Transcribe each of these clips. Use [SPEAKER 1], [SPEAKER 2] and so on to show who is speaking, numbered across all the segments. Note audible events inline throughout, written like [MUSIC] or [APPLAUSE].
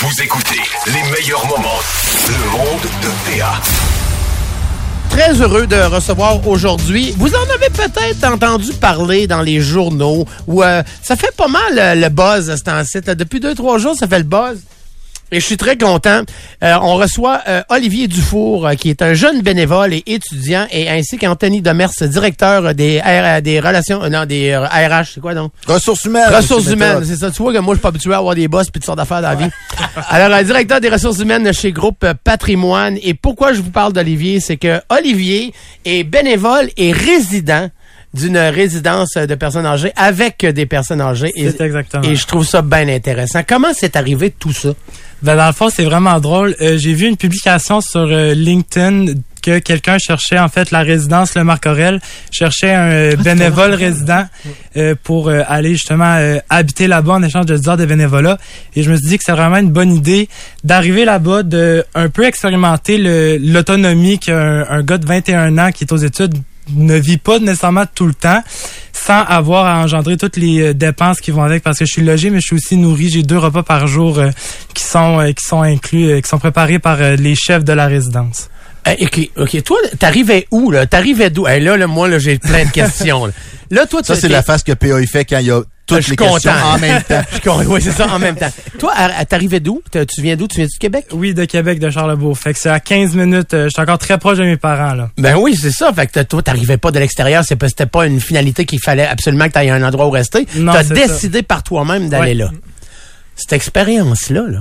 [SPEAKER 1] Vous écoutez les meilleurs moments. Le monde de Théa.
[SPEAKER 2] très heureux de recevoir aujourd'hui. Vous en avez peut-être entendu parler dans les journaux où euh, ça fait pas mal euh, le buzz à ce temps-ci. là. Depuis deux, trois jours, ça fait le buzz. Et je suis très content. Euh, on reçoit euh, Olivier Dufour, euh, qui est un jeune bénévole et étudiant, et ainsi qu'Anthony Demers, directeur euh, des, R- des relations, euh, non, des euh, RH, c'est quoi donc?
[SPEAKER 3] Ressources humaines.
[SPEAKER 2] Ressources
[SPEAKER 3] monsieur
[SPEAKER 2] humaines,
[SPEAKER 3] Euh, Méthode.
[SPEAKER 2] c'est ça. Tu vois que moi, je suis pas habitué à avoir des boss puis toutes sortes d'affaires dans la
[SPEAKER 3] [LAUGHS]
[SPEAKER 2] vie. Alors, euh, directeur des ressources humaines chez Groupe Patrimoine. Et pourquoi je vous parle d'Olivier, c'est que Olivier est bénévole et résident d'une résidence de personnes âgées avec des personnes âgées. Et-
[SPEAKER 4] C'est exactement.
[SPEAKER 2] Et je trouve ça bien intéressant. Comment c'est arrivé tout ça?
[SPEAKER 4] Ben, dans le fond, c'est vraiment drôle. Euh, J'ai vu une publication sur euh, LinkedIn que quelqu'un cherchait, en fait, la résidence Le Marc Aurel, cherchait un euh, bénévole résident euh, pour euh, aller justement euh, habiter là-bas en échange de 10 heures de bénévolat. Et je me suis dit que c'est vraiment une bonne idée d'arriver là-bas, de un peu expérimenter le- l'autonomie qu'un un gars de 21 ans qui est aux études ne vit pas nécessairement tout le temps sans avoir à engendrer toutes les euh, dépenses qui vont avec parce que je suis logé mais je suis aussi nourri j'ai deux repas par jour euh, qui sont euh, qui sont inclus euh, qui sont préparés par euh, les chefs de la résidence
[SPEAKER 2] Euh, ok, ok. Toi, là, t'arrivais où, là? T'arrivais d'où? Hey, là, là, moi, là, j'ai
[SPEAKER 3] [LAUGHS]
[SPEAKER 2] plein de questions. Là, Là, toi, tu
[SPEAKER 3] Ça, c'est
[SPEAKER 2] t'es-
[SPEAKER 3] la face que PA il fait quand il y a toutes
[SPEAKER 2] Je suis
[SPEAKER 3] les questions
[SPEAKER 2] content. Ah,
[SPEAKER 3] en même temps.
[SPEAKER 2] Je suis con- Oui, c'est ça, en même temps. Toi, à- à- t'arrivais d'où? T'as- Tu viens d'où? Tu viens du Québec?
[SPEAKER 4] oui de Québec de Charlebourg fait que c'est à 15 minutes euh, je suis encore très proche de mes parents là
[SPEAKER 2] Ben oui, c'est ça. Fait que t'as- toi, t'arrivais pas de l'extérieur. C'est pas- C'était pas une finalité qu'il fallait absolument que t'ailles à un endroit où rester.
[SPEAKER 4] Non,
[SPEAKER 2] T'as
[SPEAKER 4] c'est
[SPEAKER 2] décidé par toi-même d'aller là.
[SPEAKER 4] Ouais.
[SPEAKER 2] Cette expérience-là, là,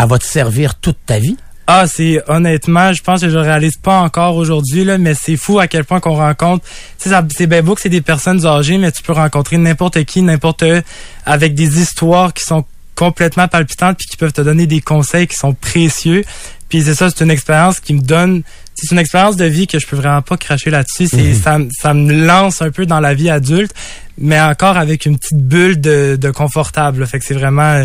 [SPEAKER 2] elle va te servir toute ta vie.
[SPEAKER 4] Ah, c'est honnêtement, je pense que je le réalise pas encore aujourd'hui là, mais c'est fou à quel point qu'on rencontre. Tu sais, ça- c'est bien beau que c'est des personnes âgées, mais tu peux rencontrer n'importe qui, n'importe euh, avec des histoires qui sont complètement palpitantes puis qui peuvent te donner des conseils qui sont précieux. Puis c'est ça, c'est une expérience qui me donne, c'est une expérience de vie que je peux vraiment pas cracher là-dessus. C'est ça, me- ça me lance un peu dans la vie adulte, mais encore avec une petite bulle de, de confortable. là. Fait que c'est vraiment euh,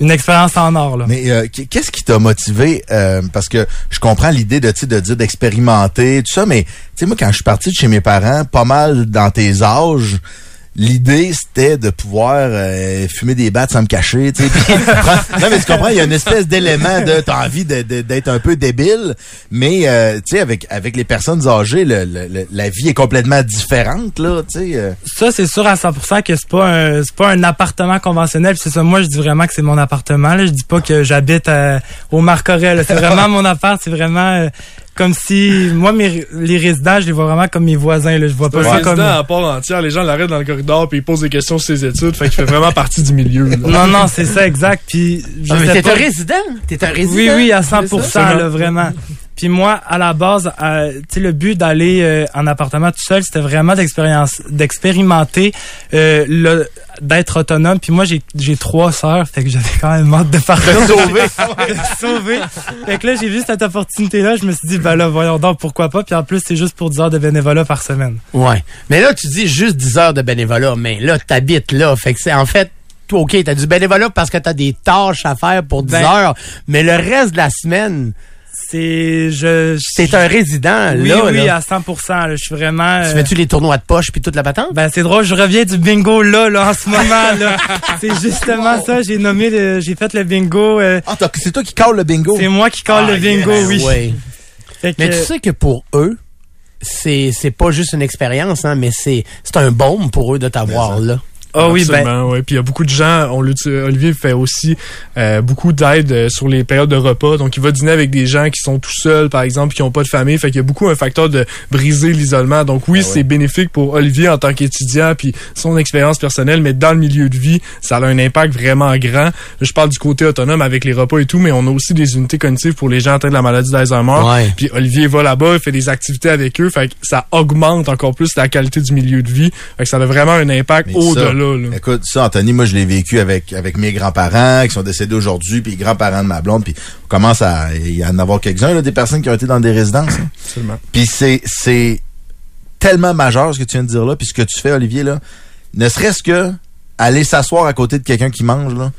[SPEAKER 4] une expérience en or là.
[SPEAKER 3] Mais euh, qu- qu'est-ce qui t'a motivé? euh, parce que je comprends l'idée de, tu sais, de dire d'expérimenter, tout ça, mais tu sais, moi, quand je suis parti de chez mes parents, pas mal dans tes âges, l'idée, c'était de pouvoir euh, fumer des battes sans me cacher. tu sais, [LAUGHS] puis- non, mais tu comprends, il y a une espèce d'élément de t'as envie de- de- d'être un peu débile, mais euh, tu sais, avec, avec les personnes âgées, le- le- le- la vie est complètement différente, là, tu sais. euh.
[SPEAKER 4] ça c'est sûr à 100% que c'est pas un c'est pas un appartement conventionnel Puis c'est ça moi je dis vraiment que c'est mon appartement là je dis pas que j'habite euh, au Marcorel c'est vraiment mon appart c'est vraiment euh, comme si moi mes les résidents je les vois vraiment comme mes voisins là je vois pas
[SPEAKER 5] Le
[SPEAKER 4] ça
[SPEAKER 5] président,
[SPEAKER 4] comme
[SPEAKER 5] à part entière, les gens l'arrêtent dans le corridor puis ils posent des questions sur ses études, fait qu'il fait vraiment partie du
[SPEAKER 4] [LAUGHS]
[SPEAKER 5] milieu. là.
[SPEAKER 4] non non c'est ça exact puis je
[SPEAKER 2] Ah, mais
[SPEAKER 4] sais
[SPEAKER 2] T'es
[SPEAKER 4] pas-
[SPEAKER 2] un résident. T'es un résident.
[SPEAKER 4] Oui, oui, à
[SPEAKER 2] C'est
[SPEAKER 4] 100%,
[SPEAKER 2] ça?
[SPEAKER 4] là, vraiment. Puis moi, à la base, euh, tu sais, le but d'aller euh, en appartement tout seul, c'était vraiment d'expérience, d'expérimenter, euh, le, d'être autonome. Puis moi, j'ai, j'ai trois sœurs, fait que j'avais quand même hâte de partir. De sauver. [LAUGHS] Fait que là, j'ai vu cette opportunité-là, je me suis dit, ben là, voyons donc, pourquoi pas. Puis en plus, c'est juste pour 10 heures de bénévolat par semaine.
[SPEAKER 2] Ouais. Mais là, tu dis juste 10 heures de bénévolat, mais là, t'habites là. Fait que c'est en fait, toi, OK, t'as du bénévolat parce que t'as des tâches à faire pour 10
[SPEAKER 4] Ben-
[SPEAKER 2] heures, mais le reste de la semaine,
[SPEAKER 4] C'est, je...
[SPEAKER 2] t'es un résident,
[SPEAKER 4] Oui,
[SPEAKER 2] là.
[SPEAKER 4] oui,
[SPEAKER 2] là.
[SPEAKER 4] à 100%, là, je suis vraiment...
[SPEAKER 2] Tu
[SPEAKER 4] euh,
[SPEAKER 2] fais-tu les tournois de poche puis toute la patente?
[SPEAKER 4] Ben c'est drôle, je reviens du bingo là, là en ce moment
[SPEAKER 2] [LAUGHS]
[SPEAKER 4] là. c'est justement ça, j'ai nommé, le- j'ai fait le bingo. euh,
[SPEAKER 3] Ah, t'as- c'est toi qui calls le bingo.
[SPEAKER 4] c'est moi qui colle le bingo,
[SPEAKER 2] Ben
[SPEAKER 4] oui.
[SPEAKER 2] ouais.
[SPEAKER 4] Fait que,
[SPEAKER 2] Mais tu sais que pour eux, c'est c'est pas juste une expérience, hein, mais c'est c'est un baume pour eux de t'avoir là.
[SPEAKER 4] ah oui, ben
[SPEAKER 5] Absolument, ouais. Puis il y a beaucoup de gens, on l'utilise- Olivier fait aussi euh, beaucoup d'aide euh, sur les périodes de repas. Donc il va dîner avec des gens qui sont tout seuls, par exemple, qui n'ont pas de famille. Fait qu'il y a beaucoup un facteur de briser l'isolement. Donc oui,
[SPEAKER 3] Ah ouais.
[SPEAKER 5] c'est bénéfique pour Olivier en tant qu'étudiant, puis son expérience personnelle, mais dans le milieu de vie, ça a un impact vraiment grand. Je parle du côté autonome avec les repas et tout, mais on a aussi des unités cognitives pour les gens atteints de la maladie d'Alzheimer.
[SPEAKER 2] Ouais.
[SPEAKER 5] Puis Olivier va là-bas, il fait des activités avec eux, fait que ça augmente encore plus la qualité du milieu de vie. Fait que ça a vraiment un impact
[SPEAKER 3] Mais ça,
[SPEAKER 5] au-delà. là.
[SPEAKER 3] Écoute, ça, Anthony, moi, je l'ai vécu avec avec mes grands-parents qui sont décédés aujourd'hui, puis les grands-parents de ma blonde, puis on commence à y en avoir quelques-uns, là, des personnes qui ont été dans des résidences. hein.
[SPEAKER 5] Absolument.
[SPEAKER 3] Puis c'est c'est tellement majeur ce que tu viens de dire là, puis ce que tu fais, Olivier, là. Ne serait-ce que aller s'asseoir à côté de quelqu'un qui mange, là.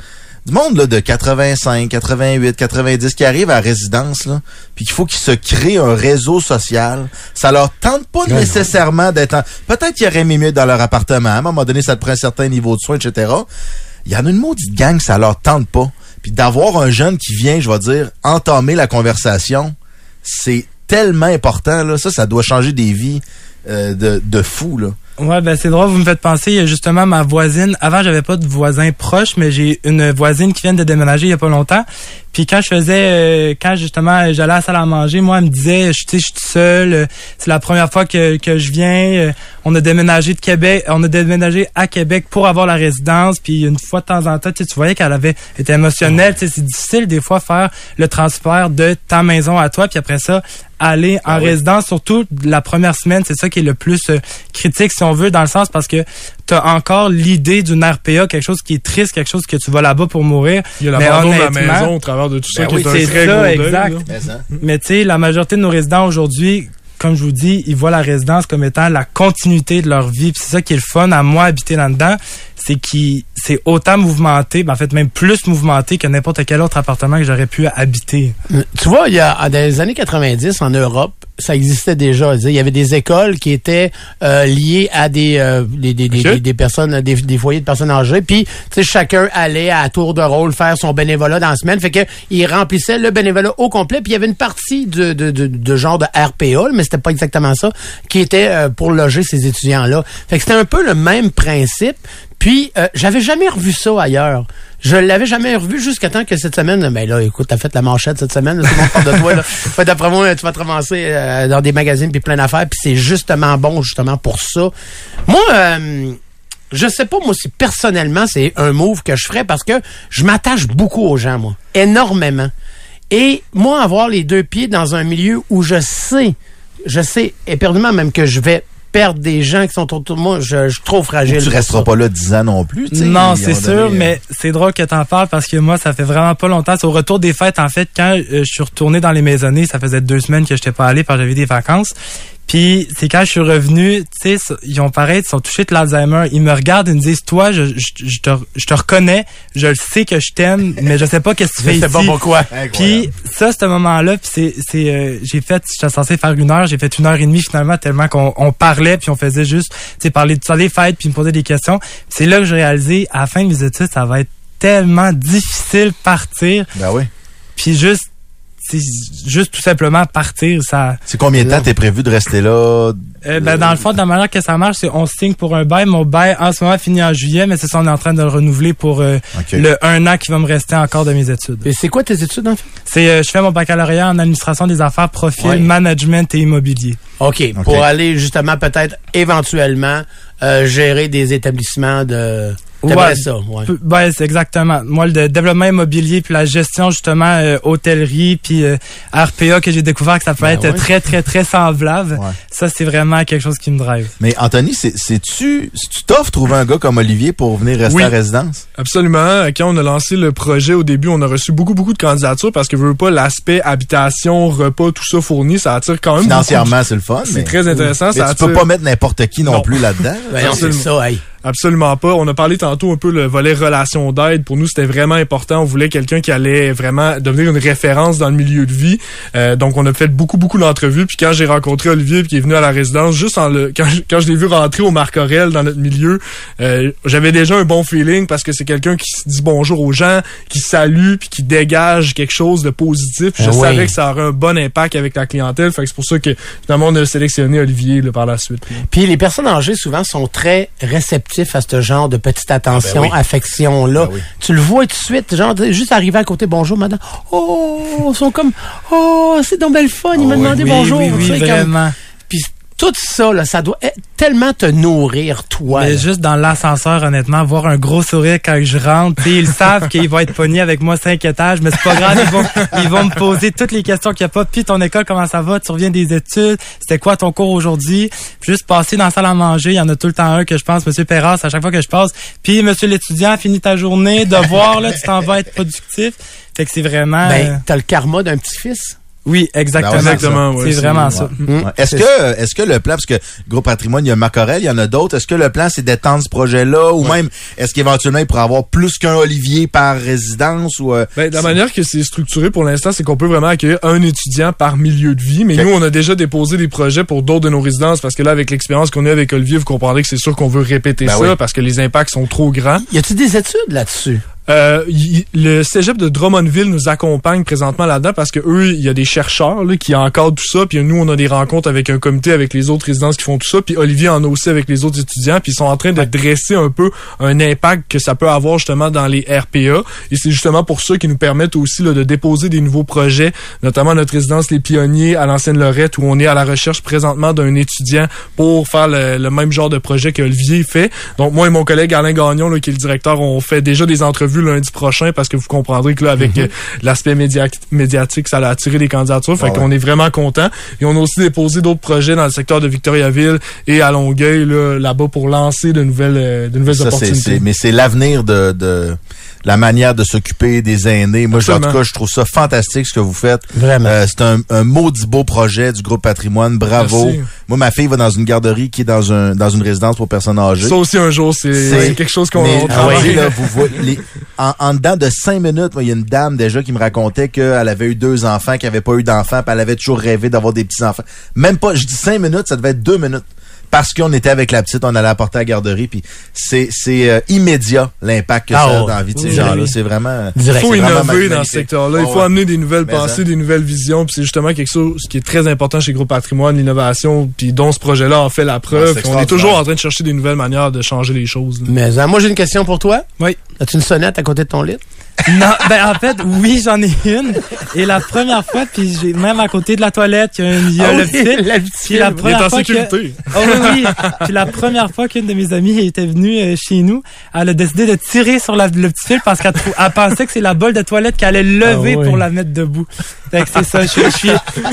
[SPEAKER 3] Du monde là, de 85, 88, 90 qui arrive à la résidence, là, puis qu'il faut qu'ils se créent un réseau social, ça leur tente pas
[SPEAKER 2] Ouais,
[SPEAKER 3] nécessairement d'être en... Peut-être qu'ils auraient aimé mieux être dans leur appartement. À un moment donné, ça te prend un certain niveau de soins, etc. Il y en a une maudite gang, ça leur tente pas. Puis d'avoir un jeune qui vient, je vais dire, entamer la conversation, c'est tellement important. Là. Ça, ça doit changer des vies euh, de, de fou. Là.
[SPEAKER 4] Ouais, ben c'est drôle, vous me faites penser, il y a justement ma voisine, avant j'avais pas de voisin proche, mais j'ai une voisine qui vient de déménager il y a pas longtemps. Puis quand je faisais, euh, quand justement euh, j'allais à la salle à manger, moi elle me disait, je tu sais, je suis toute seule, euh, c'est la première fois que, que je viens, euh, on a déménagé de Québec, on a déménagé à Québec pour avoir la résidence, puis une fois de temps en temps, tu sais, tu voyais qu'elle avait été émotionnelle, tu sais, c'est difficile des fois faire le transfert de ta maison à toi, puis après ça, aller
[SPEAKER 5] Ah
[SPEAKER 4] en résidence, surtout la première semaine, c'est ça qui est le plus euh, critique, si on veut, dans le sens parce que tu as encore l'idée d'une RPA, quelque chose qui est triste, quelque chose que tu vas là-bas pour mourir.
[SPEAKER 5] Il y a
[SPEAKER 4] Mais
[SPEAKER 5] l'abandon de la
[SPEAKER 4] honnêtement-
[SPEAKER 5] maison au travers de tout ça
[SPEAKER 3] Ben
[SPEAKER 5] qui
[SPEAKER 3] oui,
[SPEAKER 5] est un
[SPEAKER 4] c'est
[SPEAKER 5] très
[SPEAKER 4] ça,
[SPEAKER 5] gros deuil,
[SPEAKER 4] exact.
[SPEAKER 5] là.
[SPEAKER 3] Mais, hein.
[SPEAKER 4] Mais tu sais, la majorité de nos résidents aujourd'hui, comme je vous dis, ils voient la résidence comme étant la continuité de leur vie. Puis C'est ça qui est le fun à moi habiter là-dedans, c'est qui c'est autant mouvementé, ben en fait même plus mouvementé que n'importe quel autre appartement que j'aurais pu habiter.
[SPEAKER 2] Tu vois, il y a, ah, dans les années 90, en Europe, ça existait déjà. Il y avait des écoles qui étaient euh, liées à des, euh, des, des, des-
[SPEAKER 5] Ok.
[SPEAKER 2] des- des personnes, des, des foyers de personnes âgées. Puis, tu sais, chacun allait à tour de rôle faire son bénévolat dans la semaine. Fait que il remplissait le bénévolat au complet. Puis, il y avait une partie de, de, de, de genre de RPA, mais c'était pas exactement ça, qui était euh, pour loger ces étudiants-là. Fait que c'était un peu le même principe. Puis, euh, j'avais jamais revu ça ailleurs. Je l'avais jamais revu jusqu'à temps que cette semaine, ben là, écoute, t'as fait la manchette cette semaine, là, tout le monde parle de toi,
[SPEAKER 3] [LAUGHS]
[SPEAKER 2] là. Fait d'après moi, tu vas te ramasser euh, dans des magazines puis plein d'affaires, puis c'est justement bon, justement, pour ça. Moi, euh, je sais pas, moi, si personnellement, c'est un move que je ferais parce que je m'attache beaucoup aux gens, moi. Énormément. Et moi, avoir les deux pieds dans un milieu où je sais, je sais éperdument même que je vais perdre des gens qui sont autour de moi, je, je suis trop fragile.
[SPEAKER 3] Tu
[SPEAKER 2] pour ça.
[SPEAKER 3] resteras pas là 10 ans non plus. tu sais.
[SPEAKER 4] Non,
[SPEAKER 3] Ils
[SPEAKER 4] c'est
[SPEAKER 3] ont donné, euh,
[SPEAKER 4] sûr, mais c'est drôle que t'en parles parce que moi, ça fait vraiment pas longtemps. C'est au retour des fêtes, en fait, quand euh, je suis retourné dans les maisonnées, ça faisait deux semaines que j'étais pas allé parce que j'avais des vacances. Puis c'est quand je suis revenu, tu sais, ça- ils ont pareil, ils sont touchés de l'Alzheimer. Ils me regardent, ils me disent, toi, je, je, je, te, je te reconnais, je le sais que je t'aime, mais je sais pas qu'est-ce que tu fais
[SPEAKER 2] Je sais
[SPEAKER 4] ici.
[SPEAKER 2] pas pourquoi.
[SPEAKER 3] incroyable.
[SPEAKER 4] Puis ça, ce moment-là, puis c'est, c'est, euh, j'ai fait, j'étais censé faire une heure, j'ai fait une heure et demie finalement tellement qu'on on parlait puis on faisait juste, tu sais, parler de ça, les fêtes puis me poser des questions. Puis c'est là que j'ai réalisé, à la fin de mes études, ça va être tellement difficile de partir,
[SPEAKER 3] Ben oui.
[SPEAKER 4] puis juste, c'est juste tout simplement partir, ça.
[SPEAKER 3] C'est combien de temps t'es prévu de rester là?
[SPEAKER 4] Euh, ben, dans le fond, de la manière que ça marche, c'est on signe pour un bail. Mon bail, en ce moment, finit en juillet, mais c'est ça, on est en train de le renouveler pour euh,
[SPEAKER 3] OK.
[SPEAKER 4] le un an qui va me rester encore de mes études.
[SPEAKER 2] Et c'est quoi tes études, en fait?
[SPEAKER 4] C'est, euh, je fais mon baccalauréat en administration des affaires, profil,
[SPEAKER 2] Ouais.
[SPEAKER 4] management et immobilier.
[SPEAKER 2] OK, pour aller justement peut-être éventuellement euh, gérer des établissements de... T'aimerais
[SPEAKER 4] Ouais.
[SPEAKER 2] ça, ouais.
[SPEAKER 4] Peu- Ouais, c'est exactement. Moi, le développement immobilier puis la gestion justement euh, hôtellerie puis euh, RPA que j'ai découvert que ça peut
[SPEAKER 2] Ben
[SPEAKER 4] être
[SPEAKER 2] ouais.
[SPEAKER 4] très très très semblable.
[SPEAKER 3] Ouais.
[SPEAKER 4] Ça, c'est vraiment quelque chose qui me drive.
[SPEAKER 3] Mais Anthony, c'est- c'est-tu, si tu t'offres trouver un gars comme Olivier pour venir rester
[SPEAKER 5] Oui.
[SPEAKER 3] à résidence?
[SPEAKER 5] Absolument. Quand on a lancé le projet au début, on a reçu beaucoup, beaucoup de candidatures parce que veut pas l'aspect habitation, repas, tout ça fourni, ça attire quand même. beaucoup de-
[SPEAKER 3] Financièrement, c'est le fun.
[SPEAKER 5] C'est
[SPEAKER 3] mais-
[SPEAKER 5] très intéressant.
[SPEAKER 3] Mais
[SPEAKER 5] ça
[SPEAKER 3] tu peux
[SPEAKER 5] attire-
[SPEAKER 3] pas mettre n'importe qui non,
[SPEAKER 5] Non.
[SPEAKER 3] plus là-dedans.
[SPEAKER 2] Ben non, c'est
[SPEAKER 5] absolument.
[SPEAKER 2] ça, hey.
[SPEAKER 5] Absolument pas. On a parlé tantôt un peu le volet relation d'aide. Pour nous, c'était vraiment important. On voulait quelqu'un qui allait vraiment devenir une référence dans le milieu de vie. Euh, donc, on a fait beaucoup, beaucoup d'entrevues. Puis quand j'ai rencontré Olivier, puis qui est venu à la résidence, juste en le, quand je, quand je l'ai vu rentrer au Marc Aurel dans notre milieu, euh, j'avais déjà un bon feeling parce que c'est quelqu'un qui se dit bonjour aux gens, qui salue, puis qui dégage quelque chose de positif. Puis je
[SPEAKER 2] Ah oui.
[SPEAKER 5] savais que ça aurait un bon impact avec la clientèle. Fait que c'est pour ça que finalement, on a sélectionné Olivier là, par la suite.
[SPEAKER 2] Puis les personnes âgées, souvent, sont très réceptifs à ce genre de petite attention,
[SPEAKER 3] Ah ben oui.
[SPEAKER 2] affection-là.
[SPEAKER 3] Ah oui.
[SPEAKER 2] Tu le vois tout de suite, genre, t'es juste arrivé à côté, bonjour, madame. Oh, ils sont comme, oh, c'est donc belle fun, il m'a demandé bonjour.
[SPEAKER 4] Oui,
[SPEAKER 2] tu
[SPEAKER 4] oui,
[SPEAKER 2] sais, comme-
[SPEAKER 4] vraiment.
[SPEAKER 2] Puis tout ça, là, ça doit être- tellement te nourrir, toi.
[SPEAKER 4] Mais
[SPEAKER 2] là.
[SPEAKER 4] juste dans l'ascenseur, honnêtement, voir un gros sourire quand je rentre, tu sais, ils savent qu'ils vont être pognés avec moi cinq étages, mais c'est pas grave, ils vont, ils vont me poser toutes les questions qu'il n'y a pas. Puis ton école, comment ça va? Tu reviens des études? C'était quoi ton cours aujourd'hui? Puis juste passer dans la salle à manger, il y en a tout le temps un que je pense, Monsieur Perras, à chaque fois que je passe. Puis Monsieur l'étudiant, finis ta journée, devoir, là, tu t'en vas être productif. Fait que c'est vraiment... euh,
[SPEAKER 2] Ben, t'as le karma d'un petit-fils.
[SPEAKER 4] oui,
[SPEAKER 5] ben,
[SPEAKER 4] exactement.
[SPEAKER 5] exactement, ouais,
[SPEAKER 4] c'est
[SPEAKER 5] c'est-
[SPEAKER 4] vraiment ça.
[SPEAKER 3] Ouais. Est-ce que, est-ce que le plan, parce que Gros Patrimoine, il y a Marc Aurel, il y en a d'autres, est-ce que le plan, c'est d'étendre ce projet-là, ou même, est-ce qu'éventuellement, il pourrait avoir plus qu'un Olivier par résidence, ou, euh,
[SPEAKER 5] Ben, de la manière que c'est structuré pour l'instant, c'est qu'on peut vraiment accueillir un étudiant par milieu de vie. Mais
[SPEAKER 3] Ok.
[SPEAKER 5] nous, on a déjà déposé des projets pour d'autres de nos résidences parce que là, avec l'expérience qu'on a avec Olivier, vous comprendrez que c'est sûr qu'on veut répéter
[SPEAKER 3] Ben
[SPEAKER 5] ça
[SPEAKER 3] oui.
[SPEAKER 5] parce que les impacts sont trop grands.
[SPEAKER 2] Y a-tu des études là-dessus?
[SPEAKER 5] Euh, y- le cégep de Drummondville nous accompagne présentement là-dedans parce que eux, il y a des chercheurs là, qui encadrent tout ça. Puis nous, on a des rencontres avec un comité, avec les autres résidences qui font tout ça. Puis Olivier en a aussi avec les autres étudiants. Puis ils sont en train de dresser un peu un impact que ça peut avoir justement dans les RPA. Et c'est justement pour ça qu'ils nous permettent aussi là, de déposer des nouveaux projets, notamment notre résidence Les Pionniers à l'ancienne Lorette où on est à la recherche présentement d'un étudiant pour faire le, le même genre de projet que Olivier fait. Donc moi et mon collègue Alain Gagnon, là, qui est le directeur, on fait déjà des entrevues lundi prochain parce que vous comprendrez que là, avec
[SPEAKER 3] Mhm.
[SPEAKER 5] euh, l'aspect média- médiatique, ça a attiré des candidatures. Fait
[SPEAKER 3] Ah ouais.
[SPEAKER 5] qu'on est vraiment content. Et on a aussi déposé d'autres projets dans le secteur de Victoriaville et à Longueuil là, là-bas pour lancer de nouvelles, euh, de nouvelles
[SPEAKER 3] Ça, c'est-
[SPEAKER 5] opportunités.
[SPEAKER 3] c'est- mais c'est l'avenir de, de la manière de s'occuper des aînés. Moi, je- en tout
[SPEAKER 5] Absolument.
[SPEAKER 3] cas, je trouve ça fantastique ce que vous faites.
[SPEAKER 2] Vraiment.
[SPEAKER 3] Euh, c'est un, un maudit beau projet du groupe Patrimoine. Bravo.
[SPEAKER 5] Merci.
[SPEAKER 3] Moi, ma fille va dans une garderie qui est dans, un, dans une résidence pour personnes âgées.
[SPEAKER 5] Ça aussi, un jour, c'est
[SPEAKER 3] C'est-
[SPEAKER 5] c'est quelque chose qu'on
[SPEAKER 3] Mais,
[SPEAKER 5] on
[SPEAKER 3] ah
[SPEAKER 5] travaille.
[SPEAKER 3] oui, là, vous
[SPEAKER 5] [LAUGHS]
[SPEAKER 3] voyez, les- en, en dedans de cinq minutes, moi, il y a une dame déjà qui me racontait qu'elle avait eu deux enfants, qu'elle avait pas eu d'enfants, puis elle avait toujours rêvé d'avoir des petits-enfants. Même pas, je dis cinq minutes, ça devait être deux minutes. Parce qu'on était avec la petite, on allait apporter à la garderie, puis c'est c'est, euh, immédiat l'impact que
[SPEAKER 2] Ah
[SPEAKER 3] ça a
[SPEAKER 2] ouais.
[SPEAKER 3] dans la vie de ces
[SPEAKER 2] Oui,
[SPEAKER 3] gens-là.
[SPEAKER 2] oui.
[SPEAKER 3] C'est vraiment...
[SPEAKER 5] Il
[SPEAKER 2] Direct.
[SPEAKER 5] faut
[SPEAKER 3] C'est vraiment
[SPEAKER 5] innover dans
[SPEAKER 3] magnifique.
[SPEAKER 5] ce secteur-là. Il
[SPEAKER 3] Ouais,
[SPEAKER 5] faut
[SPEAKER 3] ouais.
[SPEAKER 5] amener des nouvelles
[SPEAKER 3] Mais
[SPEAKER 5] pensées,
[SPEAKER 3] ça.
[SPEAKER 5] des nouvelles visions. Puis c'est justement quelque chose qui est très important chez Groupe Patrimoine, l'innovation, puis dont ce projet-là en fait la
[SPEAKER 3] Ouais,
[SPEAKER 5] preuve.
[SPEAKER 3] c'est
[SPEAKER 5] Puis on est
[SPEAKER 3] extraordinaire.
[SPEAKER 5] toujours en train de chercher des nouvelles manières de changer les choses. là.
[SPEAKER 2] Mais euh, moi, j'ai une question pour toi.
[SPEAKER 4] Oui.
[SPEAKER 2] As-tu une sonnette à côté de ton lit?
[SPEAKER 4] Non, ben en fait, oui, j'en ai une. Et la première fois, puis j'ai même à côté de la toilette, il y a, une- il y a
[SPEAKER 2] Ah
[SPEAKER 4] le
[SPEAKER 2] oui,
[SPEAKER 4] petit.
[SPEAKER 2] la
[SPEAKER 4] Puis la
[SPEAKER 5] Il est
[SPEAKER 4] première
[SPEAKER 5] en
[SPEAKER 4] fois que,
[SPEAKER 5] sécurité.
[SPEAKER 4] Oh oui, oui. Puis la première fois qu'une de mes amies était venue euh, chez nous, elle a décidé de tirer sur la- le petit fil parce qu'elle trou- elle pensait que c'est la bolle de toilette qu'elle allait lever
[SPEAKER 2] Ah oui.
[SPEAKER 4] pour la mettre debout. Fait que c'est ça. Je, suis- je suis-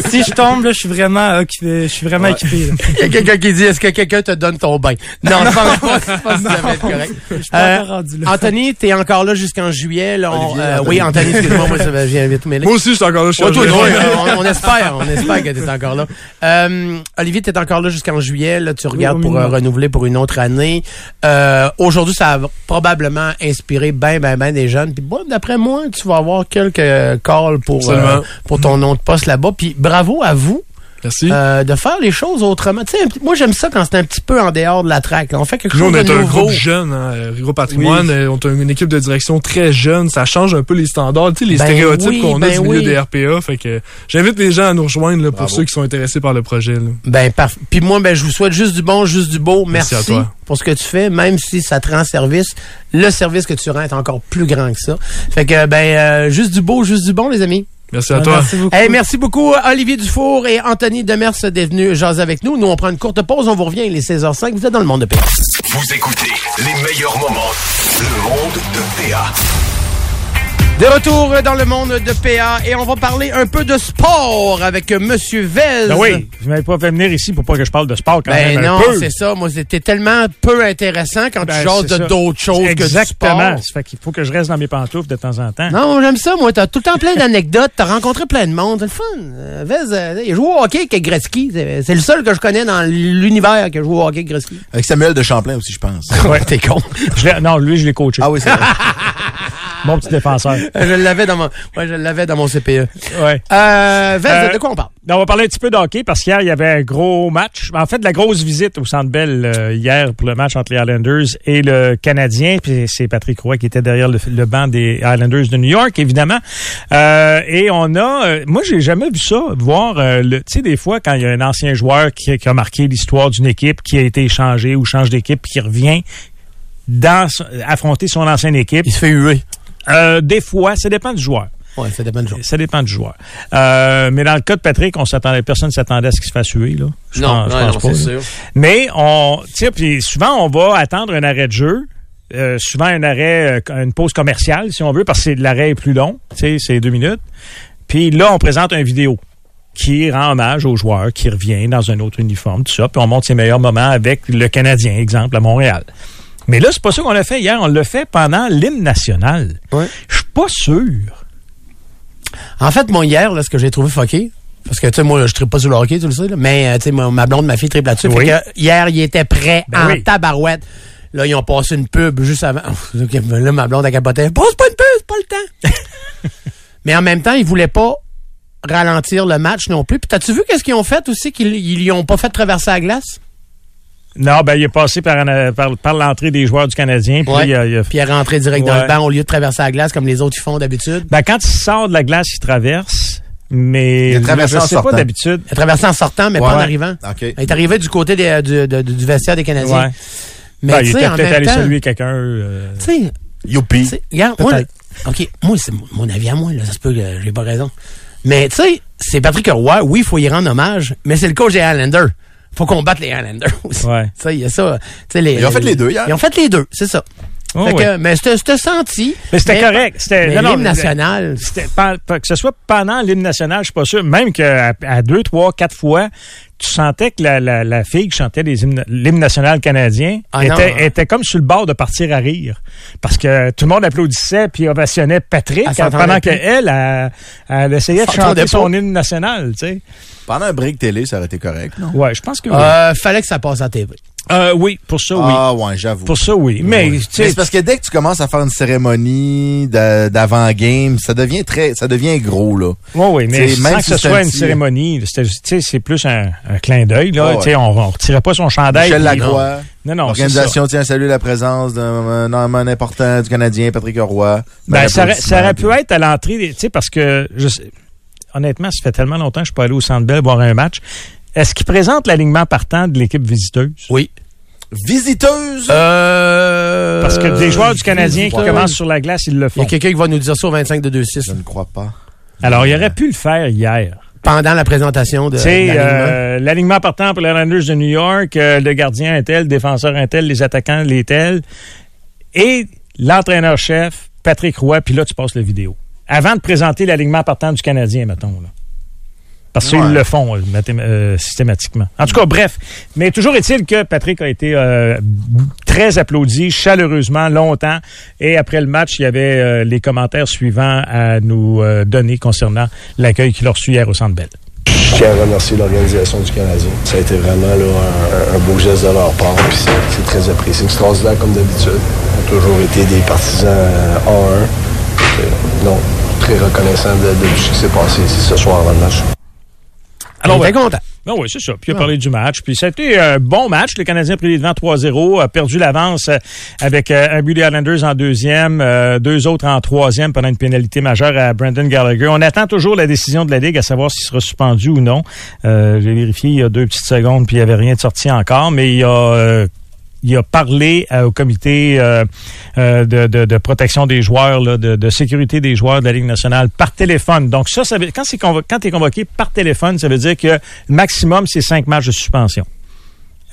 [SPEAKER 4] si je tombe, là, je suis vraiment occupé. Je suis vraiment équipé. là.
[SPEAKER 2] Il y a quelqu'un qui dit, est-ce que quelqu'un te donne ton bain? Non, je pense pas, je pense que ça va être correct.
[SPEAKER 4] Je suis pas
[SPEAKER 2] Euh,
[SPEAKER 4] encore rendu là.
[SPEAKER 2] Anthony, t'es encore là jusqu'en juillet. là, on-
[SPEAKER 3] Olivier,
[SPEAKER 2] euh,
[SPEAKER 3] Anthony.
[SPEAKER 2] Oui, Anthony, excuse-moi, moi, ça va- je viens vite mêler.
[SPEAKER 5] Moi aussi, je suis encore là. Je suis
[SPEAKER 2] Ouais, toi,
[SPEAKER 5] en-
[SPEAKER 2] toi,
[SPEAKER 5] [LAUGHS]
[SPEAKER 2] euh, on, on espère, on espère que t'es encore là. Euh, Olivier, t'es encore là jusqu'en juillet. Là, tu regardes
[SPEAKER 4] au
[SPEAKER 2] pour euh,
[SPEAKER 4] minimum.
[SPEAKER 2] renouveler pour une autre année. Euh, Aujourd'hui, ça a probablement inspiré ben, ben, ben des jeunes. Puis bon, d'après moi, tu vas avoir quelques euh, calls pour, euh,
[SPEAKER 5] Absolument.
[SPEAKER 2] pour ton nom de poste là-bas. Puis bravo à vous
[SPEAKER 5] Merci.
[SPEAKER 2] euh, de faire les choses autrement. Tu sais, un petit- moi, j'aime ça quand c'est un petit peu en dehors de la traque. là. On fait quelque
[SPEAKER 5] Nous,
[SPEAKER 2] chose
[SPEAKER 5] on est
[SPEAKER 2] de
[SPEAKER 5] un
[SPEAKER 2] nouveau.
[SPEAKER 5] groupe jeune, hein, euh, Groupe Patrimoine. euh, On a une équipe de direction très jeune. Ça change un peu les standards, tu sais, les
[SPEAKER 2] Ben
[SPEAKER 5] stéréotypes
[SPEAKER 2] oui,
[SPEAKER 5] qu'on a
[SPEAKER 2] ben
[SPEAKER 5] du milieu
[SPEAKER 2] oui.
[SPEAKER 5] des RPA. Fait que j'invite les gens à nous rejoindre là, pour
[SPEAKER 3] Bravo.
[SPEAKER 5] ceux qui sont intéressés par le projet. là.
[SPEAKER 2] Ben, parf- Puis moi, ben, je vous souhaite juste du bon, juste du beau. Merci,
[SPEAKER 5] Merci à toi.
[SPEAKER 2] pour ce que tu fais, même si ça te rend service. Le service que tu rends est encore plus grand que ça. Fait que, ben, euh, juste du beau, juste du bon, les amis.
[SPEAKER 5] Merci à toi.
[SPEAKER 4] Merci beaucoup.
[SPEAKER 2] Hey, Ben, merci beaucoup, euh, Olivier Dufour et Anthony Demers d'être venus jaser avec nous. Nous, on prend une courte pause. On vous revient. Il est 16h05. Vous êtes dans le monde de paix.
[SPEAKER 1] Vous écoutez les meilleurs moments. Le monde de PA.
[SPEAKER 2] De retour dans le monde de PA et on va parler un peu de sport avec euh, Monsieur Vez.
[SPEAKER 6] Ben oui, vous m'avez pas fait venir ici pour pas que je parle de sport quand
[SPEAKER 2] Ben
[SPEAKER 6] même
[SPEAKER 2] non,
[SPEAKER 6] un peu.
[SPEAKER 2] c'est ça. Moi, c'était tellement peu intéressant quand
[SPEAKER 6] Ben,
[SPEAKER 2] tu jases
[SPEAKER 6] c'est
[SPEAKER 2] de
[SPEAKER 6] ça.
[SPEAKER 2] d'autres choses
[SPEAKER 6] Exactement.
[SPEAKER 2] que du sport.
[SPEAKER 6] Ça fait qu'il faut que je reste dans mes pantoufles de temps en temps.
[SPEAKER 2] Non, j'aime ça, moi. T'as tout le temps plein d'anecdotes. T'as rencontré plein de monde. C'est le fun. Euh, Vez, euh, il joue au hockey avec Gretzky. C'est c'est le seul que je connais dans l'univers qui a joué au hockey avec Gretzky.
[SPEAKER 3] Avec Samuel de Champlain aussi, je pense.
[SPEAKER 6] Ouais.
[SPEAKER 2] [LAUGHS] T'es con.
[SPEAKER 6] Je l'ai- non, lui, je l'ai coaché.
[SPEAKER 3] ah oui, c'est vrai. [LAUGHS]
[SPEAKER 6] Mon petit défenseur.
[SPEAKER 2] Euh, je l'avais dans mon, ouais, je l'avais dans mon CPE.
[SPEAKER 6] Ouais.
[SPEAKER 2] Euh, Vez,
[SPEAKER 6] Euh,
[SPEAKER 2] de quoi on parle?
[SPEAKER 6] Donc, on va parler un petit peu de hockey parce qu'hier, il y avait un gros match. En fait, la grosse visite au Centre Bell euh, hier pour le match entre les Islanders et le Canadien. Puis c'est Patrick Roy qui était derrière le, le banc des Islanders de New York, évidemment. Euh, et on a... euh, moi, j'ai jamais vu ça, voir... euh, le- tu sais, des fois, quand il y a un ancien joueur qui, qui a marqué l'histoire d'une équipe, qui a été échangé ou change d'équipe, puis qui revient dans son- affronter son ancienne équipe,
[SPEAKER 2] se fait huer.
[SPEAKER 6] euh, des fois, ça dépend du joueur.
[SPEAKER 2] Ouais, ça dépend de jour.
[SPEAKER 6] Ça dépend du joueur. Euh, mais dans le cas de Patrick, on s'attendait, personne ne s'attendait à ce qu'il se fasse huer. Là. Je pense- je pense pas, là. Mais on, tu sais, puis souvent, on va attendre un arrêt de jeu. euh, souvent un arrêt, euh, une pause commerciale, si on veut, parce que c'est- l'arrêt est plus long, tu sais, c'est deux minutes. Puis là, on présente une vidéo qui rend hommage au joueur qui revient dans un autre uniforme, tout ça, puis on montre ses meilleurs moments avec le Canadien, exemple, à Montréal. Mais là, c'est pas ça qu'on l'a fait hier, on l'a fait pendant l'hymne national.
[SPEAKER 2] Ouais.
[SPEAKER 6] Je suis pas sûr.
[SPEAKER 2] En fait, mon hier, là, ce que j'ai trouvé fucké, parce que, tu sais, moi, je tripe pas sur le hockey, tu le sais, là, mais, euh, tu sais, ma ma blonde, ma fille tripe là-dessus.
[SPEAKER 6] Oui.
[SPEAKER 2] Fait que hier, ils étaient prêts
[SPEAKER 6] Ben
[SPEAKER 2] en
[SPEAKER 6] oui.
[SPEAKER 2] tabarouette. Là, ils ont passé une pub juste avant. [LAUGHS] Ok, Là, ma blonde a capoté. Passe pas une pub, c'est pas le temps.
[SPEAKER 6] [LAUGHS]
[SPEAKER 2] mais en même temps, ils voulaient pas ralentir le match non plus. Puis, t'as-tu vu qu'est-ce qu'ils ont fait aussi qu'ils ils y ont pas fait traverser la glace?
[SPEAKER 6] Non, ben il est passé par, en- par, par l'entrée des joueurs du Canadien. Puis
[SPEAKER 2] Ouais.
[SPEAKER 6] euh, il a- il a-
[SPEAKER 2] Puis elle est rentrée direct dans
[SPEAKER 6] Ouais.
[SPEAKER 2] le banc au lieu de traverser la glace comme les autres ils font d'habitude.
[SPEAKER 6] ben, quand il sort de la glace, il traverse. Mais
[SPEAKER 3] Il a
[SPEAKER 6] je
[SPEAKER 3] traversé
[SPEAKER 6] ne
[SPEAKER 3] en
[SPEAKER 6] sais
[SPEAKER 3] sortant.
[SPEAKER 6] pas d'habitude.
[SPEAKER 2] Elle traversait en sortant, mais
[SPEAKER 6] Ouais.
[SPEAKER 2] pas en arrivant.
[SPEAKER 3] OK.
[SPEAKER 2] Elle est arrivée du côté des- euh, du, de- du vestiaire des Canadiens.
[SPEAKER 6] Ouais.
[SPEAKER 2] Mais
[SPEAKER 6] Ben, il
[SPEAKER 2] tu
[SPEAKER 6] était
[SPEAKER 2] sais, en
[SPEAKER 6] peut-être
[SPEAKER 2] même
[SPEAKER 6] allé
[SPEAKER 2] temps,
[SPEAKER 6] saluer quelqu'un. euh,
[SPEAKER 2] tu sais,
[SPEAKER 3] Youpi.
[SPEAKER 2] Tu sais, regarde, moi,
[SPEAKER 6] Peut-être.
[SPEAKER 2] le- OK, moi, c'est mon- mon avis à moi, là, ça se peut que j'ai pas raison. Mais, tu sais, c'est Patrick Roy, oui, il faut y rendre hommage, mais c'est le coach des Highlanders. Faut qu'on batte les Highlanders [LAUGHS] aussi.
[SPEAKER 6] Ouais.
[SPEAKER 2] Tu sais, il y a ça. Tu sais, Les,
[SPEAKER 3] Ils ont fait les deux hier.
[SPEAKER 2] Ils ont fait les deux, c'est ça.
[SPEAKER 6] oh,
[SPEAKER 2] Fait
[SPEAKER 6] oui.
[SPEAKER 2] que, mais c'était c'était senti.
[SPEAKER 6] Mais c'était correct. C'était
[SPEAKER 2] Mais
[SPEAKER 6] non, non,
[SPEAKER 2] l'hymne
[SPEAKER 6] mais-
[SPEAKER 2] national.
[SPEAKER 6] c'était pas- pas- que ce soit pendant l'hymne national, je suis pas sûr. Même qu'à à deux, trois, quatre fois, tu sentais que la, la, la fille qui chantait les hymnes- l'hymne national canadien
[SPEAKER 2] Ah non,
[SPEAKER 6] était,
[SPEAKER 2] hein.
[SPEAKER 6] était comme sur le bord de partir à rire. Parce que tout le monde applaudissait puis ovationnait Patrick
[SPEAKER 2] Elle s'entendait
[SPEAKER 6] pendant
[SPEAKER 2] plus.
[SPEAKER 6] qu'elle elle, elle essayait de
[SPEAKER 2] S'entendait
[SPEAKER 6] chanter son
[SPEAKER 2] pas.
[SPEAKER 6] hymne national. Tu sais.
[SPEAKER 3] Pendant un break télé, ça aurait été correct, non?
[SPEAKER 6] Ouais, je pense que oui.
[SPEAKER 2] Euh, fallait que ça passe à TV.
[SPEAKER 6] Euh, oui, pour ça, oui.
[SPEAKER 3] Ah, ouais, j'avoue.
[SPEAKER 6] Pour ça, oui.
[SPEAKER 2] Ah
[SPEAKER 6] Mais,
[SPEAKER 3] Ouais.
[SPEAKER 6] tu sais,
[SPEAKER 3] c'est parce que dès que tu commences à faire une cérémonie d'a- d'avant-game, ça devient très, ça devient gros, là.
[SPEAKER 6] Oui, oui, mais
[SPEAKER 3] T'sais,
[SPEAKER 6] sans
[SPEAKER 3] même
[SPEAKER 6] que
[SPEAKER 3] si
[SPEAKER 6] ce
[SPEAKER 3] c'est
[SPEAKER 6] soit
[SPEAKER 3] un
[SPEAKER 6] une
[SPEAKER 3] petit-
[SPEAKER 6] cérémonie, c'était- tu sais, c'est plus un, un clin d'œil. là.
[SPEAKER 3] Ouais,
[SPEAKER 6] Tu sais, On ne retirait pas son chandail.
[SPEAKER 3] Michel
[SPEAKER 6] puis-
[SPEAKER 3] Lacroix.
[SPEAKER 6] Non, non, c'est ça.
[SPEAKER 3] L'organisation tient à saluer la présence d'un homme important du Canadien, Patrick Roy.
[SPEAKER 6] Ben, ça, aurait- ça aurait pu être à l'entrée, des- tu sais, parce que je sais- honnêtement, ça fait tellement longtemps que je suis pas allé au Centre Bell voir un match. Est-ce qu'il présente l'alignement partant de l'équipe visiteuse?
[SPEAKER 2] Oui.
[SPEAKER 3] Visiteuse!
[SPEAKER 2] Euh,
[SPEAKER 6] Parce que des joueurs du Canadien qui
[SPEAKER 2] visiteurs.
[SPEAKER 6] commencent sur la glace, ils
[SPEAKER 2] Il
[SPEAKER 6] le
[SPEAKER 2] y
[SPEAKER 6] font.
[SPEAKER 2] a quelqu'un qui va nous dire ça au 25 de 2
[SPEAKER 3] Je ne crois pas.
[SPEAKER 6] Alors, il aurait pu le faire hier.
[SPEAKER 2] pendant la présentation de.
[SPEAKER 6] Tu sais,
[SPEAKER 2] de l'alignement.
[SPEAKER 6] euh, l'alignement partant pour les Rangers de New York, euh, le gardien est tel, le défenseur est tel, les attaquants les tels, et l'entraîneur-chef, Patrick Roy, puis là, tu passes la vidéo. Avant de présenter l'alignement partant du Canadien, mettons. Là. Parce qu'ils
[SPEAKER 3] Ouais.
[SPEAKER 6] le font euh, mathém- euh, systématiquement. En tout cas, bref. Mais toujours est-il que Patrick a été euh, b- très applaudi, chaleureusement, longtemps. Et après le match, il y avait euh, les commentaires suivants à nous euh, donner concernant l'accueil qu'il a reçu hier au Centre Bell.
[SPEAKER 7] Je tiens à remercier l'organisation du Canadien. Ça a été vraiment là, un, un beau geste de leur part, puis c'est c'est très apprécié. Extraordinaire comme d'habitude. On a toujours été des partisans euh, A1. Euh, Non, très reconnaissant de, de tout ce qui s'est passé ici ce soir avant le match.
[SPEAKER 2] On était content.
[SPEAKER 6] Non, Ah oui, c'est ça. Puis il a parlé du match. Puis c'était un bon match. Le Canadien a pris les devants 3-0, a perdu l'avance euh, avec euh, un but des Islanders en deuxième, euh, deux autres en troisième pendant une pénalité majeure à Brandon Gallagher. On attend toujours la décision de la Ligue à savoir s'il sera suspendu ou non. Euh, J'ai vérifié il y a deux petites secondes, puis il n'y avait rien de sorti encore, mais il y a... euh, il a parlé euh, au comité euh, euh, de, de- de protection des joueurs, là, de, de sécurité des joueurs de la Ligue nationale par téléphone. Donc ça, ça veut- quand c'est convo- quand tu es convoqué par téléphone, ça veut dire que le maximum, c'est cinq matchs de suspension.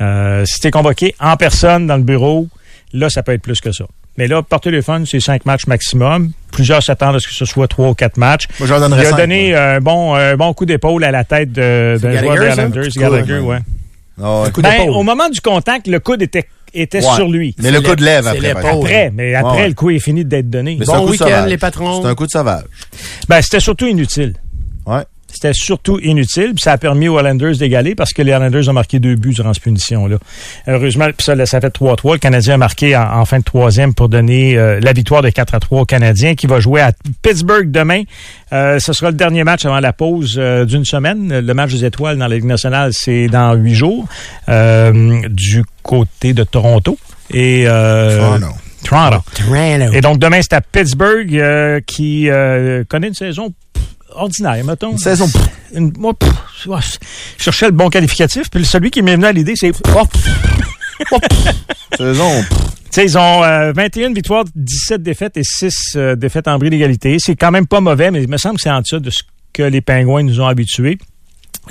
[SPEAKER 6] Euh, si tu es convoqué en personne dans le bureau, là, ça peut être plus que ça. Mais là, par téléphone, c'est cinq matchs maximum. Plusieurs s'attendent à ce que ce soit trois ou quatre matchs.
[SPEAKER 3] Moi, j'en donnerais
[SPEAKER 6] Il a
[SPEAKER 3] cinq,
[SPEAKER 6] donné un bon, un bon coup d'épaule à la tête de- d'un joueur des
[SPEAKER 2] Gallagher, ça?
[SPEAKER 6] Islanders,
[SPEAKER 3] Coup de coude,
[SPEAKER 6] Gallagher,
[SPEAKER 3] ouais.
[SPEAKER 6] ouais.
[SPEAKER 3] Ah ouais.
[SPEAKER 2] Coup
[SPEAKER 6] Ben,
[SPEAKER 2] d'épaule.
[SPEAKER 6] au moment du contact, le coude était, était
[SPEAKER 3] Ouais.
[SPEAKER 6] sur lui.
[SPEAKER 3] Mais le
[SPEAKER 2] C'est
[SPEAKER 3] coup de
[SPEAKER 2] l'ép-
[SPEAKER 3] lèvre
[SPEAKER 2] c'est
[SPEAKER 3] après. par
[SPEAKER 2] l'épaule.
[SPEAKER 3] exemple.
[SPEAKER 6] Après, mais après,
[SPEAKER 3] Ouais, ouais.
[SPEAKER 6] le coup est fini d'être donné.
[SPEAKER 3] Mais c'est
[SPEAKER 2] Bon
[SPEAKER 3] un coup de
[SPEAKER 2] week-end,
[SPEAKER 3] sauvage.
[SPEAKER 2] les patrons.
[SPEAKER 3] C'est un coup de sauvage.
[SPEAKER 6] Ben, c'était surtout inutile.
[SPEAKER 3] Ouais.
[SPEAKER 6] C'était surtout inutile, puis ça a permis aux Islanders d'égaler parce que les Islanders ont marqué deux buts durant cette punition-là. Heureusement, puis ça, ça fait 3-3. Le Canadien a marqué en, en fin de troisième pour donner euh, la victoire de 4-3 au Canadien qui va jouer à Pittsburgh demain. Euh, ce sera le dernier match avant la pause euh, d'une semaine. Le match des étoiles dans la Ligue nationale, c'est dans huit jours euh, du côté de Toronto. Et, euh,
[SPEAKER 3] Ah non.
[SPEAKER 6] Toronto.
[SPEAKER 2] Toronto.
[SPEAKER 6] Et donc demain, c'est à Pittsburgh euh, qui euh, connaît une saison pff, ordinaire, mettons. Une
[SPEAKER 3] saison, pff.
[SPEAKER 6] une- moi, pff, ouais, je cherchais le bon qualificatif, puis celui qui m'est venu à l'idée, c'est... pff.
[SPEAKER 3] Saison.
[SPEAKER 6] Tu sais, ils ont euh, 21 victoires, 17 défaites et 6 euh, défaites en bris d'égalité. C'est quand même pas mauvais, mais il me semble que c'est en deçà de ce que les Pingouins nous ont habitués.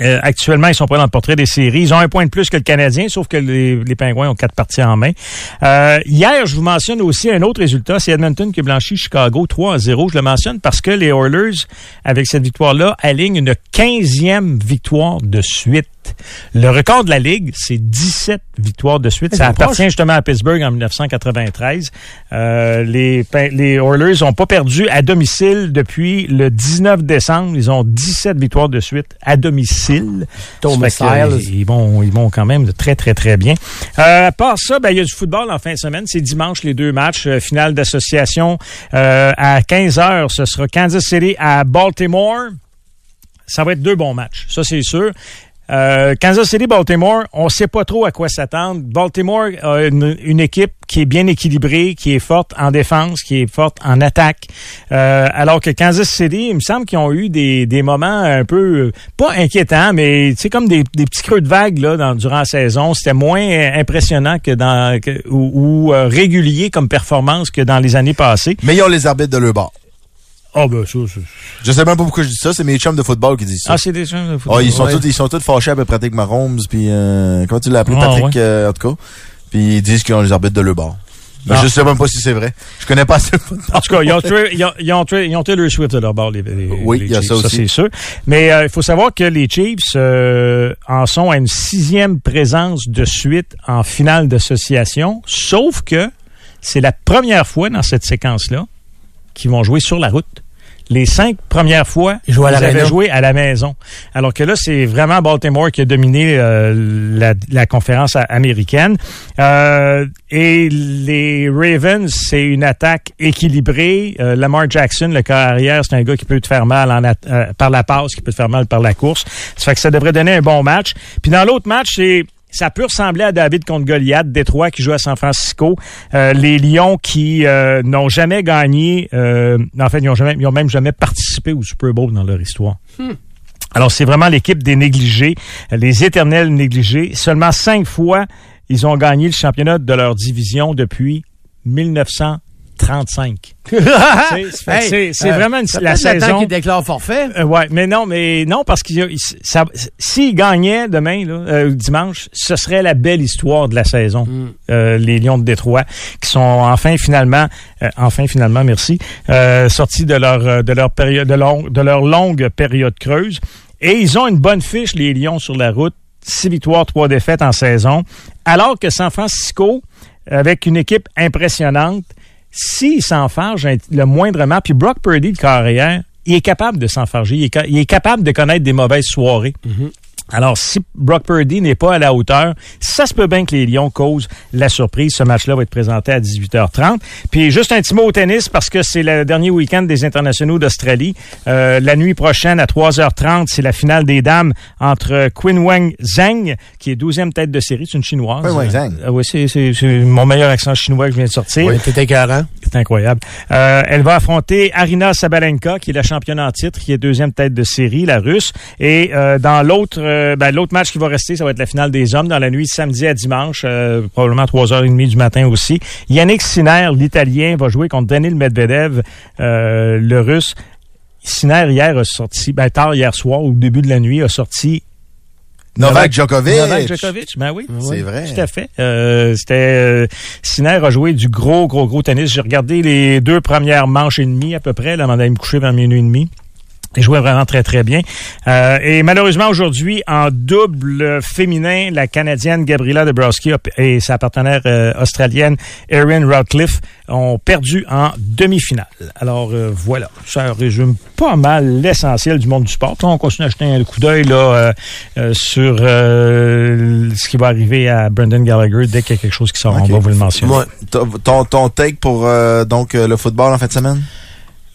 [SPEAKER 6] Euh, actuellement, ils sont pas dans le portrait des séries. Ils ont un point de plus que le Canadien, sauf que les, les Pingouins ont quatre parties en main. Euh, hier, je vous mentionne aussi un autre résultat. C'est Edmonton qui a blanchi Chicago 3 à 0. Je le mentionne parce que les Oilers, avec cette victoire-là, alignent une 15e victoire de suite. Le record de la Ligue, c'est 17 victoires de suite. Ça appartient justement à Pittsburgh en 1993. Euh, les, Pin- les Oilers n'ont pas perdu à domicile depuis le 19 décembre. Ils ont 17 victoires de suite à domicile.
[SPEAKER 2] Tom
[SPEAKER 6] Ça fait que,
[SPEAKER 2] Missiles.
[SPEAKER 6] euh, ils, vont, ils vont quand même de très, très, très bien. Euh, à part ça, ben, il y a du football en fin de semaine. C'est dimanche, les deux matchs. euh, finale d'association euh, à 15h. Ce sera Kansas City à Baltimore. Ça va être deux bons matchs, ça c'est sûr. Euh, Kansas City, Baltimore, on ne sait pas trop à quoi s'attendre. Baltimore a une, une, équipe qui est bien équilibrée, qui est forte en défense, qui est forte en attaque. Euh, alors que Kansas City, il me semble qu'ils ont eu des, des, moments un peu pas inquiétants, mais c'est comme des, des, petits creux de vague là dans, durant la saison. C'était moins impressionnant que dans que, ou, ou euh, régulier comme performance que dans les années passées.
[SPEAKER 3] Mais ils ont les arbitres de leur bord.
[SPEAKER 6] Ah, ben, ça, ça.
[SPEAKER 3] Je sais même pas pourquoi je dis ça, c'est mes chums de football qui disent ça.
[SPEAKER 6] Ah, c'est des chums de
[SPEAKER 3] football. Ah, ils sont ouais. tous, ils sont tous fâchés à peu près avec Mahomes, puis euh, comment tu l'as appelé, Patrick, ah, ouais. euh, en tout cas. Puis ils disent qu'ils ont les arbitres de le bord. Mais
[SPEAKER 6] Ah.
[SPEAKER 3] je sais même pas si c'est vrai. Je connais pas assez de football.
[SPEAKER 6] En tout cas, ils ont, tué, ils ont, ils ont, tué, ils ont tué le Swift de leur bord, les, les
[SPEAKER 3] Oui,
[SPEAKER 6] les
[SPEAKER 3] il y a
[SPEAKER 6] Chiefs, ça
[SPEAKER 3] aussi.
[SPEAKER 6] c'est sûr. Mais il euh, faut savoir que les Chiefs euh, en sont à une sixième présence de suite en finale d'association, sauf que c'est la première fois dans cette séquence-là qu'ils vont jouer sur la route les cinq premières fois, ils, ils avaient joué à la maison. Alors que là, c'est vraiment Baltimore qui a dominé euh, la, la, conférence américaine. Euh, et les Ravens, c'est une attaque équilibrée. Euh, Lamar Jackson, le carrière, arrière, c'est un gars qui peut te faire mal en at- euh, par la passe, qui peut te faire mal par la course. Ça fait que ça devrait donner un bon match. Puis dans l'autre match, c'est ça peut ressembler à David contre Goliath, Détroit qui joue à San Francisco, euh, les Lions qui euh, n'ont jamais gagné, euh, en fait, ils n'ont jamais, ils ont même jamais participé au Super Bowl dans leur histoire. Hmm. Alors, c'est vraiment l'équipe des négligés, les éternels négligés. Seulement cinq fois, ils ont gagné le championnat de leur division depuis 1900. 35. c'est,
[SPEAKER 2] [LAUGHS]
[SPEAKER 6] c'est, hey, c'est, c'est euh, vraiment une,
[SPEAKER 2] ça
[SPEAKER 6] la saison.
[SPEAKER 2] qui déclare forfait.
[SPEAKER 6] Euh, ouais, mais non, mais non parce qu'il il, ça, s'il gagnait demain là, euh, dimanche, ce serait la belle histoire de la saison. Mm. les Lions de Détroit qui sont enfin finalement enfin finalement merci euh, sortis de leur de leur période de leur, de leur longue période creuse et ils ont une bonne fiche les Lions sur la route, 6 victoires, 3 défaites en saison, alors que San Francisco avec une équipe impressionnante s'il s'enfarge le moindrement, puis Brock Purdy, le carrière, il est capable de s'enfarger, il est, il est capable de connaître des mauvaises soirées. Mm-hmm. Alors, si Brock Purdy n'est pas à la hauteur, ça se peut bien que les Lions causent la surprise. Ce match-là va être présenté à 18h30. Puis, juste un petit mot au tennis, parce que c'est le dernier week-end des internationaux d'Australie. Euh, la nuit prochaine, à 3h30, c'est la finale des dames entre Quinn Wang Zhang, qui est 12e tête de série. C'est une chinoise.
[SPEAKER 3] Quinn Wang Zhang.
[SPEAKER 6] Euh, oui, c'est, c'est, c'est, mon meilleur accent chinois que je viens de sortir.
[SPEAKER 2] Oui, c'est écœurant.
[SPEAKER 6] C'est incroyable. Euh, elle va affronter Arina Sabalenka, qui est la championne en titre, qui est deuxième tête de série, la russe. Et euh, dans l'autre... Ben, l'autre match qui va rester, ça va être la finale des hommes dans la nuit samedi à dimanche, euh, probablement 3h30 du matin aussi. Yannick Sinner, l'Italien, va jouer contre Daniel Medvedev, euh, le Russe. Sinner, hier, a sorti, ben, tard hier soir, au début de la nuit, a sorti
[SPEAKER 3] Novak Djokovic.
[SPEAKER 6] Novak Djokovic, ben oui.
[SPEAKER 3] C'est
[SPEAKER 6] oui,
[SPEAKER 3] vrai.
[SPEAKER 6] Tout à fait. Euh, c'était euh, Sinner a joué du gros, gros, gros tennis. J'ai regardé les deux premières manches et demie à peu près, là, avant d'aller me coucher vers minuit et demi. Il jouait vraiment très, très bien. Euh, et malheureusement, aujourd'hui, en double féminin, la Canadienne Gabriela Dabrowski et sa partenaire euh, australienne Erin Ratcliffe ont perdu en demi-finale. Alors euh, voilà, ça résume pas mal l'essentiel du monde du sport. on continue à jeter un coup d'œil là, euh, sur euh, ce qui va arriver à Brendan Gallagher dès qu'il y a quelque chose qui sort. Okay. On va vous le mentionner. Moi,
[SPEAKER 3] ton, ton take pour euh, donc le football en fin de semaine?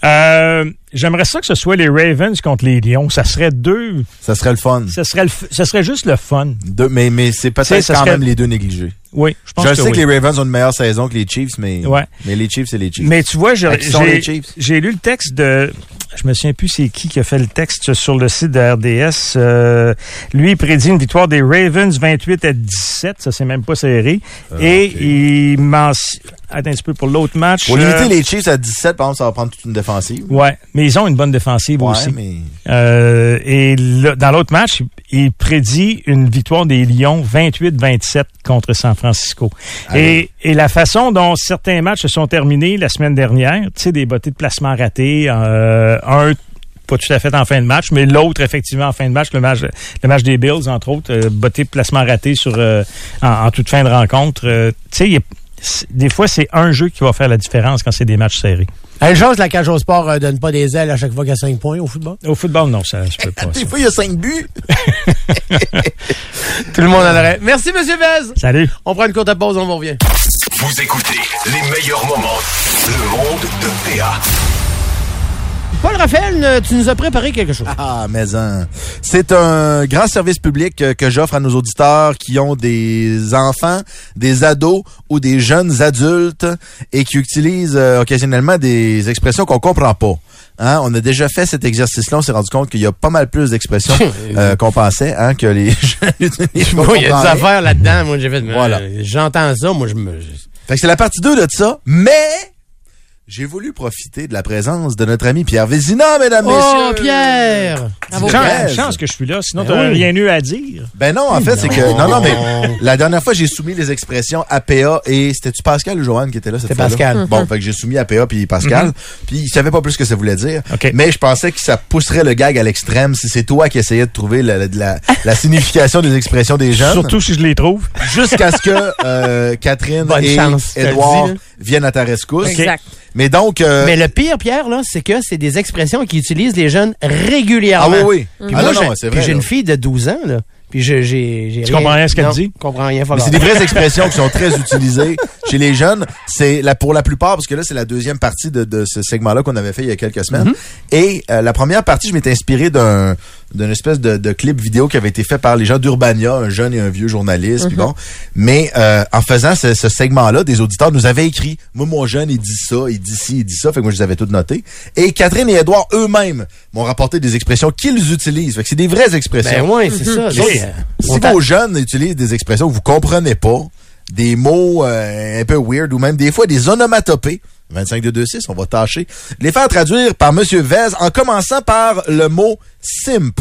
[SPEAKER 6] Euh, j'aimerais ça que ce soit les Ravens contre les Lions. Ça serait deux.
[SPEAKER 3] Ça serait le fun.
[SPEAKER 6] Ça serait, le f... ça serait juste le fun.
[SPEAKER 3] Deux, mais, mais c'est peut-être c'est, ça quand serait... même les deux négligés.
[SPEAKER 6] Oui, je pense
[SPEAKER 3] je
[SPEAKER 6] que
[SPEAKER 3] sais
[SPEAKER 6] oui.
[SPEAKER 3] que les Ravens ont une meilleure saison que les Chiefs, mais,
[SPEAKER 6] ouais.
[SPEAKER 3] mais les Chiefs, c'est les Chiefs.
[SPEAKER 6] Mais tu vois, je,
[SPEAKER 3] j'ai, sont les Chiefs?
[SPEAKER 6] j'ai lu le texte de. Je me souviens plus c'est qui qui a fait le texte sur le site de RDS. Euh, lui, il prédit une victoire des Ravens 28 à 17. Ça, c'est même pas serré. Ah, Et okay. il mentionne. Attends un petit peu pour l'autre match.
[SPEAKER 3] Pour limiter euh, les Chiefs à 17, par exemple, ça va prendre toute une défensive.
[SPEAKER 6] Ouais, mais ils ont une bonne défensive
[SPEAKER 3] ouais,
[SPEAKER 6] aussi.
[SPEAKER 3] Mais...
[SPEAKER 6] Euh, et le, dans l'autre match, il prédit une victoire des Lions 28-27 contre San Francisco. Et, et, la façon dont certains matchs se sont terminés la semaine dernière, tu sais, des bottées de placement ratées, euh, un pas tout à fait en fin de match, mais l'autre, effectivement, en fin de match, le match, le match des Bills, entre autres, euh, botté de placement raté sur, en, en, toute fin de rencontre. euh, tu sais, il est des fois, c'est un jeu qui va faire la différence quand c'est des matchs serrés.
[SPEAKER 2] Elle chose, la cage au sport ne euh, donne pas des ailes à chaque fois qu'il y a 5 points au football?
[SPEAKER 6] Au football, non, ça ne peut pas.
[SPEAKER 3] des fois, il y a 5 buts.
[SPEAKER 2] Tout le monde en aurait. Merci, M. Vez.
[SPEAKER 6] Salut.
[SPEAKER 2] On prend une courte pause, on vous revient.
[SPEAKER 1] Vous écoutez les meilleurs moments. Le monde de PA.
[SPEAKER 2] Paul Raphaël, euh, tu nous as préparé quelque chose.
[SPEAKER 3] Ah, maison. C'est un grand service public euh, que j'offre à nos auditeurs qui ont des enfants, des ados ou des jeunes adultes et qui utilisent euh, occasionnellement des expressions qu'on comprend pas. Hein, on a déjà fait cet exercice-là, on s'est rendu compte qu'il y a pas mal plus
[SPEAKER 2] [LAUGHS]
[SPEAKER 3] d'expressions euh, qu'on pensait, hein, que les [LAUGHS] jeunes utilisent.
[SPEAKER 2] Moi, il y a des
[SPEAKER 3] Comprends rien.
[SPEAKER 2] affaires là-dedans. Moi, j'ai fait. mais,
[SPEAKER 3] Voilà.
[SPEAKER 2] euh, J'entends ça. Moi, je me.
[SPEAKER 3] Fait que c'est la partie 2 de ça, mais j'ai voulu profiter de la présence de notre ami Pierre Vézina, mesdames,
[SPEAKER 2] Oh,
[SPEAKER 3] messieurs.
[SPEAKER 2] Pierre! Bravo,
[SPEAKER 6] Chance,
[SPEAKER 2] Pierre.
[SPEAKER 3] Thérèse.
[SPEAKER 6] chance que je suis là, sinon
[SPEAKER 2] Ben
[SPEAKER 6] tu n'aurais
[SPEAKER 2] oui.
[SPEAKER 6] rien eu à dire.
[SPEAKER 3] Ben non,
[SPEAKER 2] Eh
[SPEAKER 3] en fait, c'est que...
[SPEAKER 2] [LAUGHS]
[SPEAKER 3] Non, non, mais la dernière fois, j'ai soumis les expressions APA et... C'était-tu Pascal ou Joanne qui était là cette
[SPEAKER 2] C'était
[SPEAKER 3] fois-là?
[SPEAKER 2] Pascal. Mm-hmm.
[SPEAKER 3] Bon, fait que j'ai soumis APA puis Pascal, puis il savait pas plus ce que ça voulait dire.
[SPEAKER 6] OK.
[SPEAKER 3] Mais je pensais que ça pousserait le gag à l'extrême si c'est toi qui essayais de trouver la, la- la-
[SPEAKER 2] [LAUGHS]
[SPEAKER 3] la signification des expressions des jeunes.
[SPEAKER 6] Surtout si je les trouve.
[SPEAKER 3] Jusqu'à ce
[SPEAKER 2] [LAUGHS]
[SPEAKER 3] que euh, Catherine
[SPEAKER 2] Bonne
[SPEAKER 3] et
[SPEAKER 2] chance, je te le
[SPEAKER 3] Edouard
[SPEAKER 2] dis, là.
[SPEAKER 3] viennent à ta rescousse.
[SPEAKER 8] Exact.
[SPEAKER 3] Mais donc... euh,
[SPEAKER 2] Mais le pire, Pierre, là, c'est que c'est des expressions qu'ils utilisent les jeunes régulièrement.
[SPEAKER 3] Ah oui, oui.
[SPEAKER 2] Puis
[SPEAKER 3] Ah
[SPEAKER 2] moi,
[SPEAKER 3] non,
[SPEAKER 2] j'ai-
[SPEAKER 3] non, c'est
[SPEAKER 2] puis
[SPEAKER 3] vrai.
[SPEAKER 2] j'ai
[SPEAKER 3] là.
[SPEAKER 2] une fille de 12 ans, là. Puis je- j'ai. j'ai
[SPEAKER 6] Tu comprends rien à ce qu'elle
[SPEAKER 2] non,
[SPEAKER 6] dit?
[SPEAKER 2] Je comprends rien.
[SPEAKER 3] Mais c'est des vraies expressions qui sont très utilisées chez les jeunes. C'est la, pour la plupart, parce que là, c'est la deuxième partie de, de ce segment-là qu'on avait fait il y a quelques semaines. Et euh, la première partie, je m'étais inspiré d'un d'une espèce de, de clip vidéo qui avait été fait par les gens d'Urbania, un jeune et un vieux journaliste. puis bon. Mais euh, en faisant ce, ce segment-là, des auditeurs nous avaient écrit, moi, mon jeune, il dit ça, il dit ci, il dit ça. Fait que moi, je les avais toutes notées. Et Catherine et Edouard eux-mêmes m'ont rapporté des expressions qu'ils utilisent. Fait que c'est des vraies expressions.
[SPEAKER 2] Ben oui, c'est ça.
[SPEAKER 3] Si-
[SPEAKER 2] c'est, euh, on
[SPEAKER 3] Si
[SPEAKER 2] t'a-
[SPEAKER 3] vos jeunes utilisent des expressions que vous comprenez pas, des mots euh, un peu weird ou même des fois des onomatopées, 25 2 6, on va tâcher, de les faire traduire par Monsieur Vez en commençant par le mot simp.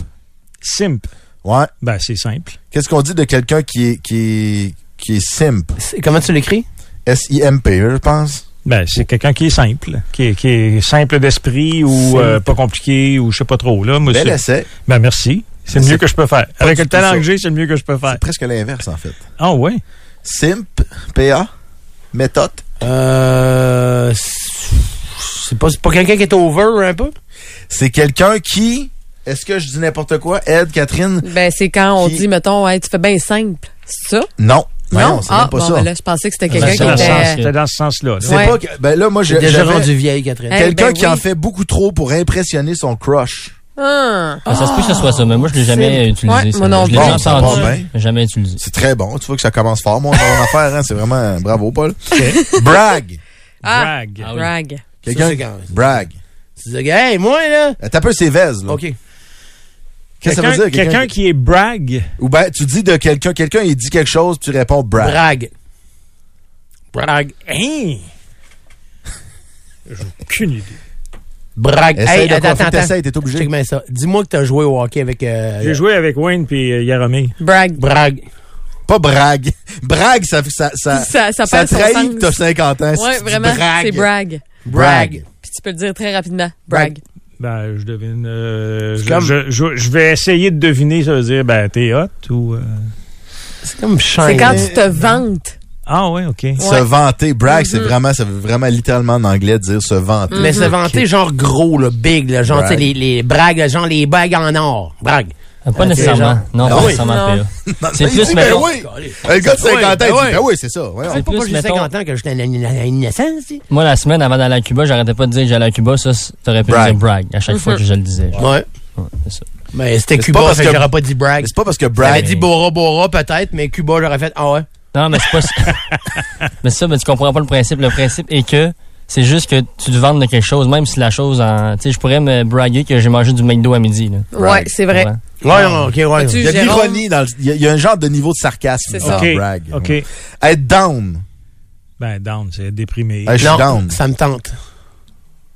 [SPEAKER 6] Simp.
[SPEAKER 3] Ouais.
[SPEAKER 6] Ben, c'est simple.
[SPEAKER 3] Qu'est-ce qu'on dit de quelqu'un qui est, qui est, qui est simp?
[SPEAKER 2] c'est- Comment tu l'écris?
[SPEAKER 3] S-I-M-P, je pense.
[SPEAKER 6] Ben, c'est quelqu'un qui est simple, qui est, qui est simple d'esprit ou euh, pas compliqué ou je sais pas trop. Là, moi,
[SPEAKER 3] Bel
[SPEAKER 6] c'est-
[SPEAKER 3] essai.
[SPEAKER 6] ben, merci. C'est le
[SPEAKER 3] C'est
[SPEAKER 6] mieux que je peux faire. Avec
[SPEAKER 3] du
[SPEAKER 6] le
[SPEAKER 3] tout
[SPEAKER 6] talent
[SPEAKER 3] ça.
[SPEAKER 6] que j'ai, c'est le mieux que je peux faire.
[SPEAKER 3] C'est presque l'inverse, en fait.
[SPEAKER 6] Ah ouais.
[SPEAKER 3] Simp, PA, méthode.
[SPEAKER 2] Euh. C'est pas, c'est pas quelqu'un qui est over un peu?
[SPEAKER 3] C'est quelqu'un qui, est-ce que je dis n'importe quoi? Ed, Catherine?
[SPEAKER 8] Ben, c'est quand on
[SPEAKER 3] Qui-
[SPEAKER 8] dit, mettons, Hey, tu fais bien simple. C'est ça?
[SPEAKER 3] Non. Mais Non, c'est
[SPEAKER 8] ah,
[SPEAKER 3] même pas
[SPEAKER 8] bon,
[SPEAKER 3] ça.
[SPEAKER 8] ben là, je pensais que c'était
[SPEAKER 6] Ben,
[SPEAKER 8] quelqu'un
[SPEAKER 6] c'est dans
[SPEAKER 8] qui
[SPEAKER 6] ce sens-
[SPEAKER 8] était.
[SPEAKER 6] C'était dans ce sens-là. là.
[SPEAKER 3] C'est
[SPEAKER 8] Ouais.
[SPEAKER 3] pas que, ben là, moi, je,
[SPEAKER 2] T'es déjà
[SPEAKER 3] j'avais-
[SPEAKER 2] rendu vieille, Catherine.
[SPEAKER 8] Hey.
[SPEAKER 3] Quelqu'un
[SPEAKER 8] ben
[SPEAKER 3] qui en
[SPEAKER 8] oui.
[SPEAKER 3] fait beaucoup trop pour impressionner son crush.
[SPEAKER 8] Ah.
[SPEAKER 9] Ah, ça se peut que ce soit ça, mais moi, je l'ai jamais
[SPEAKER 8] C'est-
[SPEAKER 9] utilisé.
[SPEAKER 8] Ouais,
[SPEAKER 9] ça.
[SPEAKER 8] moi non
[SPEAKER 9] je l'ai
[SPEAKER 8] plus.
[SPEAKER 9] déjà
[SPEAKER 3] Bon, ça
[SPEAKER 9] entendu,
[SPEAKER 3] va bien.
[SPEAKER 9] mais jamais utilisé.
[SPEAKER 3] C'est très bon. Tu vois que ça commence fort, moi, mon affaire. Hein? C'est vraiment euh, bravo, Paul. Brag.
[SPEAKER 8] Ah.
[SPEAKER 6] Brag.
[SPEAKER 9] Ah oui.
[SPEAKER 8] Brag.
[SPEAKER 2] Ça,
[SPEAKER 3] Quelqu'un.
[SPEAKER 2] c'est quand-
[SPEAKER 3] Brag.
[SPEAKER 2] Tu disais, hey, moi, là.
[SPEAKER 3] Euh, T'as peu ses vèzes, là.
[SPEAKER 2] OK.
[SPEAKER 3] Qu'est-ce que ça veut
[SPEAKER 6] Quelqu'un-
[SPEAKER 3] dire? Quelqu'un,
[SPEAKER 6] Quelqu'un qui est brag.
[SPEAKER 3] Ou ben, tu dis de quelqu'un, quelqu'un, il dit quelque chose, tu réponds brag.
[SPEAKER 2] Brag. Brag.
[SPEAKER 6] Hein? J'ai aucune idée.
[SPEAKER 2] Brag.
[SPEAKER 3] Essaye
[SPEAKER 2] Hey,
[SPEAKER 3] de
[SPEAKER 2] attends,
[SPEAKER 3] quoi? Faut que
[SPEAKER 2] attends, attends.
[SPEAKER 3] t'essayes, t'es obligé.
[SPEAKER 2] Check bien ça. Dis-moi que t'as joué au hockey avec. euh,
[SPEAKER 6] J'ai joué avec Wayne puis euh, Yaromir.
[SPEAKER 8] Brag.
[SPEAKER 2] Brag.
[SPEAKER 3] Pas brag. [LAUGHS] Brag, ça, ça, ça,
[SPEAKER 8] Ça- ça perd son
[SPEAKER 3] trahit
[SPEAKER 8] sens.
[SPEAKER 3] que t'as 50 ans. si
[SPEAKER 8] Ouais,
[SPEAKER 3] tu dis
[SPEAKER 8] vraiment.
[SPEAKER 3] brag.
[SPEAKER 8] C'est brag.
[SPEAKER 3] Brag.
[SPEAKER 8] Puis tu peux le dire très rapidement. Brag.
[SPEAKER 6] Ben, je devine. euh, je,
[SPEAKER 2] comme-
[SPEAKER 6] je- je- je vais essayer de deviner, ça veut dire, ben, t'es hot ou. euh,
[SPEAKER 2] C'est comme chien.
[SPEAKER 8] C'est
[SPEAKER 4] hein.
[SPEAKER 8] quand tu te vantes.
[SPEAKER 6] Ah ouais, OK.
[SPEAKER 3] Se vanter. Brag, c'est vraiment, ça veut vraiment littéralement en anglais dire se vanter.
[SPEAKER 2] Mais se vanter, genre gros, là, big, là, genre, tu sais,
[SPEAKER 3] Brag.
[SPEAKER 2] les, les bragues, genre les bagues en or. Brag.
[SPEAKER 9] Ah, Pas
[SPEAKER 2] Ok,
[SPEAKER 9] nécessairement.
[SPEAKER 2] genre.
[SPEAKER 9] Non,
[SPEAKER 3] Ah
[SPEAKER 9] pas
[SPEAKER 3] oui.
[SPEAKER 9] nécessairement
[SPEAKER 8] Non.
[SPEAKER 9] PA.
[SPEAKER 3] Non,
[SPEAKER 9] C'est
[SPEAKER 3] il
[SPEAKER 9] plus,
[SPEAKER 3] dit, ben
[SPEAKER 9] mettons-
[SPEAKER 3] oui. Le gars de 50 ans, il dit,
[SPEAKER 2] Ben oui.
[SPEAKER 3] ben oui, c'est ça. voyons.
[SPEAKER 9] C'est
[SPEAKER 2] C'est pas
[SPEAKER 9] plus,
[SPEAKER 2] parce que j'ai
[SPEAKER 9] mettons-
[SPEAKER 2] 50 ans que j'étais un innocent, si.
[SPEAKER 9] Moi, la semaine avant d'aller à Cuba, j'arrêtais pas de dire que j'allais à Cuba. Ça, c'est- t'aurais pu
[SPEAKER 3] Brag.
[SPEAKER 9] dire brag à chaque fois que je le disais.
[SPEAKER 2] Ouais.
[SPEAKER 9] Ouais, c'est ça.
[SPEAKER 2] Mais c'était
[SPEAKER 3] Mais c'est
[SPEAKER 2] Cuba,
[SPEAKER 3] pas parce
[SPEAKER 2] parce que
[SPEAKER 3] que-
[SPEAKER 2] j'aurais pas dit brag.
[SPEAKER 3] Mais C'est pas parce que
[SPEAKER 2] J'aurais
[SPEAKER 3] brag.
[SPEAKER 2] dit Bora Bora, peut-être, mais Cuba, j'aurais fait, ah ouais.
[SPEAKER 9] Non, mais c'est pas ça. mais ça, mais tu comprends pas le principe. Le principe est que c'est juste que tu te vantes de quelque chose, même si la chose en. Tu sais, je pourrais me braguer que j'ai mangé du McDo à midi. Là.
[SPEAKER 8] Ouais, c'est vrai.
[SPEAKER 9] Ouais.
[SPEAKER 2] Ouais, non, ok, ouais.
[SPEAKER 8] As-tu-
[SPEAKER 3] Il y a de
[SPEAKER 8] Jérôme.
[SPEAKER 3] l'ironie dans le- il y a- il y, a un genre de niveau de sarcasme.
[SPEAKER 8] C'est
[SPEAKER 3] dans
[SPEAKER 8] ça.
[SPEAKER 6] OK.
[SPEAKER 3] brag.
[SPEAKER 6] OK.
[SPEAKER 3] Ouais. Être down.
[SPEAKER 6] Ben, down, c'est déprimé.
[SPEAKER 3] Ah, je suis
[SPEAKER 2] Non,
[SPEAKER 3] down.
[SPEAKER 2] ça me tente.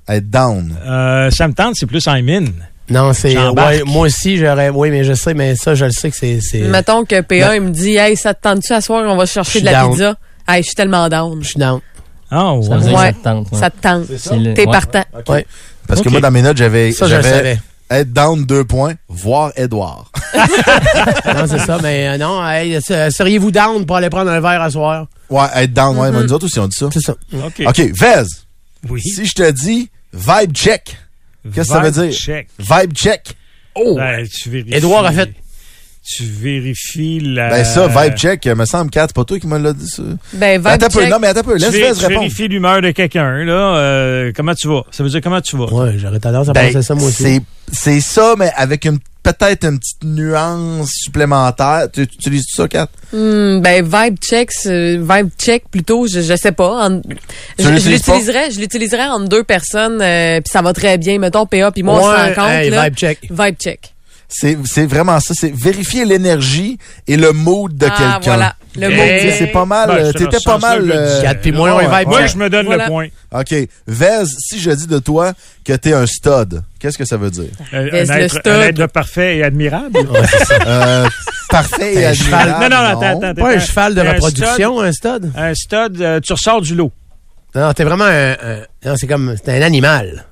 [SPEAKER 3] Être down.
[SPEAKER 6] Euh, ça me tente, c'est plus I'm in.
[SPEAKER 2] Non, c'est.
[SPEAKER 6] J'embarque.
[SPEAKER 2] ouais, moi aussi, j'aurais. Oui, mais je sais, mais ça, je le sais que c'est. c'est-
[SPEAKER 8] Mettons que PA, il me dit, hey, ça te tente-tu à soir, on va
[SPEAKER 2] Je suis
[SPEAKER 8] chercher de la
[SPEAKER 2] down.
[SPEAKER 8] pizza? Hey, je suis tellement down.
[SPEAKER 2] Je suis down.
[SPEAKER 6] Ah
[SPEAKER 9] Ça veut
[SPEAKER 6] ouais.
[SPEAKER 9] dire que
[SPEAKER 8] Ouais.
[SPEAKER 9] ça te tente. ouais.
[SPEAKER 8] Ça te tente.
[SPEAKER 9] C'est le-
[SPEAKER 8] T'es
[SPEAKER 9] ouais.
[SPEAKER 8] partant.
[SPEAKER 2] Ouais.
[SPEAKER 3] Parce que
[SPEAKER 6] OK.
[SPEAKER 3] moi, dans mes notes, j'avais,
[SPEAKER 2] Ça, je le
[SPEAKER 3] j'avais
[SPEAKER 2] savais.
[SPEAKER 3] être down deux points, voir Edouard.
[SPEAKER 2] non, c'est ça, mais euh, non, hey, se- seriez-vous down pour aller prendre un verre à soir?
[SPEAKER 3] Ouais, être down. Ouais, mais nous autres aussi, on dit ça.
[SPEAKER 2] C'est ça.
[SPEAKER 6] OK.
[SPEAKER 3] OK, Vez.
[SPEAKER 6] Oui.
[SPEAKER 3] Si je te dis vibe check, qu'est-ce que ça veut
[SPEAKER 6] Vibe
[SPEAKER 3] dire?
[SPEAKER 6] Check.
[SPEAKER 3] Vibe check.
[SPEAKER 2] Oh!
[SPEAKER 6] Ben, tu vérifies.
[SPEAKER 2] Édouard a fait-
[SPEAKER 6] tu vérifies la.
[SPEAKER 3] Ben ça, vibe check, me semble, Kat, c'est pas toi qui me l'a dit ça.
[SPEAKER 4] Ben, vibe
[SPEAKER 3] attends un peu,
[SPEAKER 4] check.
[SPEAKER 3] non, mais attends un peu,
[SPEAKER 6] Tu
[SPEAKER 3] laisse
[SPEAKER 6] vé-
[SPEAKER 3] Vez
[SPEAKER 6] tu
[SPEAKER 3] répondre.
[SPEAKER 6] vérifies l'humeur de quelqu'un, là. euh, comment tu vas? Ça veut dire comment tu vas?
[SPEAKER 2] Ouais, j'aurais tendance à
[SPEAKER 3] Ben,
[SPEAKER 2] penser ça moi aussi.
[SPEAKER 3] c'est- C'est ça, mais avec une peut-être une petite nuance supplémentaire. Tu tu utilises ça, Kat?
[SPEAKER 4] Hmm, ben, vibe check, c'est-
[SPEAKER 8] euh,
[SPEAKER 4] vibe check plutôt, je, je sais pas. en- je je
[SPEAKER 3] l'utilises pas?
[SPEAKER 4] l'utiliserais, je l'utiliserais entre deux personnes, euh, puis ça va très bien. Mettons, PA, puis moi, on se
[SPEAKER 2] Ouais,
[SPEAKER 4] rencontre.
[SPEAKER 2] hey,
[SPEAKER 4] là.
[SPEAKER 2] vibe check.
[SPEAKER 4] Vibe check.
[SPEAKER 3] C'est c'est vraiment ça. C'est vérifier l'énergie et le mood de
[SPEAKER 4] ah,
[SPEAKER 3] quelqu'un.
[SPEAKER 4] voilà. Le
[SPEAKER 6] Hey.
[SPEAKER 4] mot.
[SPEAKER 3] Tu sais, C'est pas mal.
[SPEAKER 6] Ben,
[SPEAKER 3] euh,
[SPEAKER 6] je te
[SPEAKER 3] T'étais pas
[SPEAKER 6] ressens ça,
[SPEAKER 3] mal.
[SPEAKER 6] je le
[SPEAKER 3] euh,
[SPEAKER 6] dis.
[SPEAKER 2] Quatre puis moins, on vibe
[SPEAKER 6] Moi,
[SPEAKER 2] check.
[SPEAKER 6] je me donne
[SPEAKER 4] Voilà.
[SPEAKER 6] le point.
[SPEAKER 3] OK. Vez, si je dis de toi que t'es un stud, qu'est-ce que ça veut dire?
[SPEAKER 6] Euh,
[SPEAKER 4] Est-ce
[SPEAKER 6] un,
[SPEAKER 4] Ah, le
[SPEAKER 6] être,
[SPEAKER 4] stud?
[SPEAKER 6] un être parfait et admirable.
[SPEAKER 3] Euh, parfait et
[SPEAKER 2] Un cheval.
[SPEAKER 3] admirable.
[SPEAKER 6] Non, non, attends, attends.
[SPEAKER 2] Pas un cheval de
[SPEAKER 6] Un
[SPEAKER 2] reproduction, un stud.
[SPEAKER 6] Un stud, euh, tu ressors du lot.
[SPEAKER 2] Non, t'es vraiment un, un- non, c'est comme, c'est un animal.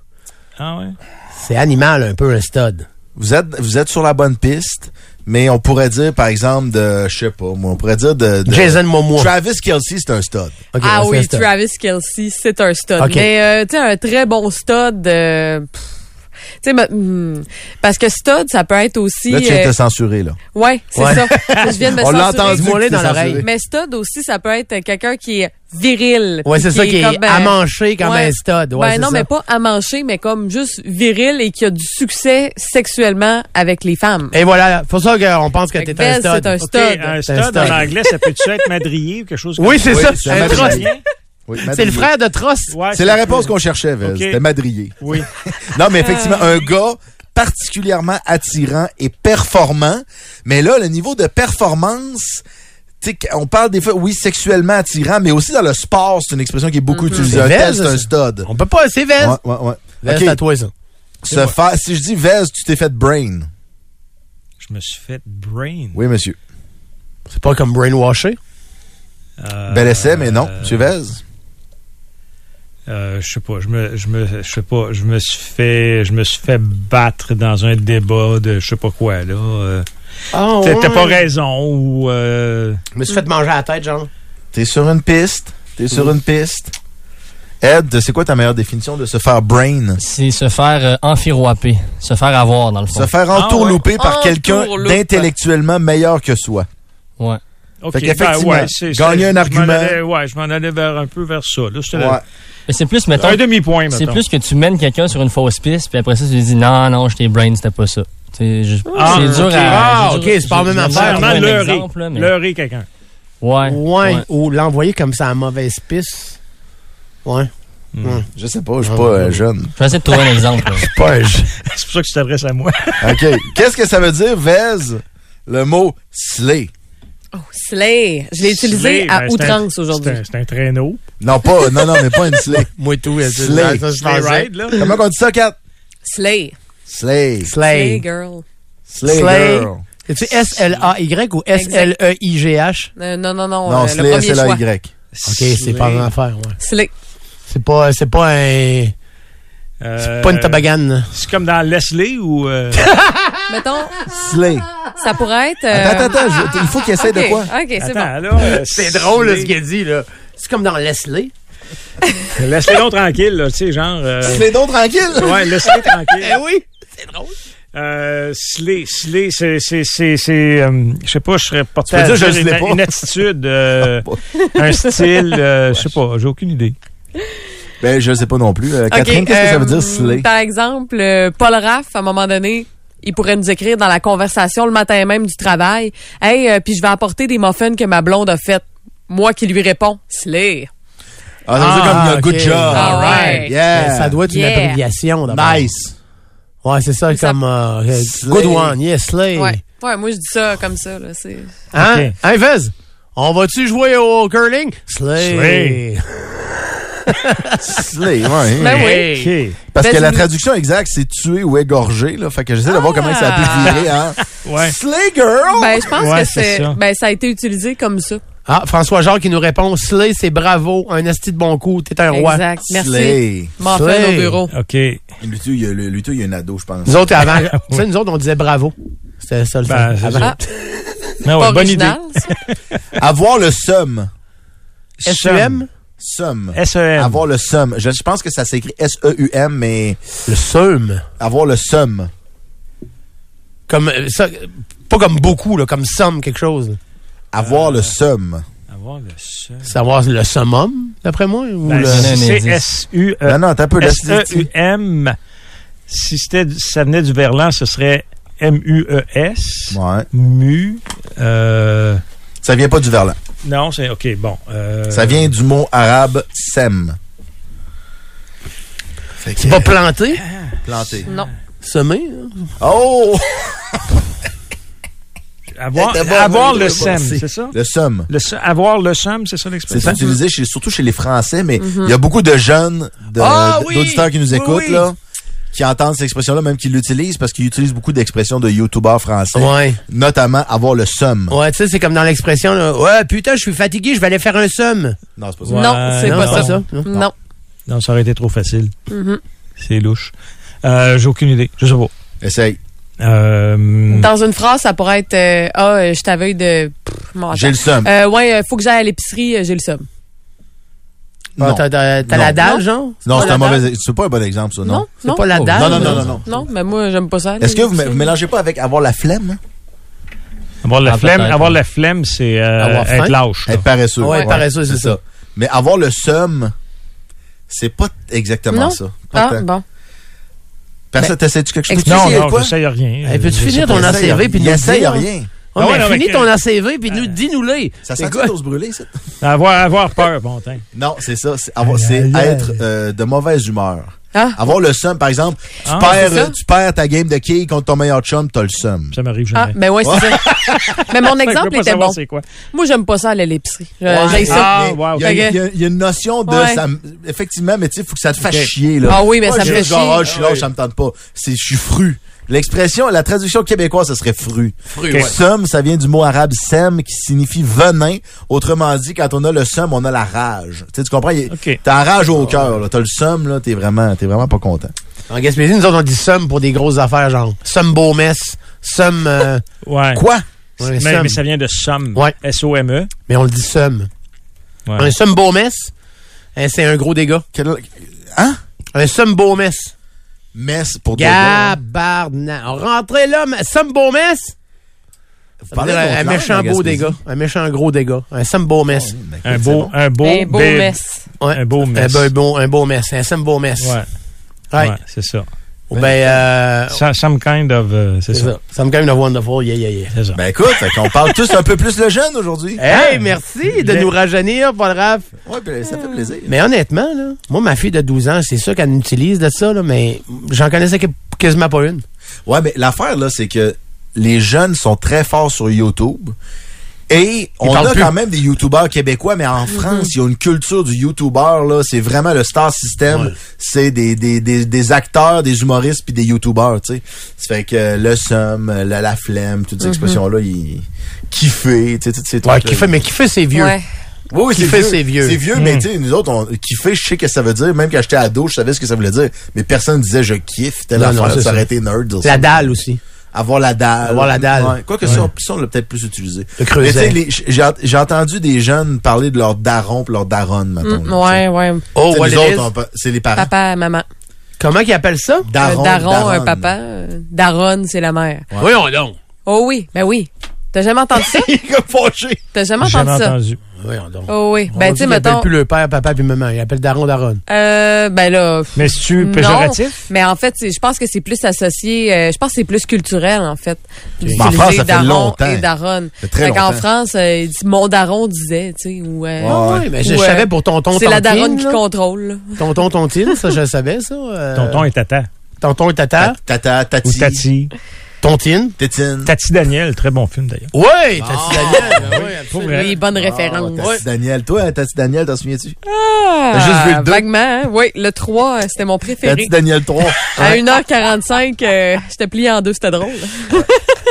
[SPEAKER 6] Ah ouais?
[SPEAKER 2] C'est animal un peu un stud.
[SPEAKER 3] Vous êtes, vous êtes sur la bonne piste, mais on pourrait dire, par exemple, de, je sais pas, moi, on pourrait dire de, de-
[SPEAKER 2] Jason Momoa.
[SPEAKER 3] Travis Kelsey, c'est un stud.
[SPEAKER 2] Ok,
[SPEAKER 4] ah
[SPEAKER 2] c'est un
[SPEAKER 4] oui,
[SPEAKER 2] stud.
[SPEAKER 4] Travis Kelsey, c'est un stud.
[SPEAKER 2] Ok.
[SPEAKER 4] Mais euh, tu sais, un très bon stud. euh, pff, tu sais, mais, hmm, parce que stud, ça peut être aussi.
[SPEAKER 3] Là, tu viens de
[SPEAKER 4] euh,
[SPEAKER 3] te censurer, là.
[SPEAKER 4] ouais, c'est
[SPEAKER 2] Ouais.
[SPEAKER 4] ça. Je viens de
[SPEAKER 2] [LAUGHS]
[SPEAKER 4] me
[SPEAKER 3] On l'a
[SPEAKER 4] censurer.
[SPEAKER 3] entendu.
[SPEAKER 2] Dis-moi-les
[SPEAKER 3] que
[SPEAKER 2] dans
[SPEAKER 3] t'es
[SPEAKER 2] l'oreille.
[SPEAKER 3] censuré.
[SPEAKER 4] Mais stud aussi, ça peut être quelqu'un qui est viril.
[SPEAKER 2] Ouais, c'est ça qui est
[SPEAKER 4] comme, euh,
[SPEAKER 2] amanché comme
[SPEAKER 4] ouais.
[SPEAKER 2] un stud. Ouais,
[SPEAKER 4] ben
[SPEAKER 2] c'est
[SPEAKER 4] non,
[SPEAKER 2] ça.
[SPEAKER 4] mais pas amanché, mais comme juste viril et qui a du succès sexuellement avec les femmes.
[SPEAKER 2] Et voilà, pour ça qu'on pense que
[SPEAKER 4] Fait que
[SPEAKER 2] t'es un
[SPEAKER 4] Vez,
[SPEAKER 2] stud.
[SPEAKER 4] c'est un
[SPEAKER 6] OK,
[SPEAKER 4] stud.
[SPEAKER 6] un
[SPEAKER 2] C'est un
[SPEAKER 6] stud,
[SPEAKER 2] stud.
[SPEAKER 6] en anglais, ça peut-tu être madrier ou quelque chose comme
[SPEAKER 2] Oui, c'est
[SPEAKER 3] Oui,
[SPEAKER 2] ça.
[SPEAKER 3] c'est
[SPEAKER 2] Un
[SPEAKER 3] un
[SPEAKER 2] tross.
[SPEAKER 3] madrier. Oui,
[SPEAKER 2] C'est le
[SPEAKER 3] madrier.
[SPEAKER 2] frère de Tross.
[SPEAKER 6] Ouais,
[SPEAKER 3] C'est la réponse qu'on cherchait, Vez.
[SPEAKER 6] Ok.
[SPEAKER 3] C'était madrier.
[SPEAKER 6] Oui.
[SPEAKER 3] Non, mais effectivement,
[SPEAKER 2] Euh.
[SPEAKER 3] un gars particulièrement attirant et performant. Mais là, le niveau de performance, tu sais, on parle des fois, oui, sexuellement attirant, mais aussi dans le sport, c'est une expression qui est beaucoup utilisée.
[SPEAKER 2] C'est
[SPEAKER 3] Un
[SPEAKER 2] Mhm. Vez,
[SPEAKER 3] tel, c'est
[SPEAKER 2] ça.
[SPEAKER 3] un stud.
[SPEAKER 2] On peut pas, c'est Vez.
[SPEAKER 3] Ouais, ouais, ouais.
[SPEAKER 2] Vez,
[SPEAKER 3] Ok.
[SPEAKER 2] c'est à toi, ça.
[SPEAKER 3] Se faire, si je dis Vez, tu t'es fait brain.
[SPEAKER 6] Je me suis fait brain.
[SPEAKER 3] Oui, monsieur.
[SPEAKER 2] C'est pas comme brainwasher.
[SPEAKER 6] Euh,
[SPEAKER 3] Bel essai, Ben, mais non,
[SPEAKER 6] euh,
[SPEAKER 3] tu es Vez.
[SPEAKER 6] euh, je sais pas, je me, je me, je sais pas, je me suis fait, je me suis fait battre dans un débat de je sais pas quoi là. euh,
[SPEAKER 2] Ah,
[SPEAKER 6] t'as t'as pas raison ou euh,
[SPEAKER 2] Je me suis fait manger la tête, genre.
[SPEAKER 3] T'es sur une piste. T'es sur une piste. Ed, c'est quoi ta meilleure définition de se faire brain?
[SPEAKER 9] C'est se faire euh, enfiroiper, se faire avoir dans le fond.
[SPEAKER 3] Se faire
[SPEAKER 6] Ah,
[SPEAKER 3] entourlouper par quelqu'un
[SPEAKER 4] Entourloupe.
[SPEAKER 3] d'intellectuellement meilleur que soi.
[SPEAKER 9] Ouais.
[SPEAKER 6] ok,
[SPEAKER 3] Fait qu'effectivement,
[SPEAKER 6] ben ouais, c'est-
[SPEAKER 3] gagner
[SPEAKER 6] c'est-
[SPEAKER 3] un
[SPEAKER 6] je m'en
[SPEAKER 3] argument.
[SPEAKER 6] allais- ouais, je m'en allais vers un peu vers ça. Là, c'était
[SPEAKER 3] Ouais.
[SPEAKER 9] Mais c'est plus, mettons,
[SPEAKER 6] un demi point.
[SPEAKER 9] c'est plus que tu mènes quelqu'un sur une fausse piste, puis après ça, tu lui dis non, non, je t'ai brain, c'était pas ça. Tu sais, je-
[SPEAKER 6] Ah,
[SPEAKER 9] c'est dur
[SPEAKER 6] ok.
[SPEAKER 9] à.
[SPEAKER 2] Ah,
[SPEAKER 9] c'est
[SPEAKER 2] ok,
[SPEAKER 9] dur-
[SPEAKER 2] c'est pas la
[SPEAKER 9] j'ai-
[SPEAKER 2] même
[SPEAKER 9] j'ai- j'ai
[SPEAKER 2] affaire.
[SPEAKER 9] trouvé un
[SPEAKER 6] leurrer,
[SPEAKER 9] exemple, là, mais-
[SPEAKER 6] leurrer quelqu'un. [LAUGHS]
[SPEAKER 9] Ouais.
[SPEAKER 2] Ouais.
[SPEAKER 9] ouais.
[SPEAKER 2] Ou l'envoyer comme ça à mauvaise piste. Ouais. Ah,
[SPEAKER 3] Je sais pas, je suis pas euh, jeune.
[SPEAKER 9] Je vais essayer de trouver un exemple. là.
[SPEAKER 2] Pas
[SPEAKER 3] euh,
[SPEAKER 6] C'est pour ça que tu t'adresses à moi.
[SPEAKER 3] [LAUGHS] OK. Qu'est-ce que ça veut dire, Vez? Le mot slay.
[SPEAKER 4] Oh, slay. Je l'ai utilisé
[SPEAKER 6] Slay,
[SPEAKER 4] à
[SPEAKER 6] ben, c'est un-
[SPEAKER 4] outrance aujourd'hui.
[SPEAKER 6] c'est un- C'est un traîneau.
[SPEAKER 3] Non, pas, non, non, mais pas une [LAUGHS] slay.
[SPEAKER 2] Moi tout. euh, c'est-
[SPEAKER 3] Slay.
[SPEAKER 2] ça, je
[SPEAKER 6] Train
[SPEAKER 2] pensais.
[SPEAKER 6] ride, là.
[SPEAKER 3] Comment on dit ça, Kat?
[SPEAKER 4] Slay.
[SPEAKER 3] Slay.
[SPEAKER 4] Slay,
[SPEAKER 2] Slay.
[SPEAKER 4] girl.
[SPEAKER 3] Slay.
[SPEAKER 2] Slay.
[SPEAKER 3] girl.
[SPEAKER 2] C'est-tu S-L-A-Y ou E S-L-E-I-G-H?
[SPEAKER 4] Euh, non, non, non.
[SPEAKER 3] Non,
[SPEAKER 4] euh, le
[SPEAKER 3] slay,
[SPEAKER 4] premier
[SPEAKER 3] c'est la
[SPEAKER 4] choix.
[SPEAKER 3] Y.
[SPEAKER 2] OK, c'est pas une affaire, ouais.
[SPEAKER 4] Slay.
[SPEAKER 2] C'est pas, c'est pas un, c'est pas une tabagane.
[SPEAKER 6] Euh, C'est comme dans Leslie ou. euh,
[SPEAKER 4] Mettons,
[SPEAKER 3] Slay.
[SPEAKER 4] ça pourrait être. euh,
[SPEAKER 3] Attends, attends, attends. je- il faut qu'il essaie de
[SPEAKER 4] OK,
[SPEAKER 3] quoi?
[SPEAKER 4] OK, c'est bon.
[SPEAKER 6] Attends, là. euh,
[SPEAKER 2] C'est drôle, là, ce
[SPEAKER 6] Leslie.
[SPEAKER 2] qu'il a dit, là. C'est comme dans Leslie.
[SPEAKER 6] Laisse-les donc tranquilles, là, tu sais, genre. euh,
[SPEAKER 3] Slay donc tranquille.
[SPEAKER 6] ouais, laisse-les
[SPEAKER 3] Eh
[SPEAKER 6] tranquilles.
[SPEAKER 2] oui!
[SPEAKER 6] Euh, slay, slay, c'est, c'est, c'est, c'est, euh, je sais pas, je serais
[SPEAKER 3] Tu
[SPEAKER 6] porté
[SPEAKER 3] veux dire,
[SPEAKER 6] à
[SPEAKER 3] je
[SPEAKER 6] une,
[SPEAKER 3] le slay pas? Ah,
[SPEAKER 6] une
[SPEAKER 3] [LAUGHS]
[SPEAKER 6] attitude, euh, un style, euh, je sais pas, j'ai aucune idée.
[SPEAKER 3] Ben, je sais pas non plus. Euh,
[SPEAKER 4] OK,
[SPEAKER 3] Catherine, qu'est-ce que ça veut
[SPEAKER 4] euh,
[SPEAKER 3] dire, slay?
[SPEAKER 4] Par exemple, euh, Paul Raff, à un moment donné, il pourrait nous écrire dans la conversation le matin même du [LAUGHS] travail Hey, euh, puis je vais apporter des muffins que ma blonde a faites. Moi qui lui réponds, slay.
[SPEAKER 3] Ah, ça veut dire comme
[SPEAKER 2] Ah,
[SPEAKER 3] a good
[SPEAKER 2] ok.
[SPEAKER 3] job.
[SPEAKER 4] Ah, ouais.
[SPEAKER 3] Yeah. [LAUGHS]
[SPEAKER 2] Ça doit être
[SPEAKER 4] Yeah.
[SPEAKER 2] une abréviation, d'abord.
[SPEAKER 3] Nice.
[SPEAKER 2] Ouais, c'est ça,
[SPEAKER 4] Ça-
[SPEAKER 2] comme, euh, euh,
[SPEAKER 3] Slay.
[SPEAKER 2] good one, yes, Slay.
[SPEAKER 4] Ouais. ouais, moi je dis ça comme ça. Là, c'est...
[SPEAKER 2] Hein?
[SPEAKER 6] Ok.
[SPEAKER 2] Hein, Fez? On va-tu jouer au curling? Slay.
[SPEAKER 3] Slay, ouais.
[SPEAKER 4] Ben oui.
[SPEAKER 6] OK.
[SPEAKER 3] Parce que
[SPEAKER 4] Ben,
[SPEAKER 3] la
[SPEAKER 4] tu-
[SPEAKER 3] traduction exacte, c'est tuer ou égorger, là. Fait que j'essaie de voir
[SPEAKER 4] Ah.
[SPEAKER 3] comment ça a pu virer, [LAUGHS] hein.
[SPEAKER 6] Ouais.
[SPEAKER 3] Slay girl!
[SPEAKER 4] Ben, je pense
[SPEAKER 6] Ouais,
[SPEAKER 4] que
[SPEAKER 6] c'est
[SPEAKER 4] c'est,
[SPEAKER 6] ça.
[SPEAKER 4] Ben, ça a été utilisé comme ça.
[SPEAKER 2] Ah, François Jacques qui nous répond, Slay, c'est bravo, un asti de bon coup, t'es un roi.
[SPEAKER 4] Exact. Merci.
[SPEAKER 3] Slay.
[SPEAKER 4] Muffin
[SPEAKER 2] Slay.
[SPEAKER 4] au bureau.
[SPEAKER 6] OK. Ben,
[SPEAKER 3] Lui, tout, il y a, lui, lui, tout, il y a un ado, je pense.
[SPEAKER 2] Nous autres, avant,
[SPEAKER 4] [LAUGHS]
[SPEAKER 2] tu sais, nous autres, on disait bravo. C'était ça le
[SPEAKER 3] Ah.
[SPEAKER 6] Ben,
[SPEAKER 2] fait.
[SPEAKER 6] c'est
[SPEAKER 2] Avant.
[SPEAKER 4] ça.
[SPEAKER 6] Non,
[SPEAKER 4] Pas
[SPEAKER 6] ouais, bonne idée.
[SPEAKER 4] original,
[SPEAKER 3] [LAUGHS]
[SPEAKER 4] ça.
[SPEAKER 3] [LAUGHS] Avoir le somme.
[SPEAKER 2] S-U-M?
[SPEAKER 3] Somme.
[SPEAKER 6] S-E-M.
[SPEAKER 3] Avoir le somme. Je, je pense que ça s'écrit S-E-U-M, mais
[SPEAKER 2] Le seum.
[SPEAKER 3] avoir le somme.
[SPEAKER 2] Comme euh, ça, Pas comme beaucoup, là, comme somme, quelque chose.
[SPEAKER 3] Avoir le seum.
[SPEAKER 6] Avoir le seul.
[SPEAKER 2] Savoir le summum, d'après moi. Ou
[SPEAKER 6] Ben,
[SPEAKER 2] le...
[SPEAKER 9] donner un
[SPEAKER 6] c'est E
[SPEAKER 9] indice.
[SPEAKER 6] S-U.
[SPEAKER 3] non, E non, t'as un peu. la-
[SPEAKER 6] S-E-U-M. Si c'était, si ça venait du verlan, ce serait M-U-E-S.
[SPEAKER 3] Ouais.
[SPEAKER 6] Mu. euh,
[SPEAKER 3] Ça vient pas du verlan.
[SPEAKER 6] non, c'est. OK, bon. euh,
[SPEAKER 3] Ça vient du mot arabe sem. Fait
[SPEAKER 2] [LAUGHS]
[SPEAKER 3] que-
[SPEAKER 2] Pas planter,
[SPEAKER 3] planté.
[SPEAKER 8] Non.
[SPEAKER 2] semer. hein.
[SPEAKER 3] Oh!
[SPEAKER 6] Avoir,
[SPEAKER 3] C'était bon,
[SPEAKER 6] avoir
[SPEAKER 3] mais
[SPEAKER 6] le
[SPEAKER 3] je
[SPEAKER 6] SEM,
[SPEAKER 3] sais.
[SPEAKER 6] c'est ça?
[SPEAKER 3] Le somme.
[SPEAKER 6] Le se- avoir le SEM, c'est ça
[SPEAKER 3] C'est
[SPEAKER 6] l'expression?
[SPEAKER 3] utilisé chez- surtout chez les Français, mais il y a beaucoup de jeunes, de-
[SPEAKER 2] Ah oui!
[SPEAKER 3] d'auditeurs qui nous
[SPEAKER 2] Oui,
[SPEAKER 3] écoutent,
[SPEAKER 2] oui.
[SPEAKER 3] là, qui entendent cette expression-là, même qui l'utilisent, parce qu'ils utilisent beaucoup d'expressions de youtubeurs français,
[SPEAKER 2] Ouais.
[SPEAKER 3] notamment avoir le somme.
[SPEAKER 2] Ouais, tu sais, c'est comme dans l'expression, là, Ouais, putain, je suis fatigué, je vais aller faire un somme.
[SPEAKER 3] Non, c'est pas ça.
[SPEAKER 6] Ouais,
[SPEAKER 8] non, c'est
[SPEAKER 6] non,
[SPEAKER 8] pas
[SPEAKER 6] non.
[SPEAKER 8] ça.
[SPEAKER 2] Non.
[SPEAKER 8] Non.
[SPEAKER 6] Non, ça aurait été trop facile.
[SPEAKER 8] Mhm.
[SPEAKER 6] C'est louche. Euh, j'ai aucune idée. Je sais pas.
[SPEAKER 3] Essaye.
[SPEAKER 6] Euh,
[SPEAKER 3] Mm.
[SPEAKER 8] Dans une phrase, ça pourrait être euh, Ah, euh, je t'avais de. Pff, mon
[SPEAKER 3] J'ai le
[SPEAKER 8] attends.
[SPEAKER 3] somme.
[SPEAKER 8] Euh, ouais, euh, faut que j'aille à l'épicerie, euh, j'ai le somme.
[SPEAKER 2] Ah,
[SPEAKER 3] non,
[SPEAKER 2] T'as t'as- t'as
[SPEAKER 3] Non.
[SPEAKER 2] la dalle, genre?
[SPEAKER 3] Non,
[SPEAKER 8] pas
[SPEAKER 3] c'est un
[SPEAKER 8] la
[SPEAKER 3] mauvais, c'est pas un bon exemple, ça, non?
[SPEAKER 8] Non,
[SPEAKER 2] C'est pas la
[SPEAKER 3] Oh,
[SPEAKER 2] dalle?
[SPEAKER 3] non, non, non, non,
[SPEAKER 4] Ah
[SPEAKER 3] non.
[SPEAKER 8] Non, mais moi, j'aime pas ça.
[SPEAKER 3] Est-ce que vous
[SPEAKER 8] l'épicerie.
[SPEAKER 3] me- mélangez pas avec avoir la flemme? hein?
[SPEAKER 6] avoir la
[SPEAKER 9] Ah,
[SPEAKER 6] flemme,
[SPEAKER 9] peut-être,
[SPEAKER 6] avoir
[SPEAKER 9] ouais.
[SPEAKER 6] la flemme, c'est euh,
[SPEAKER 2] Avoir faim.
[SPEAKER 6] être lâche. là.
[SPEAKER 3] Être paresseux.
[SPEAKER 2] Ah. Ouais, être paresseux, c'est ça.
[SPEAKER 3] Mais avoir le somme, c'est pas exactement
[SPEAKER 8] Non.
[SPEAKER 3] ça. Pas
[SPEAKER 8] Ah,
[SPEAKER 3] tant.
[SPEAKER 8] bon.
[SPEAKER 3] Personne, t'essayes-tu quelque chose?
[SPEAKER 8] Explique-
[SPEAKER 6] Non,
[SPEAKER 3] Tu sais,
[SPEAKER 6] non,
[SPEAKER 3] quoi?
[SPEAKER 6] j'essaye rien.
[SPEAKER 2] Eh, peux-tu
[SPEAKER 6] Je sais
[SPEAKER 2] finir
[SPEAKER 6] pas.
[SPEAKER 2] ton
[SPEAKER 3] Essaye
[SPEAKER 2] ACV puis nous le
[SPEAKER 3] Essaye
[SPEAKER 2] dire?
[SPEAKER 3] rien.
[SPEAKER 2] Ouais,
[SPEAKER 6] Ah
[SPEAKER 2] mais
[SPEAKER 6] ouais, non, mais
[SPEAKER 2] finis
[SPEAKER 6] que-
[SPEAKER 2] ton ACV puis nous, dis-nous-les.
[SPEAKER 3] Ça
[SPEAKER 2] C'est
[SPEAKER 3] sent
[SPEAKER 2] quoi?
[SPEAKER 3] tous brûler, ça?
[SPEAKER 6] Avoir, avoir peur, bon temps.
[SPEAKER 3] Non, c'est ça. C'est avoir- c'est être euh, de mauvaise humeur.
[SPEAKER 8] Ah,
[SPEAKER 3] Avoir le seum, par exemple, tu,
[SPEAKER 6] Ah,
[SPEAKER 8] c'est ça.
[SPEAKER 3] perds, tu perds ta game de quilles contre ton meilleur chum, t'as le seum.
[SPEAKER 6] Ça m'arrive
[SPEAKER 8] ah,
[SPEAKER 6] jamais.
[SPEAKER 8] ben ouais, c'est ça. mais mon
[SPEAKER 6] Fait que je veux
[SPEAKER 8] exemple
[SPEAKER 6] pas
[SPEAKER 8] était
[SPEAKER 6] savoir
[SPEAKER 8] bon.
[SPEAKER 6] c'est quoi.
[SPEAKER 8] Moi, j'aime pas ça aller à l'épicerie. Je-
[SPEAKER 3] Ouais.
[SPEAKER 8] j'haïs ça.
[SPEAKER 6] Ah,
[SPEAKER 3] Mais
[SPEAKER 6] wow.
[SPEAKER 3] Il y a-
[SPEAKER 8] Fait que-
[SPEAKER 3] il y, a- il y a une notion de
[SPEAKER 8] Ouais.
[SPEAKER 3] ça me- effectivement, mais tu sais, faut que ça te fasse chier là.
[SPEAKER 8] Ah oui, mais
[SPEAKER 3] Pas
[SPEAKER 8] ça me
[SPEAKER 3] juste
[SPEAKER 8] fait
[SPEAKER 3] genre,
[SPEAKER 8] chier.
[SPEAKER 3] ah, je suis là, ça me tente pas. C'est je suis fru. L'expression, la traduction québécoise, ça serait fru.
[SPEAKER 2] Fru,
[SPEAKER 3] Le
[SPEAKER 2] ouais.
[SPEAKER 3] Somme, ça vient du mot arabe sem qui signifie venin. Autrement dit, quand on a le somme, on a la rage. Tu sais, tu comprends? Il y a-
[SPEAKER 6] OK.
[SPEAKER 3] T'as la rage au cœur, là. T'as le somme, là. T'es vraiment, t'es vraiment pas content.
[SPEAKER 2] En Gaspésie, nous autres, on dit somme pour des grosses affaires, genre somme Beaumesse, somme... euh,
[SPEAKER 6] Ouais.
[SPEAKER 3] Quoi?
[SPEAKER 2] ouais,
[SPEAKER 6] Mais,
[SPEAKER 2] somme.
[SPEAKER 6] mais ça vient de SOM.
[SPEAKER 2] Ouais.
[SPEAKER 6] S-O-M-E.
[SPEAKER 2] Mais on le dit somme.
[SPEAKER 6] E. Ouais.
[SPEAKER 2] Un somme Beaumesse, hein, c'est un gros dégât.
[SPEAKER 3] Quel-
[SPEAKER 2] Un somme Beaumesse.
[SPEAKER 3] Messe pour deux gars.
[SPEAKER 2] Gabarna. Rentrez là, mais- somme Beaumesse. Ça
[SPEAKER 3] Vous
[SPEAKER 2] veut
[SPEAKER 3] parlez
[SPEAKER 2] dire
[SPEAKER 3] d'autres
[SPEAKER 2] Un, un
[SPEAKER 3] langues,
[SPEAKER 2] méchant
[SPEAKER 3] en
[SPEAKER 2] beau
[SPEAKER 3] Gaspésie?
[SPEAKER 2] dégât. Un méchant gros dégât. Un somme Beaumesse.
[SPEAKER 3] Ben, écoute,
[SPEAKER 6] Un
[SPEAKER 3] c'est
[SPEAKER 6] beau,
[SPEAKER 3] bon.
[SPEAKER 6] un beau,
[SPEAKER 8] Un beau
[SPEAKER 6] bel-
[SPEAKER 8] mess.
[SPEAKER 2] Ouais.
[SPEAKER 6] Un beau mess.
[SPEAKER 2] Un beau, un beau mess. Un somme Beaumesse.
[SPEAKER 6] Ouais.
[SPEAKER 2] Ouais.
[SPEAKER 6] ouais, c'est ça.
[SPEAKER 2] Ou ben, euh,
[SPEAKER 6] Some, some kind of. euh, c'est
[SPEAKER 2] c'est
[SPEAKER 6] ça.
[SPEAKER 2] ça. Some kind of wonderful. Yeah, yeah, yeah.
[SPEAKER 6] C'est ça.
[SPEAKER 3] Ben, écoute, fait qu'on parle tous un peu plus le jeune aujourd'hui.
[SPEAKER 2] Hey, merci de nous rajeunir, Paul Raph.
[SPEAKER 3] Ouais, puis ça fait plaisir.
[SPEAKER 2] Mais honnêtement, là, moi, ma fille de 12 ans, c'est sûr qu'elle utilise de ça, là, mais j'en connaissais que- quasiment pas une.
[SPEAKER 3] Ouais, mais l'affaire, là, c'est que les jeunes sont très forts sur YouTube. Et on
[SPEAKER 2] parlent
[SPEAKER 3] a
[SPEAKER 2] plus. Mm-hmm.
[SPEAKER 3] quand même des youtubeurs québécois, mais en France, il y a une culture du youtubeur, là. C'est vraiment le star system. C'est des, des, des, des acteurs, des humoristes, puis des youtubeurs, tu sais. Ça fait que euh, le somme, euh, la, la flemme, toutes ces expressions-là, ils kiffer, tu sais, toutes ces
[SPEAKER 2] Mm-hmm. Ouais,
[SPEAKER 3] trucs-là.
[SPEAKER 2] qui fait, mais qui fait ses vieux.
[SPEAKER 8] Ouais.
[SPEAKER 3] Oui, oui, c'est
[SPEAKER 2] Kiffer, c'est
[SPEAKER 3] vieux.
[SPEAKER 2] vieux. Mm.
[SPEAKER 3] C'est vieux, mais tu sais, nous autres, on, kiffer, je sais que ça veut dire. Même quand j'étais ado, je savais ce que ça voulait dire. Mais personne ne disait je kiffe. Telle
[SPEAKER 2] Non,
[SPEAKER 3] affaire,
[SPEAKER 2] non,
[SPEAKER 3] là,
[SPEAKER 2] c'est
[SPEAKER 3] ça
[SPEAKER 2] ça.
[SPEAKER 3] aurait été nerd. dire
[SPEAKER 2] La
[SPEAKER 3] ça.
[SPEAKER 2] dalle aussi.
[SPEAKER 3] Avoir la dalle.
[SPEAKER 2] Avoir la dalle.
[SPEAKER 3] Ouais. Quoique
[SPEAKER 2] Ouais.
[SPEAKER 3] ça, ça, on l'a peut-être plus utilisé.
[SPEAKER 2] Le creuset.
[SPEAKER 3] Mais tu sais, les- j- J'ai j'ai entendu des jeunes parler de leur daron pis leur daronne, maintenant.
[SPEAKER 8] Mm, ouais, ouais.
[SPEAKER 2] Oh, what
[SPEAKER 3] les
[SPEAKER 2] it
[SPEAKER 3] autres,
[SPEAKER 2] is.
[SPEAKER 3] on pa- c'est les parents.
[SPEAKER 8] Papa, maman.
[SPEAKER 2] Comment qu'ils appellent ça?
[SPEAKER 3] Daron,
[SPEAKER 8] Euh, daron, un
[SPEAKER 3] Ah. daronne.
[SPEAKER 8] papa. euh, Daronne, c'est la mère.
[SPEAKER 2] Oui, on donc.
[SPEAKER 8] Oh oui, ben oui. T'as jamais entendu ça?
[SPEAKER 2] Il est comme fâché.
[SPEAKER 8] T'as jamais
[SPEAKER 6] J'ai
[SPEAKER 8] entendu
[SPEAKER 6] jamais
[SPEAKER 8] ça?
[SPEAKER 6] entendu.
[SPEAKER 2] Oui, on donc.
[SPEAKER 8] Oh oui. Ben, tu sais,
[SPEAKER 2] appelle
[SPEAKER 8] mettons.
[SPEAKER 2] plus le père, papa puis maman. Ils appellent Daron Daron.
[SPEAKER 8] Euh, ben là. pff,
[SPEAKER 6] Mais c'est-tu
[SPEAKER 8] non.
[SPEAKER 6] péjoratif?
[SPEAKER 8] Mais en fait, c'est- je pense que c'est plus associé, euh, je pense que c'est plus culturel, en fait.
[SPEAKER 3] Mais en France, ça fait
[SPEAKER 8] daron
[SPEAKER 3] longtemps.
[SPEAKER 8] et daronne.
[SPEAKER 3] fait très
[SPEAKER 8] en
[SPEAKER 3] longtemps.
[SPEAKER 8] France, euh, il dit mon daron disait, tu sais, ou, euh,
[SPEAKER 3] Ouais.
[SPEAKER 2] oui, mais je,
[SPEAKER 8] Ouais.
[SPEAKER 2] je savais pour tonton
[SPEAKER 8] c'est la
[SPEAKER 2] tontine,
[SPEAKER 8] daronne qui
[SPEAKER 2] là.
[SPEAKER 8] contrôle. là.
[SPEAKER 2] Tonton tontine, ça, je savais, ça. euh,
[SPEAKER 6] Tonton et tata.
[SPEAKER 2] Tonton et tata.
[SPEAKER 3] Tata, tati,
[SPEAKER 6] Ou tati.
[SPEAKER 2] Tontine.
[SPEAKER 3] tétine.
[SPEAKER 6] Tati Daniel, très bon film d'ailleurs.
[SPEAKER 2] Oui, tati Daniel. ben oui,
[SPEAKER 6] Pour
[SPEAKER 2] absolument.
[SPEAKER 6] vrai.
[SPEAKER 8] Oui, bonne référence.
[SPEAKER 3] Ah, tati Daniel. Toi, Tati Daniel, t'en souviens-tu?
[SPEAKER 8] Ah,
[SPEAKER 3] T'as juste vu le deux.
[SPEAKER 8] Vaguement, hein? oui, le 3, euh, c'était mon préféré.
[SPEAKER 3] Tati Daniel 3.
[SPEAKER 8] À 1h45, euh, j'étais plié en deux, c'était drôle.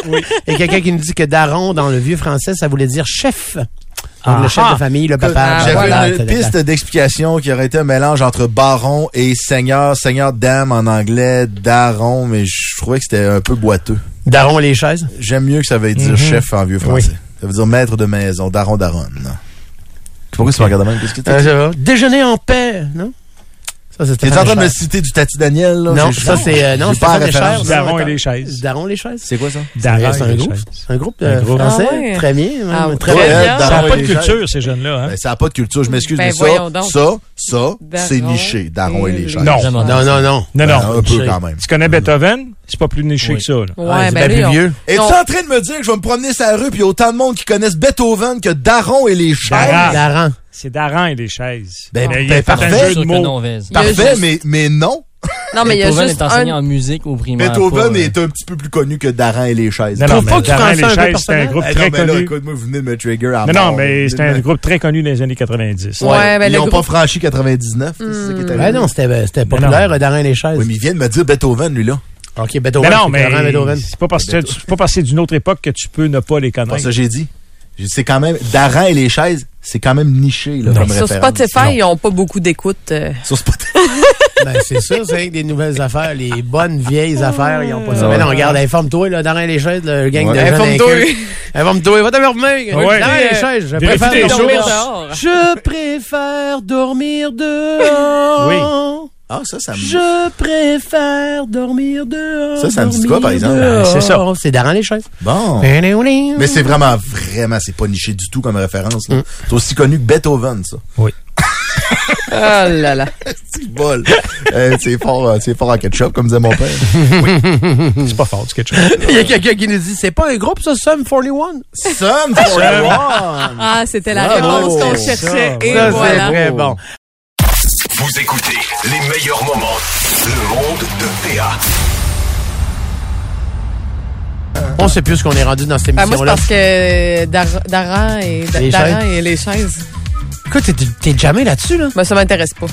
[SPEAKER 2] Il y a quelqu'un qui nous dit que Daron, dans le vieux français, ça voulait dire chef. Donc,
[SPEAKER 6] Ah,
[SPEAKER 2] le chef
[SPEAKER 6] ah.
[SPEAKER 2] de famille, le papa.
[SPEAKER 8] Ah,
[SPEAKER 3] J'avais
[SPEAKER 8] voilà.
[SPEAKER 3] une piste d'explication qui aurait été un mélange entre baron et seigneur, seigneur dame en anglais, daron, mais je trouvais que c'était un peu boiteux.
[SPEAKER 2] Daron et les chaises.
[SPEAKER 3] J'aime mieux que ça veuille dire
[SPEAKER 6] Mhm.
[SPEAKER 3] chef en vieux français. Ça veut dire maître de maison, daron, daronne. Pourquoi tu me regardes de même? Qu'est-ce que t'as dit?
[SPEAKER 2] Euh, ça va. Déjeuner en paix, non? Ça, c'est
[SPEAKER 3] T'es en train de
[SPEAKER 2] Stéphane
[SPEAKER 3] me
[SPEAKER 2] Léchère.
[SPEAKER 3] citer du Tati Daniel, là?
[SPEAKER 2] Non,
[SPEAKER 3] J'ai-
[SPEAKER 2] ça, c'est. euh, non,
[SPEAKER 3] j'ai pas
[SPEAKER 2] Stéphane
[SPEAKER 3] la référence.
[SPEAKER 2] Léchère.
[SPEAKER 6] Daron et les chaises.
[SPEAKER 2] Daron les chaises.
[SPEAKER 3] C'est quoi ça?
[SPEAKER 6] Daron
[SPEAKER 2] C'est
[SPEAKER 6] et
[SPEAKER 2] un
[SPEAKER 6] Ah, les
[SPEAKER 2] groupe.
[SPEAKER 6] chaises.
[SPEAKER 2] C'est un groupe euh,
[SPEAKER 6] Un groupe.
[SPEAKER 2] français.
[SPEAKER 4] Ah ouais.
[SPEAKER 2] Très bien.
[SPEAKER 4] Ah
[SPEAKER 2] même,
[SPEAKER 4] ouais.
[SPEAKER 2] très
[SPEAKER 4] Ouais,
[SPEAKER 2] bien.
[SPEAKER 4] bien.
[SPEAKER 6] Ça n'a
[SPEAKER 3] Daron
[SPEAKER 6] pas
[SPEAKER 3] et
[SPEAKER 6] de
[SPEAKER 3] les
[SPEAKER 6] culture, ces jeunes-là. hein?
[SPEAKER 3] Ben, ça n'a pas de culture, je m'excuse,
[SPEAKER 4] Ben,
[SPEAKER 3] mais
[SPEAKER 4] voyons
[SPEAKER 3] ça,
[SPEAKER 4] donc.
[SPEAKER 3] ça, ça, c'est
[SPEAKER 4] Daron
[SPEAKER 3] niché, Daron et les chaises.
[SPEAKER 6] Euh, Non.
[SPEAKER 9] Jamais entendu.
[SPEAKER 2] Non, non, non.
[SPEAKER 6] Non,
[SPEAKER 3] Ben,
[SPEAKER 6] non.
[SPEAKER 3] un peu quand même.
[SPEAKER 6] Tu connais Beethoven? C'est pas plus niché que ça. là.
[SPEAKER 4] Ouais,
[SPEAKER 2] Ouais, c'est bien
[SPEAKER 4] ben lui,
[SPEAKER 2] plus
[SPEAKER 4] on-
[SPEAKER 2] vieux.
[SPEAKER 3] Es-tu
[SPEAKER 4] Non.
[SPEAKER 3] en train de me dire que je vais me promener sur la rue puis il y a autant de monde qui connaissent Beethoven que Daron et les chaises?
[SPEAKER 6] Daron.
[SPEAKER 2] Daron.
[SPEAKER 6] C'est Daron et les chaises.
[SPEAKER 3] Ben,
[SPEAKER 6] Mais il
[SPEAKER 3] ben,
[SPEAKER 6] a fait un
[SPEAKER 3] parfait.
[SPEAKER 6] jeu de
[SPEAKER 9] Sûr que
[SPEAKER 6] mots.
[SPEAKER 9] non, Vez.
[SPEAKER 4] Il y a
[SPEAKER 3] Parfait,
[SPEAKER 4] juste-
[SPEAKER 3] mais, mais non.
[SPEAKER 4] Non, mais il y a
[SPEAKER 9] Beethoven
[SPEAKER 4] juste
[SPEAKER 9] est enseigné
[SPEAKER 4] un...
[SPEAKER 9] en musique au primaire.
[SPEAKER 3] Beethoven
[SPEAKER 9] pas, euh,
[SPEAKER 3] est un petit peu plus connu que Daron et les chaises.
[SPEAKER 6] Non, non,
[SPEAKER 2] Trouve pas
[SPEAKER 6] mais
[SPEAKER 2] que tu prends
[SPEAKER 6] Daron et
[SPEAKER 2] ça un peu
[SPEAKER 6] les chaises, c'est un
[SPEAKER 2] personnel.
[SPEAKER 6] groupe
[SPEAKER 3] Eh, non,
[SPEAKER 6] très
[SPEAKER 3] mais là, ben,
[SPEAKER 6] connu.
[SPEAKER 3] écoute-moi, vous venez de me trigger à
[SPEAKER 6] Non,
[SPEAKER 3] mort.
[SPEAKER 6] non, mais c'est un groupe très connu des années 90.
[SPEAKER 4] Ouais, ben,
[SPEAKER 3] Ils
[SPEAKER 4] le
[SPEAKER 3] n'ont
[SPEAKER 4] groupe-
[SPEAKER 3] pas franchi 99, c'est ça qui est
[SPEAKER 2] Ouais,
[SPEAKER 3] arrivé.
[SPEAKER 2] non, c'était euh, c'était populaire, euh, Daron et les chaises.
[SPEAKER 3] Oui, mais il vient de me dire Beethoven, lui, là.
[SPEAKER 2] OK,
[SPEAKER 6] Mais
[SPEAKER 2] Beethoven.
[SPEAKER 6] Ben non,
[SPEAKER 2] c'est Daron,
[SPEAKER 6] mais
[SPEAKER 2] Beethoven.
[SPEAKER 6] [LAUGHS] c'est pas parce que c'est pas parce que c'est d'une autre époque que tu peux ne pas les
[SPEAKER 3] Pas
[SPEAKER 6] connaître.
[SPEAKER 3] ça j'ai dit. J'ai dit, C'est quand même, Daran et les chaises, c'est quand même niché, là, comme
[SPEAKER 4] Sur
[SPEAKER 3] référence.
[SPEAKER 4] Spotify, ils n'ont pas beaucoup d'écoute. euh.
[SPEAKER 3] Non. Sur Spotify. [LAUGHS]
[SPEAKER 2] Ben, c'est ça, c'est des nouvelles affaires. Les bonnes vieilles affaires, ils ont pas ça. Mais non, regarde, informe-toi, là, Darin les chaises, le gang
[SPEAKER 3] Ouais.
[SPEAKER 2] de jeunes
[SPEAKER 4] Informe-toi.
[SPEAKER 2] incubes. Informe-toi, va t'avoir revenir.
[SPEAKER 6] Ouais.
[SPEAKER 2] Darin les
[SPEAKER 4] Euh,
[SPEAKER 2] chaises, je
[SPEAKER 6] vérifie
[SPEAKER 2] préfère
[SPEAKER 6] tes
[SPEAKER 2] dormir
[SPEAKER 4] choses.
[SPEAKER 2] dehors. Je préfère dormir dehors.
[SPEAKER 3] Ah, ça, ça me...
[SPEAKER 2] Je préfère dormir dehors.
[SPEAKER 3] Ça, ça me dit
[SPEAKER 2] dormir
[SPEAKER 3] quoi, par exemple?
[SPEAKER 2] dehors.
[SPEAKER 6] C'est ça.
[SPEAKER 2] C'est Darin les chaises.
[SPEAKER 3] Bon.
[SPEAKER 2] Ben
[SPEAKER 3] Mais c'est vraiment, vraiment, c'est pas niché du tout comme référence.
[SPEAKER 4] Hmm.
[SPEAKER 3] là. C'est aussi connu que Beethoven, ça.
[SPEAKER 4] Oh là là.
[SPEAKER 3] C'est le
[SPEAKER 4] [LAUGHS]
[SPEAKER 3] bol. Euh, c'est fort, euh, c'est fort en ketchup, comme disait mon père.
[SPEAKER 6] C'est pas fort, c'est quelque chose.
[SPEAKER 2] Il y a quelqu'un qui nous dit, c'est pas un groupe, ça, Sum 41.
[SPEAKER 3] Sum 41!
[SPEAKER 4] Ah, c'était la
[SPEAKER 3] Bravo.
[SPEAKER 4] réponse qu'on
[SPEAKER 3] C'est
[SPEAKER 4] cherchait. Et
[SPEAKER 2] Ça, c'est
[SPEAKER 4] voilà.
[SPEAKER 2] vrai, bon.
[SPEAKER 1] Vous écoutez les meilleurs moments. Le monde de PA.
[SPEAKER 2] On sait plus ce qu'on est rendu dans cette
[SPEAKER 4] Ah, moi, c'est
[SPEAKER 2] émission-là.
[SPEAKER 4] parce que Dar- Daran et, Da-
[SPEAKER 2] Les
[SPEAKER 4] Daran
[SPEAKER 2] chaises.
[SPEAKER 4] et les chaises,
[SPEAKER 2] Écoute, t'es- t'es jamais là-dessus, là.
[SPEAKER 4] moi, ça m'intéresse pas. Je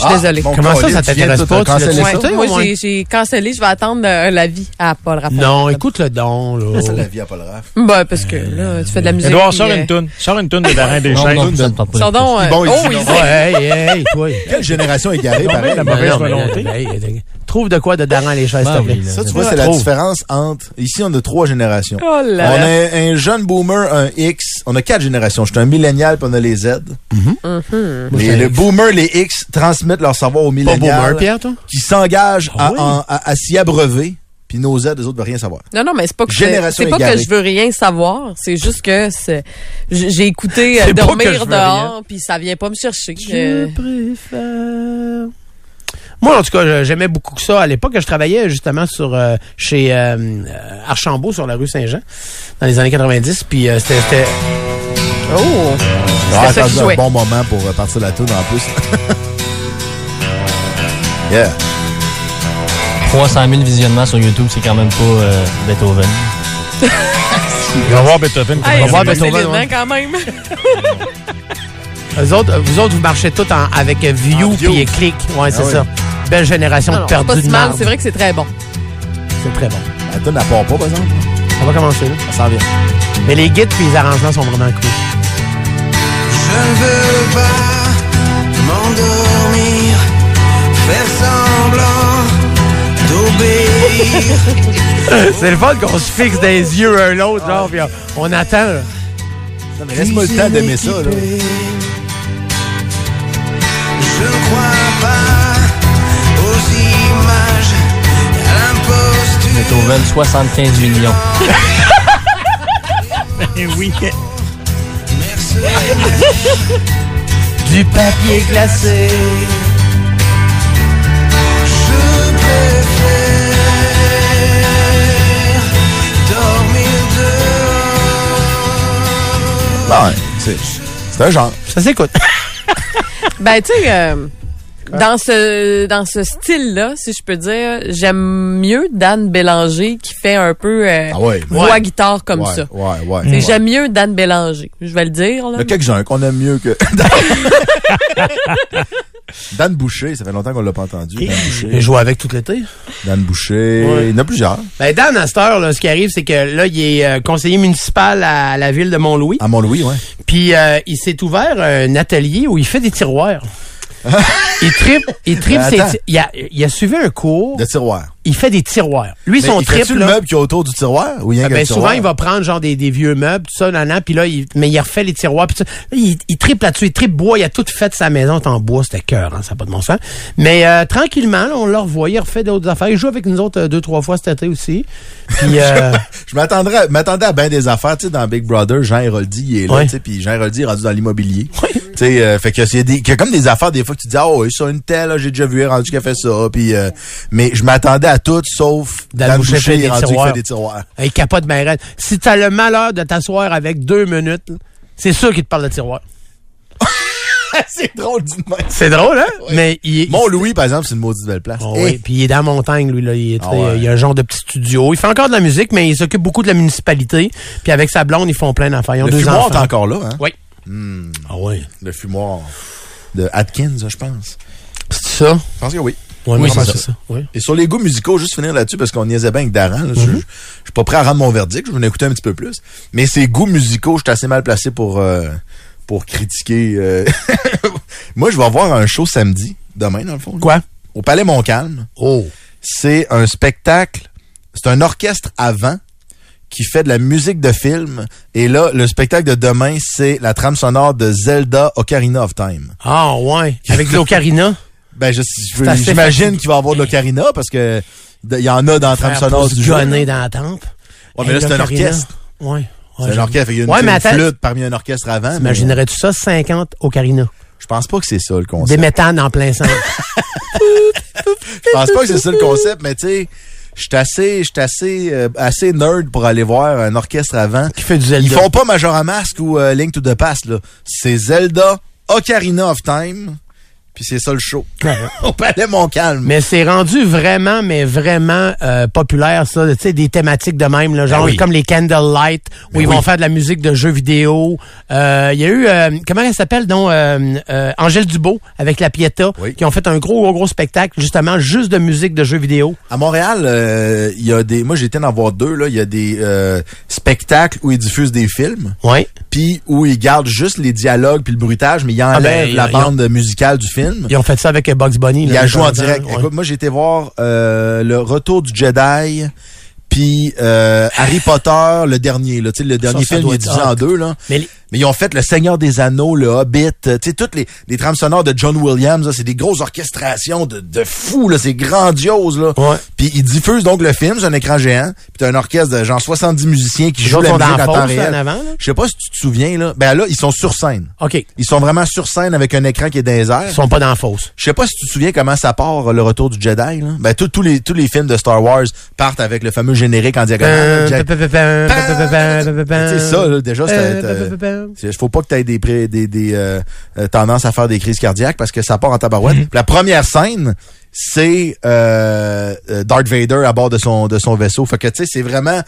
[SPEAKER 4] suis
[SPEAKER 3] Ah,
[SPEAKER 4] désolée.
[SPEAKER 3] bon,
[SPEAKER 2] Comment ça,
[SPEAKER 3] Colin,
[SPEAKER 2] ça
[SPEAKER 3] tu viens de
[SPEAKER 2] t'intéresse
[SPEAKER 3] tout
[SPEAKER 2] pas? Tu
[SPEAKER 3] canceller
[SPEAKER 2] l'as
[SPEAKER 4] Ouais,
[SPEAKER 2] écouté, au
[SPEAKER 4] moi,
[SPEAKER 2] moins?
[SPEAKER 4] j'ai- j'ai cancellé. Je vais attendre euh, l'avis à Paul Rapport. [LAUGHS]
[SPEAKER 2] Non, écoute le don, là.
[SPEAKER 3] C'est la vie à Paul Raff.
[SPEAKER 4] Ben, parce que là, tu fais de la musique.
[SPEAKER 6] Édouard,
[SPEAKER 4] puis,
[SPEAKER 6] sors
[SPEAKER 4] euh,
[SPEAKER 6] une toune. Sors une toune de Darin des
[SPEAKER 9] Non, non,
[SPEAKER 6] chaises.
[SPEAKER 9] ça ne parle pas.
[SPEAKER 4] Sors donc, euh,
[SPEAKER 3] Bon, il
[SPEAKER 4] oh,
[SPEAKER 3] dit non.
[SPEAKER 4] il-
[SPEAKER 2] Ouais, hey, hey,
[SPEAKER 4] [LAUGHS]
[SPEAKER 2] toi.
[SPEAKER 3] Quelle génération égarée,
[SPEAKER 6] Non, mais
[SPEAKER 3] pareil.
[SPEAKER 6] la
[SPEAKER 2] Non,
[SPEAKER 6] mauvaise
[SPEAKER 2] non, mais, ben,
[SPEAKER 6] volonté.
[SPEAKER 2] hey, hey, Trouve de quoi de Daran les chaises,
[SPEAKER 9] Ah,
[SPEAKER 2] s'il te plaît.
[SPEAKER 3] Ça, tu vois, c'est la
[SPEAKER 2] Trouve.
[SPEAKER 3] différence entre... Ici, on a trois générations.
[SPEAKER 4] Oh là
[SPEAKER 3] on
[SPEAKER 4] là.
[SPEAKER 3] a un jeune boomer, un X. On a quatre générations. Je suis un millénial, puis on a les Z.
[SPEAKER 2] Mhm.
[SPEAKER 4] Mhm.
[SPEAKER 3] Les, le boomer, les X, transmettent leur savoir aux
[SPEAKER 2] Pas boomer,
[SPEAKER 3] milléniaux
[SPEAKER 2] Pierre, toi?
[SPEAKER 3] qui s'engagent à,
[SPEAKER 2] Ah oui.
[SPEAKER 3] en- à- à s'y abreuver. Puis nos Z, les autres ne veulent rien savoir.
[SPEAKER 4] Non, non, mais c'est pas que je,
[SPEAKER 3] Génération
[SPEAKER 4] c'est pas
[SPEAKER 3] égarée.
[SPEAKER 4] que je veux rien savoir. C'est juste que c'est- j- j'ai écouté euh,
[SPEAKER 6] C'est pas que je
[SPEAKER 4] dormir
[SPEAKER 6] veux
[SPEAKER 4] dehors, puis ça vient pas me chercher. Euh,
[SPEAKER 2] Je préfère. Moi, en tout cas, je- j'aimais beaucoup que ça. À l'époque, je travaillais justement sur euh, chez euh, euh, Archambault, sur la rue Saint-Jean, dans les années 90. Puis euh, c'était- c'était.
[SPEAKER 4] Ah, Oh!
[SPEAKER 3] Ah,
[SPEAKER 4] ça
[SPEAKER 3] ça
[SPEAKER 4] qui
[SPEAKER 3] c'est un
[SPEAKER 4] jouait.
[SPEAKER 3] bon moment pour euh, partir la toune en plus. [LAUGHS] yeah.
[SPEAKER 9] 300 000 visionnements sur YouTube, c'est quand même pas euh, Beethoven.
[SPEAKER 6] On va voir Beethoven.
[SPEAKER 4] Hey,
[SPEAKER 2] va voir
[SPEAKER 4] c'est
[SPEAKER 2] Beethoven,
[SPEAKER 4] Céline,
[SPEAKER 2] ouais.
[SPEAKER 4] hein, quand même.
[SPEAKER 2] Eux autres, euh, vous autres, vous marchez tous en- avec euh, View
[SPEAKER 4] Ah,
[SPEAKER 3] En View.
[SPEAKER 2] puis euh, Click. Ouais, c'est
[SPEAKER 3] oui.
[SPEAKER 2] ça. Belle génération
[SPEAKER 4] Non, non,
[SPEAKER 2] de
[SPEAKER 4] c'est
[SPEAKER 2] perdus
[SPEAKER 4] pas si
[SPEAKER 2] de
[SPEAKER 4] mal.
[SPEAKER 2] marde.
[SPEAKER 4] C'est vrai que c'est très bon.
[SPEAKER 2] C'est très bon.
[SPEAKER 3] La toune, elle part pas, par exemple.
[SPEAKER 2] On va commencer là.
[SPEAKER 3] Ça s'en vient.
[SPEAKER 2] Mais les guides puis les arrangements sont vraiment cool.
[SPEAKER 10] Je ne veux pas m'endormir, faire semblant d'obéir.
[SPEAKER 2] [LAUGHS] C'est le fun qu'on se fixe des yeux un l'autre, genre, puis euh, on attend. là.
[SPEAKER 3] Non, mais Laisse-moi le temps d'aimer ça. Là.
[SPEAKER 10] Je ne crois pas aux images, à l'imposture.
[SPEAKER 9] Beethoven, 75 millions.
[SPEAKER 6] Oui.
[SPEAKER 2] Du papier glacé.
[SPEAKER 10] Je préfère dormir dehors.
[SPEAKER 3] Bon, Ben, ouais, c'est c'est un genre.
[SPEAKER 2] Ça s'écoute.
[SPEAKER 4] Ben, tu sais, euh, dans ce, dans ce style-là, si je peux dire, j'aime mieux Dan Bélanger qui fait un peu euh,
[SPEAKER 3] Ah ouais, mais-
[SPEAKER 4] voix-guitare comme
[SPEAKER 3] ouais,
[SPEAKER 4] ça.
[SPEAKER 3] Ouais, ouais.
[SPEAKER 4] T'sais,
[SPEAKER 3] ouais.
[SPEAKER 4] J'aime mieux Dan Bélanger. Je vais le dire,
[SPEAKER 3] Il
[SPEAKER 4] là.
[SPEAKER 3] y a quelques-uns qu'on aime mieux que. [LAUGHS] Dan Boucher, ça fait longtemps qu'on l'a pas entendu. Dan
[SPEAKER 2] J'ai
[SPEAKER 3] Boucher.
[SPEAKER 2] joué avec tout l'été.
[SPEAKER 3] Dan Boucher. Il y en a plusieurs. hein,
[SPEAKER 2] Ben, Dan, à cette heure, là, ce qui arrive, c'est que là, il est euh, conseiller municipal à la ville de Mont-Louis.
[SPEAKER 3] À Mont-Louis, ouais.
[SPEAKER 2] Puis euh, il s'est ouvert un atelier où il fait des
[SPEAKER 3] [LAUGHS]
[SPEAKER 2] tiroirs. il tripe, il tripe
[SPEAKER 3] Ben,
[SPEAKER 2] ses
[SPEAKER 3] attends.
[SPEAKER 2] ti- il a, il a suivi un cours.
[SPEAKER 3] De tiroir.
[SPEAKER 2] il fait des tiroirs. Lui,
[SPEAKER 3] Mais
[SPEAKER 2] son
[SPEAKER 3] il
[SPEAKER 2] trip,
[SPEAKER 3] fait-tu le
[SPEAKER 2] là,
[SPEAKER 3] meuble qui est autour du tiroir ou rien
[SPEAKER 2] Ah,
[SPEAKER 3] que le
[SPEAKER 2] ben,
[SPEAKER 3] tiroir?
[SPEAKER 2] souvent, il va prendre genre des, des vieux meubles, tout ça, nanan, puis là, il, mais il refait les tiroirs, puis ça. Là, il, il tripe là-dessus, il tripe bois, il a tout fait sa maison, c'est en bois, c'était cœur, hein, ça n'a pas de bon sens. Mais euh, tranquillement, là, on le revoit, il refait d'autres affaires. Il joue avec nous autres euh, deux, trois fois cet été aussi. Puis,
[SPEAKER 3] [LAUGHS]
[SPEAKER 2] euh,
[SPEAKER 3] Je m'attendrais à- m'attendais à bien des affaires, tu sais, dans Big Brother, Jean Héroldi, il est là,
[SPEAKER 2] Ouais.
[SPEAKER 3] tu sais, puis Jean Héroldi est rendu dans l'immobilier. Tu sais, euh, fait que c'est des, qu'il y a comme des affaires, des fois, que tu dis, ah, ouais, ça, une telle, là, j'ai déjà vu, elle est rendu qu'elle fait ça, puis euh, mais je m'attendais à tout, sauf
[SPEAKER 2] Dan
[SPEAKER 3] Dan
[SPEAKER 2] Boucher
[SPEAKER 3] Boucher,
[SPEAKER 2] fait
[SPEAKER 3] il
[SPEAKER 2] des
[SPEAKER 3] est rendu qu'il
[SPEAKER 2] tiroirs.
[SPEAKER 3] fait des tiroirs.
[SPEAKER 2] il capote bien raide. Si t'as le malheur de t'asseoir avec deux minutes, là, c'est sûr qu'il te parle de tiroir.
[SPEAKER 3] c'est drôle, du même.
[SPEAKER 2] [LAUGHS] C'est drôle, hein? Mais il est...
[SPEAKER 3] Mon Louis, par exemple, c'est une maudite belle place.
[SPEAKER 2] Oh,
[SPEAKER 3] Eh,
[SPEAKER 2] oui, puis il est dans la montagne, lui. Là. Il, est, tu
[SPEAKER 3] Ah
[SPEAKER 2] sais,
[SPEAKER 3] ouais.
[SPEAKER 2] il a un genre de petit studio. Il fait encore de la musique, mais il s'occupe beaucoup de la municipalité. Puis avec sa blonde, ils font plein d'affaires. Ils ont
[SPEAKER 3] Le
[SPEAKER 2] deux
[SPEAKER 3] fumoir est
[SPEAKER 2] enfants.
[SPEAKER 3] encore là, hein?
[SPEAKER 2] Oui. Ah oui.
[SPEAKER 3] Le fumoir de Atkins, je pense.
[SPEAKER 2] C'est ça?
[SPEAKER 3] Je pense que oui.
[SPEAKER 2] Ouais,
[SPEAKER 3] Oui,
[SPEAKER 2] mais
[SPEAKER 3] c'est
[SPEAKER 2] comment
[SPEAKER 3] ça.
[SPEAKER 2] Oui.
[SPEAKER 3] Et sur les goûts musicaux, juste finir là-dessus parce qu'on niaisait bien avec Daran. là, je-
[SPEAKER 2] Mhm.
[SPEAKER 3] Je je suis pas prêt à rendre mon verdict, je vais en écouter un petit peu plus. Mais ces goûts musicaux, je suis assez mal placé pour euh, pour critiquer. euh. [LAUGHS] Moi, je vais voir un show samedi, demain dans le fond. là,
[SPEAKER 2] Quoi?
[SPEAKER 3] Au Palais Montcalm.
[SPEAKER 2] Oh.
[SPEAKER 3] C'est un spectacle, c'est un orchestre avant qui fait de la musique de film. Et là, le spectacle de demain, c'est la trame sonore de Zelda Ocarina of Time.
[SPEAKER 2] Ah ouais. Avec de l'ocarina.
[SPEAKER 3] Ben, je, je-
[SPEAKER 2] C'est assez
[SPEAKER 3] j'imagine
[SPEAKER 2] fatigant.
[SPEAKER 3] qu'il va y avoir de l'ocarina parce que de- il y en a dans la trame
[SPEAKER 2] Faire
[SPEAKER 3] sonore
[SPEAKER 2] pour se
[SPEAKER 3] du jeu.
[SPEAKER 2] gonner dans la tempe.
[SPEAKER 3] Ouais, mais là,
[SPEAKER 2] Hey,
[SPEAKER 3] c'est un
[SPEAKER 2] l'ocarina.
[SPEAKER 3] orchestre.
[SPEAKER 2] Ouais.
[SPEAKER 3] C'est un orchestre. fait qu'il y a une,
[SPEAKER 2] Ouais,
[SPEAKER 3] une
[SPEAKER 2] mais attends.
[SPEAKER 3] flûte parmi un orchestre avant. mais
[SPEAKER 2] Imaginerais-tu ça? 50 ocarina.
[SPEAKER 3] Je pense pas que c'est ça le
[SPEAKER 2] Des
[SPEAKER 3] concept.
[SPEAKER 2] méthanes en plein centre.
[SPEAKER 3] Je pense pas que c'est
[SPEAKER 2] [LAUGHS]
[SPEAKER 3] ça le concept, mais tu sais, je suis assez, j'suis assez, euh, assez nerd pour aller voir un orchestre avant.
[SPEAKER 2] qui fait du Zelda.
[SPEAKER 3] Ils font pas Majora Mask ou euh, Link to the Past, là. C'est Zelda, Ocarina of Time, puis c'est ça le show. [LAUGHS] Au Palais Montcalm.
[SPEAKER 2] Mais c'est rendu vraiment, mais vraiment euh, populaire, ça. Tu sais, des thématiques de même, là, genre
[SPEAKER 3] Ben oui. Ben
[SPEAKER 2] comme les Candlelight, où ils vont faire de la musique de jeux vidéo. Euh, Il y a eu, euh, comment elle s'appelle, donc, euh, euh, Angèle Dubo avec la Pieta,
[SPEAKER 3] Oui.
[SPEAKER 2] qui ont fait un gros, gros, gros spectacle, justement, juste de musique de jeux vidéo.
[SPEAKER 3] À Montréal, euh, il y a des. Moi, j'étais d'en voir deux, là. Il y a des euh, spectacles où ils diffusent des films,
[SPEAKER 2] Oui.
[SPEAKER 3] puis où ils gardent juste les dialogues puis le bruitage, mais ils
[SPEAKER 2] ben,
[SPEAKER 3] enlèvent
[SPEAKER 2] ils-
[SPEAKER 3] la
[SPEAKER 2] ils
[SPEAKER 3] bande musicale du film.
[SPEAKER 2] Ils ont fait ça avec euh, Bugs Bunny.
[SPEAKER 3] Il
[SPEAKER 2] là,
[SPEAKER 3] a joué en
[SPEAKER 2] temps,
[SPEAKER 3] direct.
[SPEAKER 2] ouais.
[SPEAKER 3] Écoute, moi, j'ai été voir euh, le Retour du Jedi, puis euh, Harry Potter, le dernier. Là, Tu sais, le dernier
[SPEAKER 2] ça
[SPEAKER 3] film,
[SPEAKER 2] doit
[SPEAKER 3] il est
[SPEAKER 2] être
[SPEAKER 3] divisé en
[SPEAKER 2] hot.
[SPEAKER 3] deux. Là.
[SPEAKER 2] Mais les-
[SPEAKER 3] Mais ils ont fait Le Seigneur des Anneaux, Le Hobbit. euh, Tu sais, toutes les, les trames sonores de John Williams. là, C'est des grosses orchestrations de, de fous. là, C'est grandiose. là.
[SPEAKER 2] Ouais.
[SPEAKER 3] Puis ils diffusent donc le film. C'est un écran géant. Puis t'as un orchestre de genre 70 musiciens qui
[SPEAKER 2] Les
[SPEAKER 3] jouent
[SPEAKER 2] autres
[SPEAKER 3] la
[SPEAKER 2] sont dans
[SPEAKER 3] musique
[SPEAKER 2] la
[SPEAKER 3] en
[SPEAKER 2] fosse,
[SPEAKER 3] temps
[SPEAKER 2] là,
[SPEAKER 3] réel.
[SPEAKER 2] en avant, là.
[SPEAKER 3] Je sais pas si tu te souviens. là. Ben là, ils sont sur scène.
[SPEAKER 2] OK.
[SPEAKER 3] Ils sont vraiment sur scène avec un écran qui est dans les airs.
[SPEAKER 2] Ils sont pas dans la fosse.
[SPEAKER 3] Je sais pas si tu te souviens comment ça part, euh, le retour du Jedi. Là. Ben, tous tous les, tous les films de Star Wars partent avec le fameux générique en diagonale. Euh, Jack- Mais tu sais,
[SPEAKER 2] C'est
[SPEAKER 3] ça, euh, là, déjà, c'était- C'est- Faut pas que tu aies des, pré- des, des euh, euh, tendances à faire des crises cardiaques parce que ça part en tabarouette. La première scène, c'est euh, euh, Darth Vader à bord de son de son vaisseau. Fait que tu sais, c'est vraiment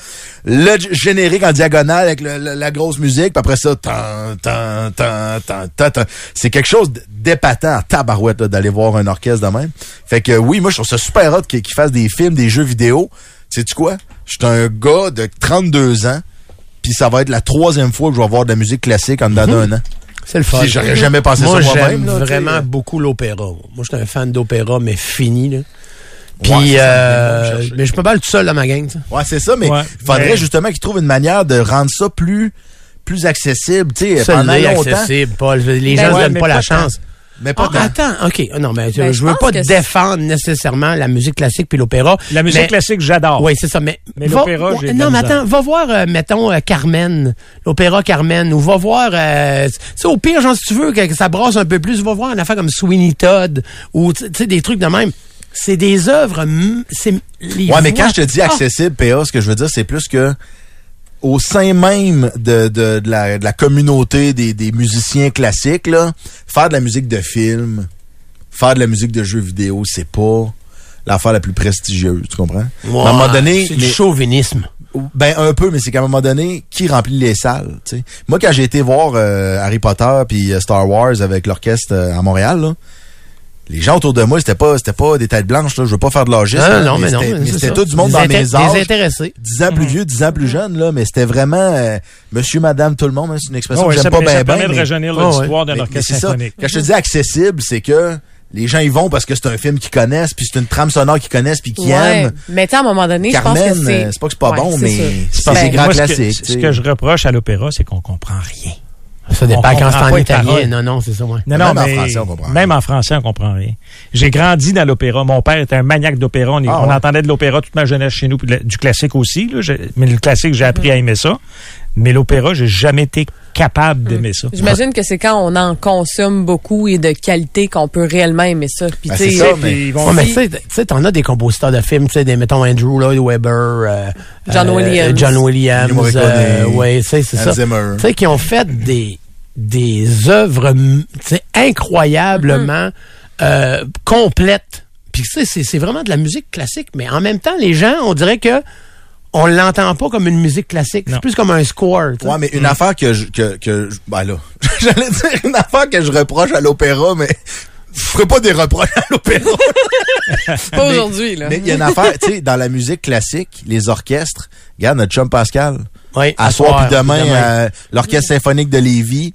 [SPEAKER 3] le g- générique en diagonale avec le- le- la grosse musique. Puis après ça, tan, tan, tan, tan, tan, tan. c'est quelque chose d- d'épatant en tabarouette là, d'aller voir un orchestre de même. Fait que oui, moi je trouve ça super hot qu'ils qu'ils fassent des films, des jeux vidéo. Sais-tu quoi? Je suis un gars de 32 ans puis ça va être la troisième fois que je vais voir de la musique classique en dedans
[SPEAKER 2] Mhm.
[SPEAKER 3] d'un an.
[SPEAKER 2] C'est le fun.
[SPEAKER 3] Si j'aurais jamais pensé
[SPEAKER 2] moi,
[SPEAKER 3] ça moi-même,
[SPEAKER 2] j'aime
[SPEAKER 3] là, tu sais.
[SPEAKER 2] vraiment beaucoup l'opéra. Moi, j'étais un fan d'opéra, mais fini. Là. Puis,
[SPEAKER 3] Ouais, c'est ça,
[SPEAKER 2] euh,
[SPEAKER 3] je vais chercher.
[SPEAKER 2] mais je suis pas mal tout seul dans ma gang. ça.
[SPEAKER 3] Ouais, c'est ça, mais il
[SPEAKER 6] Ouais.
[SPEAKER 3] faudrait
[SPEAKER 6] Mais-
[SPEAKER 3] justement qu'ils trouvent une manière de rendre ça plus plus accessible, tu sais, pendant
[SPEAKER 2] Seul est
[SPEAKER 3] longtemps.
[SPEAKER 2] accessible, Paul. Les gens
[SPEAKER 8] Ben
[SPEAKER 2] ne
[SPEAKER 8] ouais,
[SPEAKER 2] donnent
[SPEAKER 6] mais
[SPEAKER 2] pas la
[SPEAKER 6] pas
[SPEAKER 2] chance.
[SPEAKER 3] Mais pas
[SPEAKER 2] Ah,
[SPEAKER 3] tant.
[SPEAKER 2] attends, ok. Ah, Non, mais je-
[SPEAKER 8] Ben,
[SPEAKER 2] je
[SPEAKER 8] je
[SPEAKER 2] veux
[SPEAKER 8] pense
[SPEAKER 2] pas
[SPEAKER 8] que c'est-
[SPEAKER 2] défendre nécessairement la musique classique puis l'opéra.
[SPEAKER 6] La musique
[SPEAKER 2] mais-
[SPEAKER 6] classique, j'adore.
[SPEAKER 2] Oui, c'est ça. Mais,
[SPEAKER 6] Ah. Mais
[SPEAKER 2] va-
[SPEAKER 6] l'opéra,
[SPEAKER 2] ouais,
[SPEAKER 6] j'ai de la
[SPEAKER 2] Non, mais
[SPEAKER 6] misère.
[SPEAKER 2] attends, va voir, euh, mettons, euh, Carmen, l'opéra Carmen, ou va voir, euh, tu sais, au pire, genre, si tu veux que, que ça brasse un peu plus, va voir une affaire comme Sweeney Todd, ou, tu tu sais, des trucs de même. C'est des œuvres, hum, c'est les
[SPEAKER 3] Ouais, mais
[SPEAKER 2] voix-
[SPEAKER 3] quand je te dis
[SPEAKER 2] Ah!
[SPEAKER 3] accessible, PA, ce que je veux dire, c'est plus que au sein même de, de, de la, de la communauté des, des musiciens classiques, là, faire de la musique de film, faire de la musique de jeux vidéo, c'est pas l'affaire la plus prestigieuse, tu comprends?
[SPEAKER 2] Ouais,
[SPEAKER 3] à un moment donné,
[SPEAKER 2] c'est du
[SPEAKER 3] les-
[SPEAKER 2] chauvinisme.
[SPEAKER 3] Ben un peu, mais c'est qu'à un moment donné, qui remplit les salles. tu sais. Moi, quand j'ai été voir euh, Harry Potter puis euh, Star Wars avec l'orchestre euh, à Montréal, là, les gens autour de moi, c'était pas, c'était pas des têtes blanches. Là. Je veux pas faire de l'âgisme.
[SPEAKER 2] Non,
[SPEAKER 3] là,
[SPEAKER 2] non, mais non.
[SPEAKER 3] c'était-
[SPEAKER 2] c'est
[SPEAKER 3] c'était
[SPEAKER 2] ça.
[SPEAKER 3] tout du monde
[SPEAKER 2] Des
[SPEAKER 3] dans
[SPEAKER 2] inté-
[SPEAKER 3] mes âges.
[SPEAKER 2] Des Mm. intéressés.
[SPEAKER 3] 10 ans plus vieux, 10 ans plus jeune, là, mais c'était vraiment euh, monsieur, madame, tout le monde. hein, c'est une expression
[SPEAKER 6] Ouais,
[SPEAKER 3] que j'aime
[SPEAKER 6] ça
[SPEAKER 3] pas
[SPEAKER 6] mais ça
[SPEAKER 3] bien.
[SPEAKER 6] permet de rajeunir l'histoire d'un
[SPEAKER 3] Mais- mais
[SPEAKER 6] orchestre
[SPEAKER 3] c'est ça.
[SPEAKER 6] symphonique.
[SPEAKER 3] Quand je te dis accessible, c'est que les gens y vont parce que c'est un film qu'ils connaissent, puis c'est une trame sonore qu'ils connaissent, puis qu'ils
[SPEAKER 8] Ouais.
[SPEAKER 3] aiment.
[SPEAKER 8] Mais tu sais, à un moment donné, je pense que
[SPEAKER 3] Carmen,
[SPEAKER 8] c'est.
[SPEAKER 3] euh, c'est pas que c'est pas
[SPEAKER 8] Ouais,
[SPEAKER 3] bon,
[SPEAKER 8] c'est
[SPEAKER 3] mais
[SPEAKER 8] sûr.
[SPEAKER 3] c'est
[SPEAKER 8] Ben,
[SPEAKER 3] des grands
[SPEAKER 6] Moi, ce que-
[SPEAKER 3] classiques.
[SPEAKER 6] Ce
[SPEAKER 3] tu
[SPEAKER 6] que
[SPEAKER 3] sais.
[SPEAKER 6] je reproche à l'opéra, c'est qu'on comprend rien.
[SPEAKER 2] Ça
[SPEAKER 6] On
[SPEAKER 2] dépend quand c'est
[SPEAKER 6] comprend
[SPEAKER 2] en
[SPEAKER 6] pas les
[SPEAKER 2] italien.
[SPEAKER 6] paroles.
[SPEAKER 2] Non, non, c'est ça, ouais.
[SPEAKER 6] Non,
[SPEAKER 3] Même
[SPEAKER 6] non,
[SPEAKER 3] en
[SPEAKER 6] mais
[SPEAKER 3] français, on comprend
[SPEAKER 6] Même en français, on comprend rien. J'ai grandi dans l'opéra. Mon père était un maniaque d'opéra. On,
[SPEAKER 3] Ah,
[SPEAKER 6] on
[SPEAKER 3] ouais.
[SPEAKER 6] entendait de l'opéra toute ma jeunesse chez nous, puis de la- du classique aussi. là. J'ai- mais le classique, j'ai appris à aimer ça. Mais l'opéra, j'ai jamais été capable d'aimer ça.
[SPEAKER 8] J'imagine que c'est quand on en consomme beaucoup et de qualité qu'on peut réellement aimer ça. Puis
[SPEAKER 3] Ben,
[SPEAKER 8] tu sais,
[SPEAKER 3] c'est ça,
[SPEAKER 8] euh,
[SPEAKER 3] mais-
[SPEAKER 2] Ouais, mais tu sais, tu sais, t'en as des compositeurs de films, tu sais, des, mettons, Andrew Lloyd Webber, euh,
[SPEAKER 8] John
[SPEAKER 2] euh,
[SPEAKER 8] Williams.
[SPEAKER 2] John Williams,
[SPEAKER 3] Ennio Morricone.
[SPEAKER 2] euh, ouais, tu sais, c'est
[SPEAKER 3] Hans
[SPEAKER 2] ça.
[SPEAKER 3] Zimmer.
[SPEAKER 2] Tu sais, qui ont fait des, des œuvres, m- tu sais, incroyablement
[SPEAKER 8] Mm-hmm.
[SPEAKER 2] euh, complètes. Puis, tu sais, c'est- c'est vraiment de la musique classique, mais en même temps, les gens, on dirait que on l'entend pas comme une musique classique. C'est
[SPEAKER 6] Non.
[SPEAKER 2] plus comme un score, tu sais.
[SPEAKER 3] Ouais, mais une affaire que je. Que, que je- ben là, [LAUGHS] j'allais dire une affaire que je reproche à l'opéra, mais je ferai pas des reproches à l'opéra.
[SPEAKER 8] pas aujourd'hui, là.
[SPEAKER 3] mais il y a une affaire, tu sais, dans la musique classique, les orchestres, regarde notre chum Pascal,
[SPEAKER 2] Ouais,
[SPEAKER 3] à soir puis demain,
[SPEAKER 2] demain.
[SPEAKER 3] euh, l'Orchestre symphonique de Lévis,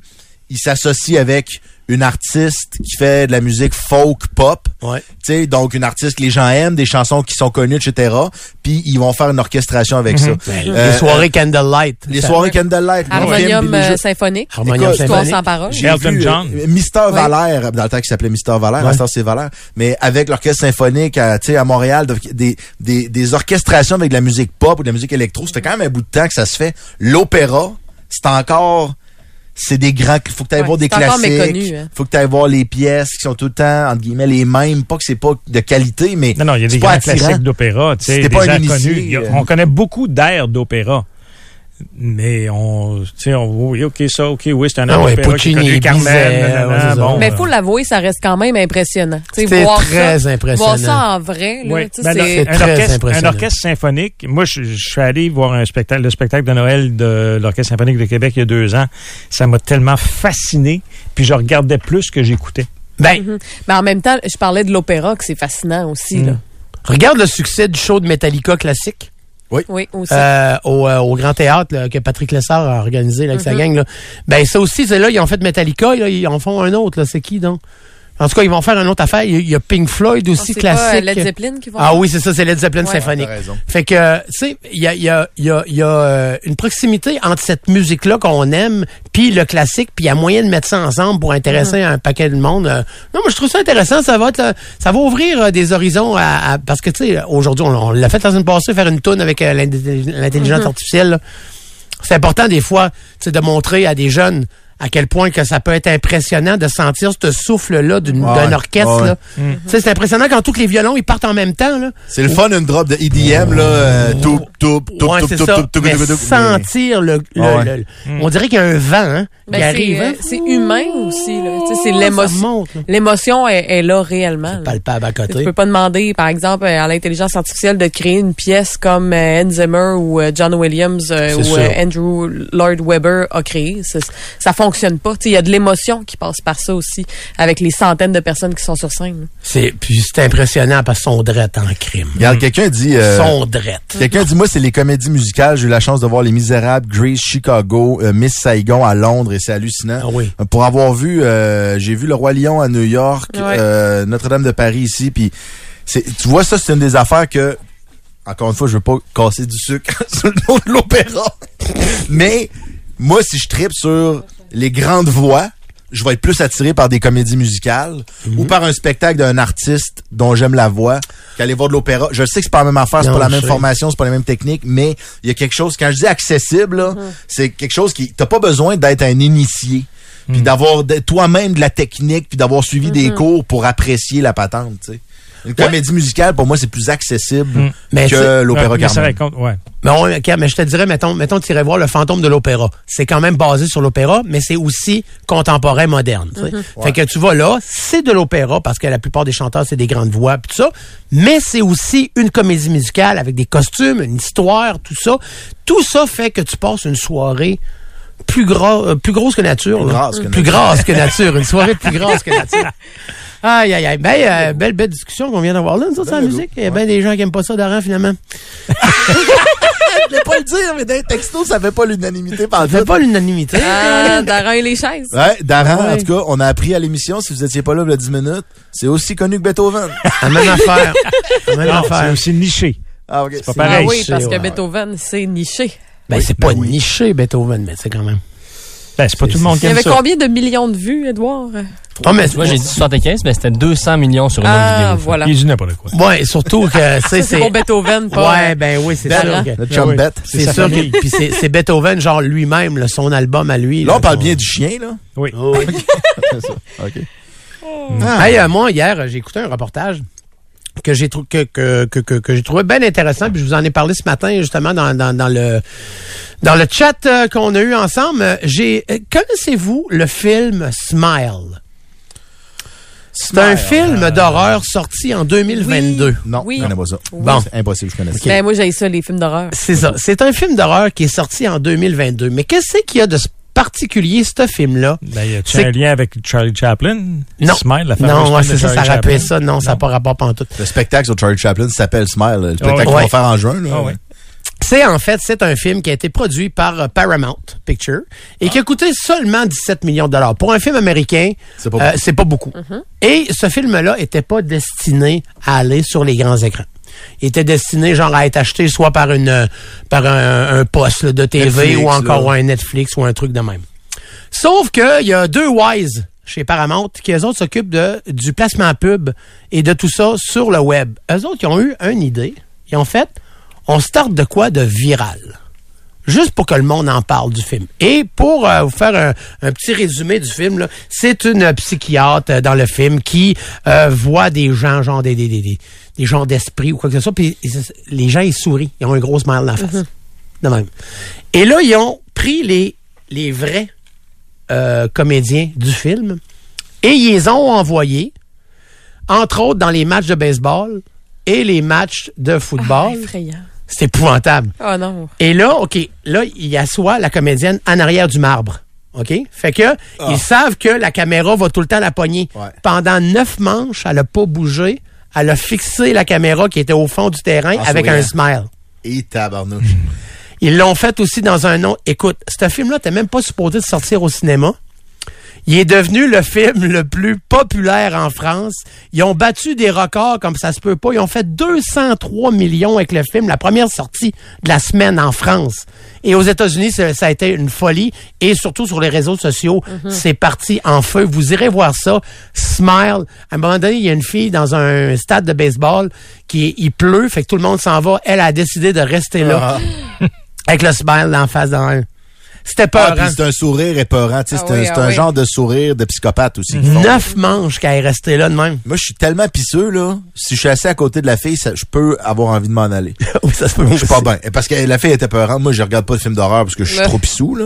[SPEAKER 3] il s'associe avec une artiste qui fait de la musique folk pop.
[SPEAKER 2] Ouais.
[SPEAKER 3] Tu sais, donc une artiste que les gens aiment, des chansons qui sont connues, etc. Puis ils vont faire une orchestration avec ça.
[SPEAKER 2] Ben,
[SPEAKER 3] Euh,
[SPEAKER 2] les soirées Candlelight.
[SPEAKER 3] Les
[SPEAKER 2] Ça-
[SPEAKER 3] soirées Candlelight, le film, puis
[SPEAKER 8] Harmonium
[SPEAKER 3] les
[SPEAKER 8] euh,
[SPEAKER 3] jeux-
[SPEAKER 8] symphonique.
[SPEAKER 2] Harmonium
[SPEAKER 3] Écoute,
[SPEAKER 8] Histoire
[SPEAKER 2] symphonique.
[SPEAKER 8] sans parole.
[SPEAKER 3] J'ai
[SPEAKER 6] Elton
[SPEAKER 3] vu,
[SPEAKER 6] John.
[SPEAKER 3] euh, Mister Valère, dans le temps qui s'appelait Mister Valère,
[SPEAKER 2] Ouais.
[SPEAKER 3] à cette heure, c'est Valère, mais avec l'orchestre symphonique à, tu sais, à Montréal, donc des, des, des orchestrations avec de la musique pop ou de la musique électro, ça fait quand même un bout de temps que ça se fait. L'opéra, c'est encore... C'est des grands... Faut que t'ailles
[SPEAKER 8] Ouais,
[SPEAKER 3] voir des
[SPEAKER 8] c'est encore
[SPEAKER 3] classiques.
[SPEAKER 8] méconnu, hein.
[SPEAKER 3] Faut que t'ailles voir les pièces qui sont tout le temps, entre guillemets, les mêmes. Pas que c'est pas de qualité, mais
[SPEAKER 6] Non, non, il y a
[SPEAKER 3] c'est
[SPEAKER 6] des
[SPEAKER 3] pas
[SPEAKER 6] grands
[SPEAKER 3] attirant.
[SPEAKER 6] classiques d'opéra, tu sais,
[SPEAKER 3] C'était
[SPEAKER 6] des
[SPEAKER 3] pas un
[SPEAKER 6] gens
[SPEAKER 3] initié,
[SPEAKER 6] connus. Il y a-
[SPEAKER 3] euh.
[SPEAKER 6] on connaît beaucoup d'airs d'opéra. Mais on, tu sais, on, oui, ok, ça, ok, oui, c'est un air
[SPEAKER 2] Ah ouais,
[SPEAKER 6] d'opéra qui est
[SPEAKER 2] Puccini,
[SPEAKER 6] connu, Carmen,
[SPEAKER 2] Bizet,
[SPEAKER 6] nanana,
[SPEAKER 2] ouais, c'est ça.
[SPEAKER 6] bon,
[SPEAKER 8] Mais
[SPEAKER 6] euh,
[SPEAKER 8] faut l'avouer, ça reste quand même impressionnant. Tu sais,
[SPEAKER 2] C'était
[SPEAKER 8] voir
[SPEAKER 2] très
[SPEAKER 8] ça,
[SPEAKER 2] impressionnant.
[SPEAKER 8] Voir ça en vrai, là,
[SPEAKER 6] Ouais.
[SPEAKER 8] tu sais,
[SPEAKER 6] Ben,
[SPEAKER 8] c'est-
[SPEAKER 6] un,
[SPEAKER 2] C'est très
[SPEAKER 6] orchestre, un
[SPEAKER 2] impressionnant.
[SPEAKER 6] orchestre symphonique. Moi, je, je suis allé voir un spectacle, le spectacle de Noël de l'Orchestre symphonique de Québec il y a deux ans. Ça m'a tellement fasciné, puis je regardais plus que j'écoutais.
[SPEAKER 2] Ben,
[SPEAKER 8] Mais en même temps, je parlais de l'opéra, que c'est fascinant aussi. Là.
[SPEAKER 9] Hmm.
[SPEAKER 6] Mmh.
[SPEAKER 8] Mm-hmm.
[SPEAKER 2] regarde le succès du show de Metallica classique.
[SPEAKER 8] Oui, aussi.
[SPEAKER 2] Euh, au, euh, au Grand Théâtre là, que Patrick Lessard a organisé là, avec
[SPEAKER 8] Mm-hmm.
[SPEAKER 2] sa gang. Là. Ben ça aussi, c'est là, ils ont fait Metallica, là, ils en font un autre, là. c'est qui donc? En tout cas, ils vont faire une autre affaire. Il y a- il y a Pink Floyd
[SPEAKER 8] Ah,
[SPEAKER 2] aussi,
[SPEAKER 8] c'est pas, euh,
[SPEAKER 2] classique.
[SPEAKER 8] Led Zeppelin qui vont
[SPEAKER 2] Ah oui, c'est ça, c'est Led Zeppelin
[SPEAKER 8] Ouais.
[SPEAKER 2] symphonique.
[SPEAKER 3] Ouais, t'as raison.
[SPEAKER 2] Fait que, tu sais, il y a, il y a- il y a- il y a, euh, une proximité entre cette musique-là qu'on aime, puis le classique, puis il y a moyen de mettre ça ensemble pour intéresser un paquet de monde. Euh, non, moi, je trouve ça intéressant. Ça va être, euh, ça va ouvrir euh, des horizons à, à- parce que, tu sais, aujourd'hui, on, on l'a fait la semaine passée, faire une toune avec euh, l'intelli- l'intelligence artificielle. là. C'est important, des fois, tu sais, de montrer à des jeunes à quel point que ça peut être impressionnant de sentir ce souffle-là d'une-
[SPEAKER 3] Ouais,
[SPEAKER 2] d'un orchestre.
[SPEAKER 3] ouais.
[SPEAKER 2] là. Tu sais, C'est impressionnant quand tous les violons, ils partent en même temps. Là.
[SPEAKER 3] C'est le fun, une drop de EDM, là. euh,
[SPEAKER 6] Oh.
[SPEAKER 3] toup, toup, toup,
[SPEAKER 2] Ouais,
[SPEAKER 3] toup,
[SPEAKER 2] c'est
[SPEAKER 3] toup,
[SPEAKER 2] ça.
[SPEAKER 3] toup, toup,
[SPEAKER 2] Mais
[SPEAKER 3] toup, toup, mais-
[SPEAKER 2] sentir le, le-
[SPEAKER 3] Ah ouais.
[SPEAKER 2] le- le- on dirait qu'il y a un vent hein, qui
[SPEAKER 8] Hmm. Ben, c'est,
[SPEAKER 2] arrive.
[SPEAKER 8] euh,
[SPEAKER 2] hein.
[SPEAKER 8] c'est humain aussi. Là. Tu sais, c'est
[SPEAKER 2] Ça
[SPEAKER 8] l'émotion.
[SPEAKER 2] monte, là.
[SPEAKER 8] L'émotion est, est là réellement. là.
[SPEAKER 2] Palpable à
[SPEAKER 8] Tu
[SPEAKER 2] côté.
[SPEAKER 8] peux pas demander, par exemple, euh, à l'intelligence artificielle de créer une pièce comme euh, Hans Zimmer ou euh, John Williams euh,
[SPEAKER 2] C'est
[SPEAKER 8] ou euh,
[SPEAKER 2] sûr.
[SPEAKER 8] Andrew Lloyd Webber a créé. Ça, ça fonctionne pas. Tu sais, Il y a de l'émotion qui passe par ça aussi, avec les centaines de personnes qui sont sur scène.
[SPEAKER 2] C'est puis c'est impressionnant parce qu'on drette en crime.
[SPEAKER 3] Regarde, quelqu'un dit... euh,
[SPEAKER 2] Son drette.
[SPEAKER 3] Quelqu'un dit, moi, c'est les comédies musicales. J'ai eu la chance de voir Les Misérables, Grease, Chicago, euh, Miss Saigon à Londres et c'est hallucinant.
[SPEAKER 2] Ah oui.
[SPEAKER 3] Euh, Pour avoir vu, euh, j'ai vu Le Roi Lion à New York,
[SPEAKER 8] Ouais.
[SPEAKER 3] euh, Notre-Dame de Paris ici, puis c'est, tu vois, ça, c'est une des affaires que, encore une fois, je veux pas casser du sucre [LAUGHS] sur le dos de l'opéra, mais moi, si je tripe sur les grandes voix, je vais être plus attiré par des comédies musicales
[SPEAKER 2] Mhm.
[SPEAKER 3] ou par un spectacle d'un artiste dont j'aime la voix qu'aller voir de l'opéra. Je sais que c'est pas la même affaire, c'est
[SPEAKER 2] Non,
[SPEAKER 3] pas la
[SPEAKER 2] je
[SPEAKER 3] même
[SPEAKER 2] sais.
[SPEAKER 3] formation, c'est pas la même technique, mais il y a quelque chose, quand je dis accessible, là, c'est quelque chose qui, t'as pas besoin d'être un initié,
[SPEAKER 2] Mhm.
[SPEAKER 3] puis d'avoir de- toi-même de la technique, puis d'avoir suivi des cours pour apprécier la patente, tu sais. Une comédie musicale, pour moi, c'est plus accessible
[SPEAKER 2] Mais
[SPEAKER 3] que
[SPEAKER 2] c'est-
[SPEAKER 3] l'opéra
[SPEAKER 6] Ouais, mais ça
[SPEAKER 3] Carmen.
[SPEAKER 6] raconte- ouais.
[SPEAKER 2] Mais, on- ok, mais je te dirais, mettons, mettons, tu irais voir le fantôme de l'opéra. C'est quand même basé sur l'opéra, mais c'est aussi contemporain moderne. tu sais.
[SPEAKER 3] Mm-hmm.
[SPEAKER 2] Fait que tu vas là, c'est de l'opéra parce que la plupart des chanteurs c'est des grandes voix puis tout ça, mais c'est aussi une comédie musicale avec des costumes, une histoire, tout ça. Tout ça fait que tu passes une soirée plus gros, plus grosse que nature,
[SPEAKER 3] Plus
[SPEAKER 2] là.
[SPEAKER 3] grasse que
[SPEAKER 2] plus
[SPEAKER 3] nature.
[SPEAKER 2] grasse que nature, une soirée
[SPEAKER 3] [LAUGHS]
[SPEAKER 2] plus grasse que nature. Aïe, aïe, aïe. Ben, euh, belle, belle discussion
[SPEAKER 3] Ben,
[SPEAKER 2] qu'on vient d'avoir là, nous autres, sur la musique. Il y a bien des gens qui aiment pas ça, Daran, finalement.
[SPEAKER 3] Je l'ai pas le dire, mais d'un texto, ça fait pas l'unanimité par
[SPEAKER 2] Ça fait pas l'unanimité.
[SPEAKER 3] Euh,
[SPEAKER 2] hein.
[SPEAKER 8] Ah, Darin et les chaises.
[SPEAKER 3] Ouais, Daran, en tout cas, on a appris à l'émission, si vous étiez pas là il y a 10 minutes, c'est aussi connu que Beethoven.
[SPEAKER 2] La même [LAUGHS] affaire. La même
[SPEAKER 6] Non, c'est
[SPEAKER 2] affaire.
[SPEAKER 6] aussi niché.
[SPEAKER 3] Ah, ok.
[SPEAKER 6] pas
[SPEAKER 3] c'est-
[SPEAKER 6] pareil.
[SPEAKER 8] Ah oui,
[SPEAKER 2] c'est-
[SPEAKER 8] parce que
[SPEAKER 2] ouais,
[SPEAKER 8] Beethoven, c'est niché.
[SPEAKER 2] Ben, c'est pas niché, Beethoven, mais c'est quand même.
[SPEAKER 6] Ben, c'est pas tout le monde qui
[SPEAKER 8] Il y
[SPEAKER 6] aime
[SPEAKER 8] avait
[SPEAKER 6] ça.
[SPEAKER 8] combien de millions de vues, Edouard?
[SPEAKER 2] Ah, mais,
[SPEAKER 9] Moi, j'ai dit 75, mais c'était 200 millions sur une
[SPEAKER 8] Ah,
[SPEAKER 9] autre vidéo.
[SPEAKER 8] voilà.
[SPEAKER 6] Il dit n'importe quoi.
[SPEAKER 2] ouais,
[SPEAKER 8] [LAUGHS]
[SPEAKER 2] surtout que, tu sais,
[SPEAKER 8] Ça, c'est pour hein? Beethoven, pas. euh,
[SPEAKER 2] Ouais, ben oui, c'est sûr.
[SPEAKER 8] Daran.
[SPEAKER 2] que-
[SPEAKER 3] Le chum
[SPEAKER 6] Ah oui.
[SPEAKER 3] bête.
[SPEAKER 6] C'est
[SPEAKER 2] C'est
[SPEAKER 6] sa
[SPEAKER 2] sûr
[SPEAKER 6] famille.
[SPEAKER 2] que puis c'est c'est Beethoven genre lui-même là, son album à lui.
[SPEAKER 3] Là, on parle
[SPEAKER 2] son-
[SPEAKER 3] bien du chien, là. Ah
[SPEAKER 6] Oui.
[SPEAKER 2] Oh, oui.
[SPEAKER 3] [LAUGHS] C'est ça. OK. Ah,
[SPEAKER 2] Hey, euh, moi hier, euh, j'ai écouté un reportage que j'ai trou- que, que, que, que, que j'ai trouvé bien intéressant puis je vous en ai parlé ce matin justement dans, dans, dans le dans le chat euh, qu'on a eu ensemble, Euh, j'ai euh, connaissez-vous le film Smile C'est un film d'horreur sorti en 2022.
[SPEAKER 3] Non,
[SPEAKER 8] Oui.
[SPEAKER 3] on pas ça.
[SPEAKER 2] Bon.
[SPEAKER 3] C'est impossible, je connais ça.
[SPEAKER 8] Ben, moi, j'ai ça, les films d'horreur.
[SPEAKER 2] C'est ça. C'est un film d'horreur qui est sorti en 2022. Mais qu'est-ce qu'il y a de particulier ce film là
[SPEAKER 6] Ben, y a-tu
[SPEAKER 2] C'est-
[SPEAKER 6] un lien avec Charlie Chaplin?
[SPEAKER 2] Non.
[SPEAKER 6] Smile, la fameuse
[SPEAKER 2] non, ouais,
[SPEAKER 6] tune de
[SPEAKER 2] c'est ça, ça
[SPEAKER 6] Charlie
[SPEAKER 2] rappelait
[SPEAKER 6] Chaplin.
[SPEAKER 2] ça. Non, ça n'a pas rapport pantoute.
[SPEAKER 3] Le spectacle sur Charlie Chaplin s'appelle Smile. Le
[SPEAKER 6] ouais.
[SPEAKER 3] spectacle qu'on va
[SPEAKER 2] Oh, Ouais.
[SPEAKER 3] faire en juin, là.
[SPEAKER 6] Ah ouais.
[SPEAKER 2] C'est en fait, c'est un film qui a été produit par euh, Paramount Picture et qui a coûté seulement 17 millions de dollars. Pour un film américain,
[SPEAKER 3] C'est pas
[SPEAKER 2] euh,
[SPEAKER 3] beaucoup.
[SPEAKER 2] c'est pas beaucoup. Et ce film-là était pas destiné à aller sur les grands écrans. Il était destiné genre à être acheté soit par une euh, par un, un poste là, de TV
[SPEAKER 3] Netflix,
[SPEAKER 2] ou encore
[SPEAKER 3] là.
[SPEAKER 2] un Netflix ou un truc de même. Sauf que il y a deux Wise chez Paramount qui eux autres s'occupent de du placement pub et de tout ça sur le web. Eux autres ils ont eu une idée. Ils ont fait on starte de quoi de viral. Juste pour que le monde en parle du film. Et pour euh, vous faire un, un petit résumé du film, là, c'est une psychiatre euh, dans le film qui euh, voit des gens, genre des, des, des, des- des gens d'esprit ou quoi que ce soit, puis ils- les gens, ils sourient. Ils ont un gros smile dans la face. De même. Et là, ils ont pris les, les vrais euh, comédiens du film et ils les ont envoyés, entre autres, dans les matchs de baseball et les matchs de
[SPEAKER 8] Ah,
[SPEAKER 2] football.
[SPEAKER 8] effrayant.
[SPEAKER 2] C'est épouvantable.
[SPEAKER 8] Ah non.
[SPEAKER 2] Et là, OK, là, il assoit la comédienne en arrière du marbre. OK? Fait que, ils savent que la caméra va tout le temps la pogner.
[SPEAKER 3] Ah. Ouais.
[SPEAKER 2] Pendant neuf manches, elle a pas bougé. Elle a fixé la caméra qui était au fond du terrain
[SPEAKER 3] En
[SPEAKER 2] avec un
[SPEAKER 3] Ah, souriant.
[SPEAKER 2] smile.
[SPEAKER 3] Et tabarnouche.
[SPEAKER 2] Ils l'ont fait aussi dans un nom. Écoute, ce film-là, t'es même pas supposé de sortir au cinéma. Il est devenu le film le plus populaire en France. Ils ont battu des records comme ça se peut pas. Ils ont fait 203 millions avec le film, la première sortie de la semaine en France. Et aux États-Unis, ça ça a été une folie. Et surtout sur les réseaux sociaux,
[SPEAKER 3] Mhm.
[SPEAKER 2] c'est parti en feu. Vous irez voir ça. Smile. À un moment donné, il y a une fille dans un stade de baseball qui il pleut, fait que tout le monde s'en va. Elle a décidé de rester là avec le smile en face dans un. C'était hein?
[SPEAKER 3] Ah,
[SPEAKER 2] pas
[SPEAKER 3] puis c'est un sourire épeurant. tu sais,
[SPEAKER 8] Ah
[SPEAKER 3] c'est un,
[SPEAKER 8] oui,
[SPEAKER 3] c'est
[SPEAKER 8] ah
[SPEAKER 3] un
[SPEAKER 8] oui.
[SPEAKER 3] genre de sourire de psychopathe aussi. qu'ils font.
[SPEAKER 2] Neuf manches qu'elle est restée là de même.
[SPEAKER 3] Moi, je suis tellement pisseux, là. Si je suis assis à côté de la fille, ça- je peux avoir envie de m'en aller.
[SPEAKER 2] [LAUGHS] [LAUGHS] Oui, ça se peut
[SPEAKER 3] Je suis pas bien. Parce que la fille était peurante. Moi, je regarde pas de film d'horreur parce que je suis
[SPEAKER 8] Ouais.
[SPEAKER 3] trop pissou, là.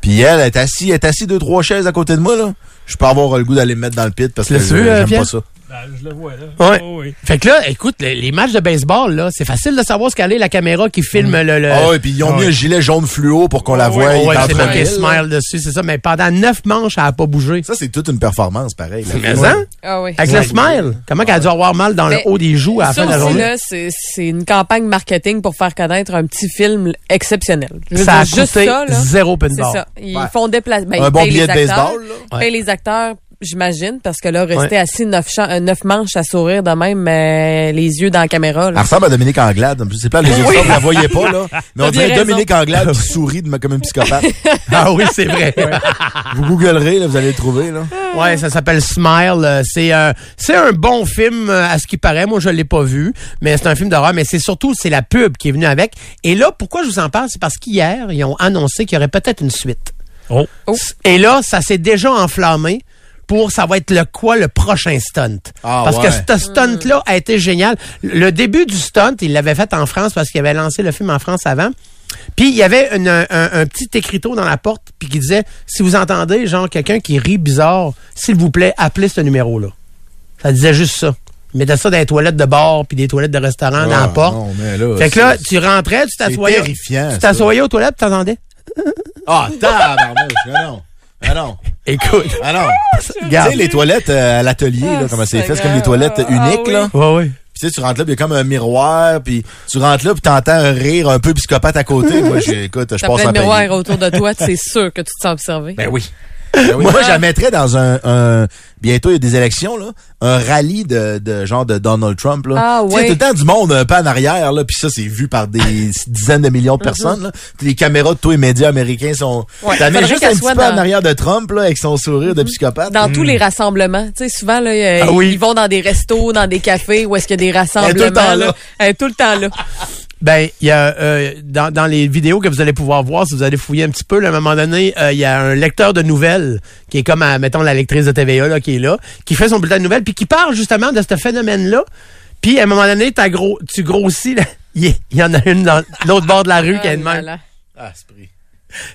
[SPEAKER 3] Puis elle, elle est assise, elle est assise deux, trois chaises à côté de moi, là. Je peux avoir le goût d'aller me mettre dans le pit parce
[SPEAKER 2] Tu
[SPEAKER 3] que
[SPEAKER 2] l'as
[SPEAKER 3] je-
[SPEAKER 2] vu, euh,
[SPEAKER 3] j'aime
[SPEAKER 2] Pierre?
[SPEAKER 3] pas ça.
[SPEAKER 6] Ben, je le vois, là.
[SPEAKER 2] Ouais.
[SPEAKER 6] Oh, oui.
[SPEAKER 2] Fait que là, écoute, les, les matchs de baseball, là, c'est facile de savoir ce qu'elle est, la caméra qui filme le. le
[SPEAKER 3] Ah oui, puis ils ont mis un gilet jaune fluo pour qu'on la
[SPEAKER 2] ouais,
[SPEAKER 3] voie.
[SPEAKER 2] ouais,
[SPEAKER 3] dans
[SPEAKER 2] c'est
[SPEAKER 3] le
[SPEAKER 2] marqué
[SPEAKER 3] profil, là.
[SPEAKER 2] smile dessus, c'est ça. Mais pendant neuf manches, elle a pas bougé.
[SPEAKER 3] Ça, c'est toute une performance, pareil. là.
[SPEAKER 2] Mais hein?
[SPEAKER 8] Ah oui.
[SPEAKER 2] Avec le smile. Comment qu'elle a dû avoir mal dans
[SPEAKER 8] Mais
[SPEAKER 2] le haut des joues à la
[SPEAKER 8] Ça
[SPEAKER 2] fin de la
[SPEAKER 8] aussi,
[SPEAKER 2] journée?
[SPEAKER 8] là, c'est c'est une campagne marketing pour faire connaître un petit film exceptionnel. Je veux
[SPEAKER 2] ça a
[SPEAKER 8] dire, juste
[SPEAKER 2] coûté
[SPEAKER 8] ça, là.
[SPEAKER 2] zéro pin
[SPEAKER 8] C'est
[SPEAKER 2] bar.
[SPEAKER 8] ça. Ils
[SPEAKER 3] Ouais.
[SPEAKER 8] font déplacer. Ben,
[SPEAKER 3] Un
[SPEAKER 8] ils
[SPEAKER 3] bon
[SPEAKER 8] payent
[SPEAKER 3] billet
[SPEAKER 8] les
[SPEAKER 3] de
[SPEAKER 8] acteurs,
[SPEAKER 3] baseball, là.
[SPEAKER 8] ils payent les acteurs, j'imagine, parce que là, rester
[SPEAKER 2] Ouais.
[SPEAKER 8] assis neuf, chan- euh, neuf manches à sourire de même, euh, les yeux dans la caméra,
[SPEAKER 3] Elle
[SPEAKER 8] là.
[SPEAKER 3] ressemble à Dominique Anglade. En plus, c'est pas les yeux de ça, vous la voyez pas, là. Mais on
[SPEAKER 8] T'as bien
[SPEAKER 3] dirait
[SPEAKER 8] raison.
[SPEAKER 3] Dominique Anglade qui sourit de- comme une psychopathe.
[SPEAKER 2] [LAUGHS] Ah oui, c'est vrai.
[SPEAKER 3] vous googlerez, là, vous allez le trouver, là.
[SPEAKER 2] Ouais, ça s'appelle Smile. Euh, C'est un, c'est un bon film euh, à ce qui paraît. Moi, je l'ai pas vu, mais c'est un film d'horreur. Mais c'est surtout c'est la pub qui est venue avec. Et là, pourquoi je vous en parle, c'est parce qu'hier ils ont annoncé qu'il y aurait peut-être une suite.
[SPEAKER 6] Oh.
[SPEAKER 8] Oh.
[SPEAKER 2] Et là, ça s'est déjà enflammé pour ça va être le quoi le prochain stunt.
[SPEAKER 3] Ah,
[SPEAKER 2] parce
[SPEAKER 3] ouais.
[SPEAKER 2] que ce stunt là a été génial. Le début du stunt, il l'avait fait en France parce qu'il avait lancé le film en France avant. Puis il y avait une- un, un- un petit écriteau dans la porte puis qui disait si vous entendez genre quelqu'un qui rit bizarre, s'il vous plaît, appelez ce numéro là. Ça disait juste ça. Il mettait ça dans les toilettes de bar puis des toilettes de restaurant dans la
[SPEAKER 3] Ah,
[SPEAKER 2] porte.
[SPEAKER 3] non, mais là,
[SPEAKER 2] fait que là,
[SPEAKER 3] c'est-
[SPEAKER 2] tu rentrais, tu t'assoyais.
[SPEAKER 3] terrifiant,
[SPEAKER 2] Tu
[SPEAKER 3] ça.
[SPEAKER 2] t'assoyais aux toilettes, tu t'entendais.
[SPEAKER 3] [LAUGHS] Ah, tabarnouche. Ah non. Ah non.
[SPEAKER 2] Écoute,
[SPEAKER 3] Ah non. Tu
[SPEAKER 2] regarde.
[SPEAKER 3] Ah, sais, les toilettes euh, à l'atelier, là, comment c'est fait. C'est comme les toilettes
[SPEAKER 8] Ah,
[SPEAKER 3] uniques,
[SPEAKER 8] oui.
[SPEAKER 3] là.
[SPEAKER 2] Ouais, ouais.
[SPEAKER 3] Puis Puis, tu sais, tu rentres là, puis il y a comme un miroir, puis tu rentres là, puis t'entends un rire un peu psychopathe à [LAUGHS] côté. Moi, j'ai, écoute, je
[SPEAKER 8] T'as
[SPEAKER 3] passe
[SPEAKER 8] plein
[SPEAKER 3] en
[SPEAKER 8] de
[SPEAKER 3] panier.
[SPEAKER 8] miroirs autour de toi, c'est [LAUGHS] sûr que tu te sens observé.
[SPEAKER 3] Ben oui. Ben oui. Moi, je la mettrais dans un, un- Bientôt, il y a des élections, là. Un rallye de, de genre de Donald Trump, là.
[SPEAKER 8] Ah,
[SPEAKER 3] Tu sais,
[SPEAKER 8] ouais.
[SPEAKER 3] tout le temps du monde un peu en arrière, là. Puis ça, c'est vu par
[SPEAKER 8] [LAUGHS]
[SPEAKER 3] des dizaines de millions de personnes, là. Puis les caméras de tous les médias américains sont...
[SPEAKER 8] Ouais.
[SPEAKER 3] T'as mis
[SPEAKER 8] Faudrait
[SPEAKER 3] juste un
[SPEAKER 8] qu'elle
[SPEAKER 3] petit
[SPEAKER 8] soit
[SPEAKER 3] peu
[SPEAKER 8] dans- Mhm.
[SPEAKER 3] en arrière de Trump, là, avec son sourire de psychopathe.
[SPEAKER 8] Dans tous les rassemblements. Tu sais, souvent, là, euh,
[SPEAKER 6] Ah oui.
[SPEAKER 8] ils vont dans des restos, dans des cafés où est-ce qu'il y a des rassemblements.
[SPEAKER 3] tout le temps là.
[SPEAKER 8] Elle est tout le temps là.
[SPEAKER 2] Ben, il y a euh, dans, dans les vidéos que vous allez pouvoir voir, si vous allez fouiller un petit peu, là, à un moment donné, euh, il y a un lecteur de nouvelles qui est comme, à, mettons, la lectrice de TVA là, qui est là, qui fait son bulletin de nouvelles, puis qui parle justement de ce phénomène-là. Puis à un moment donné, t'as gros, tu grossis. là. [LAUGHS] Il y- il y en a une dans l'autre bord de la rue qui est de
[SPEAKER 8] Ah là
[SPEAKER 2] même.
[SPEAKER 8] là.
[SPEAKER 3] Ah, c'est pris.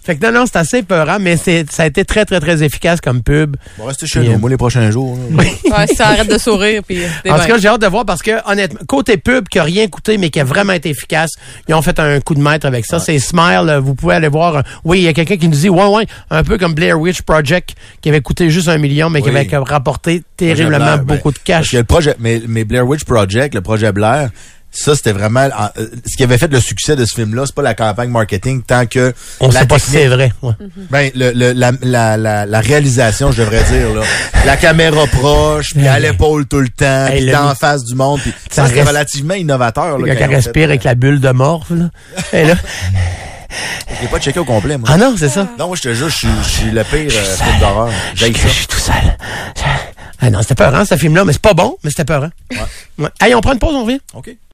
[SPEAKER 2] Fait que non, non, c'est assez peurant, mais c'est, ça a été très, très, très efficace comme pub.
[SPEAKER 3] Bon, restez chez nous, moi, les prochains jours. là.
[SPEAKER 8] Ouais, ça arrête de sourire. Puis, c'est
[SPEAKER 2] En
[SPEAKER 8] bien.
[SPEAKER 2] tout cas, j'ai hâte de voir parce que, honnêtement, côté pub qui a rien coûté, mais qui a vraiment été efficace, ils ont fait un coup de maître avec ça. C'est Smile. euh, Vous pouvez aller voir. euh, Oui, il y a quelqu'un qui nous dit, ouais, ouais, un peu comme Blair Witch Project, qui avait coûté juste un million, mais qui
[SPEAKER 3] Oui.
[SPEAKER 2] avait comme rapporté terriblement
[SPEAKER 3] Blair, ben,
[SPEAKER 2] beaucoup de
[SPEAKER 3] Parce
[SPEAKER 2] cash.
[SPEAKER 3] que le projet, mais, mais Blair Witch Project, le projet Blair, ça c'était vraiment en- euh, ce qui avait fait le succès de ce film-là. C'est pas la campagne marketing tant que
[SPEAKER 2] On
[SPEAKER 3] la
[SPEAKER 2] sait pas si
[SPEAKER 3] technique-
[SPEAKER 2] c'est vrai. ouais.
[SPEAKER 3] ben, le- le- la, la- la- la réalisation, je devrais dire là. la caméra proche, puis à l'épaule tout le temps,
[SPEAKER 2] Hey,
[SPEAKER 3] puis
[SPEAKER 2] le-
[SPEAKER 3] d'en face du monde. Puis ça
[SPEAKER 2] Ça
[SPEAKER 3] c'était
[SPEAKER 2] reste-
[SPEAKER 3] relativement innovateur. là,
[SPEAKER 2] Quelqu'un qui
[SPEAKER 3] quand ils ont fait,
[SPEAKER 2] respire avec la bulle de morph, là. Et là-
[SPEAKER 3] euh, J'ai pas checké au complet moi.
[SPEAKER 2] Ah non, c'est ça.
[SPEAKER 3] Non, moi, je te jure, je suis- je suis le pire euh, film d'horreur.
[SPEAKER 2] Je
[SPEAKER 3] J'haïs ça.
[SPEAKER 2] suis tout seul. hein, Ah non, c'était peurant, ce film-là, mais c'est pas bon, mais c'était peurant. Ouais. Hey, on prend une pause, on revient.
[SPEAKER 3] Ok.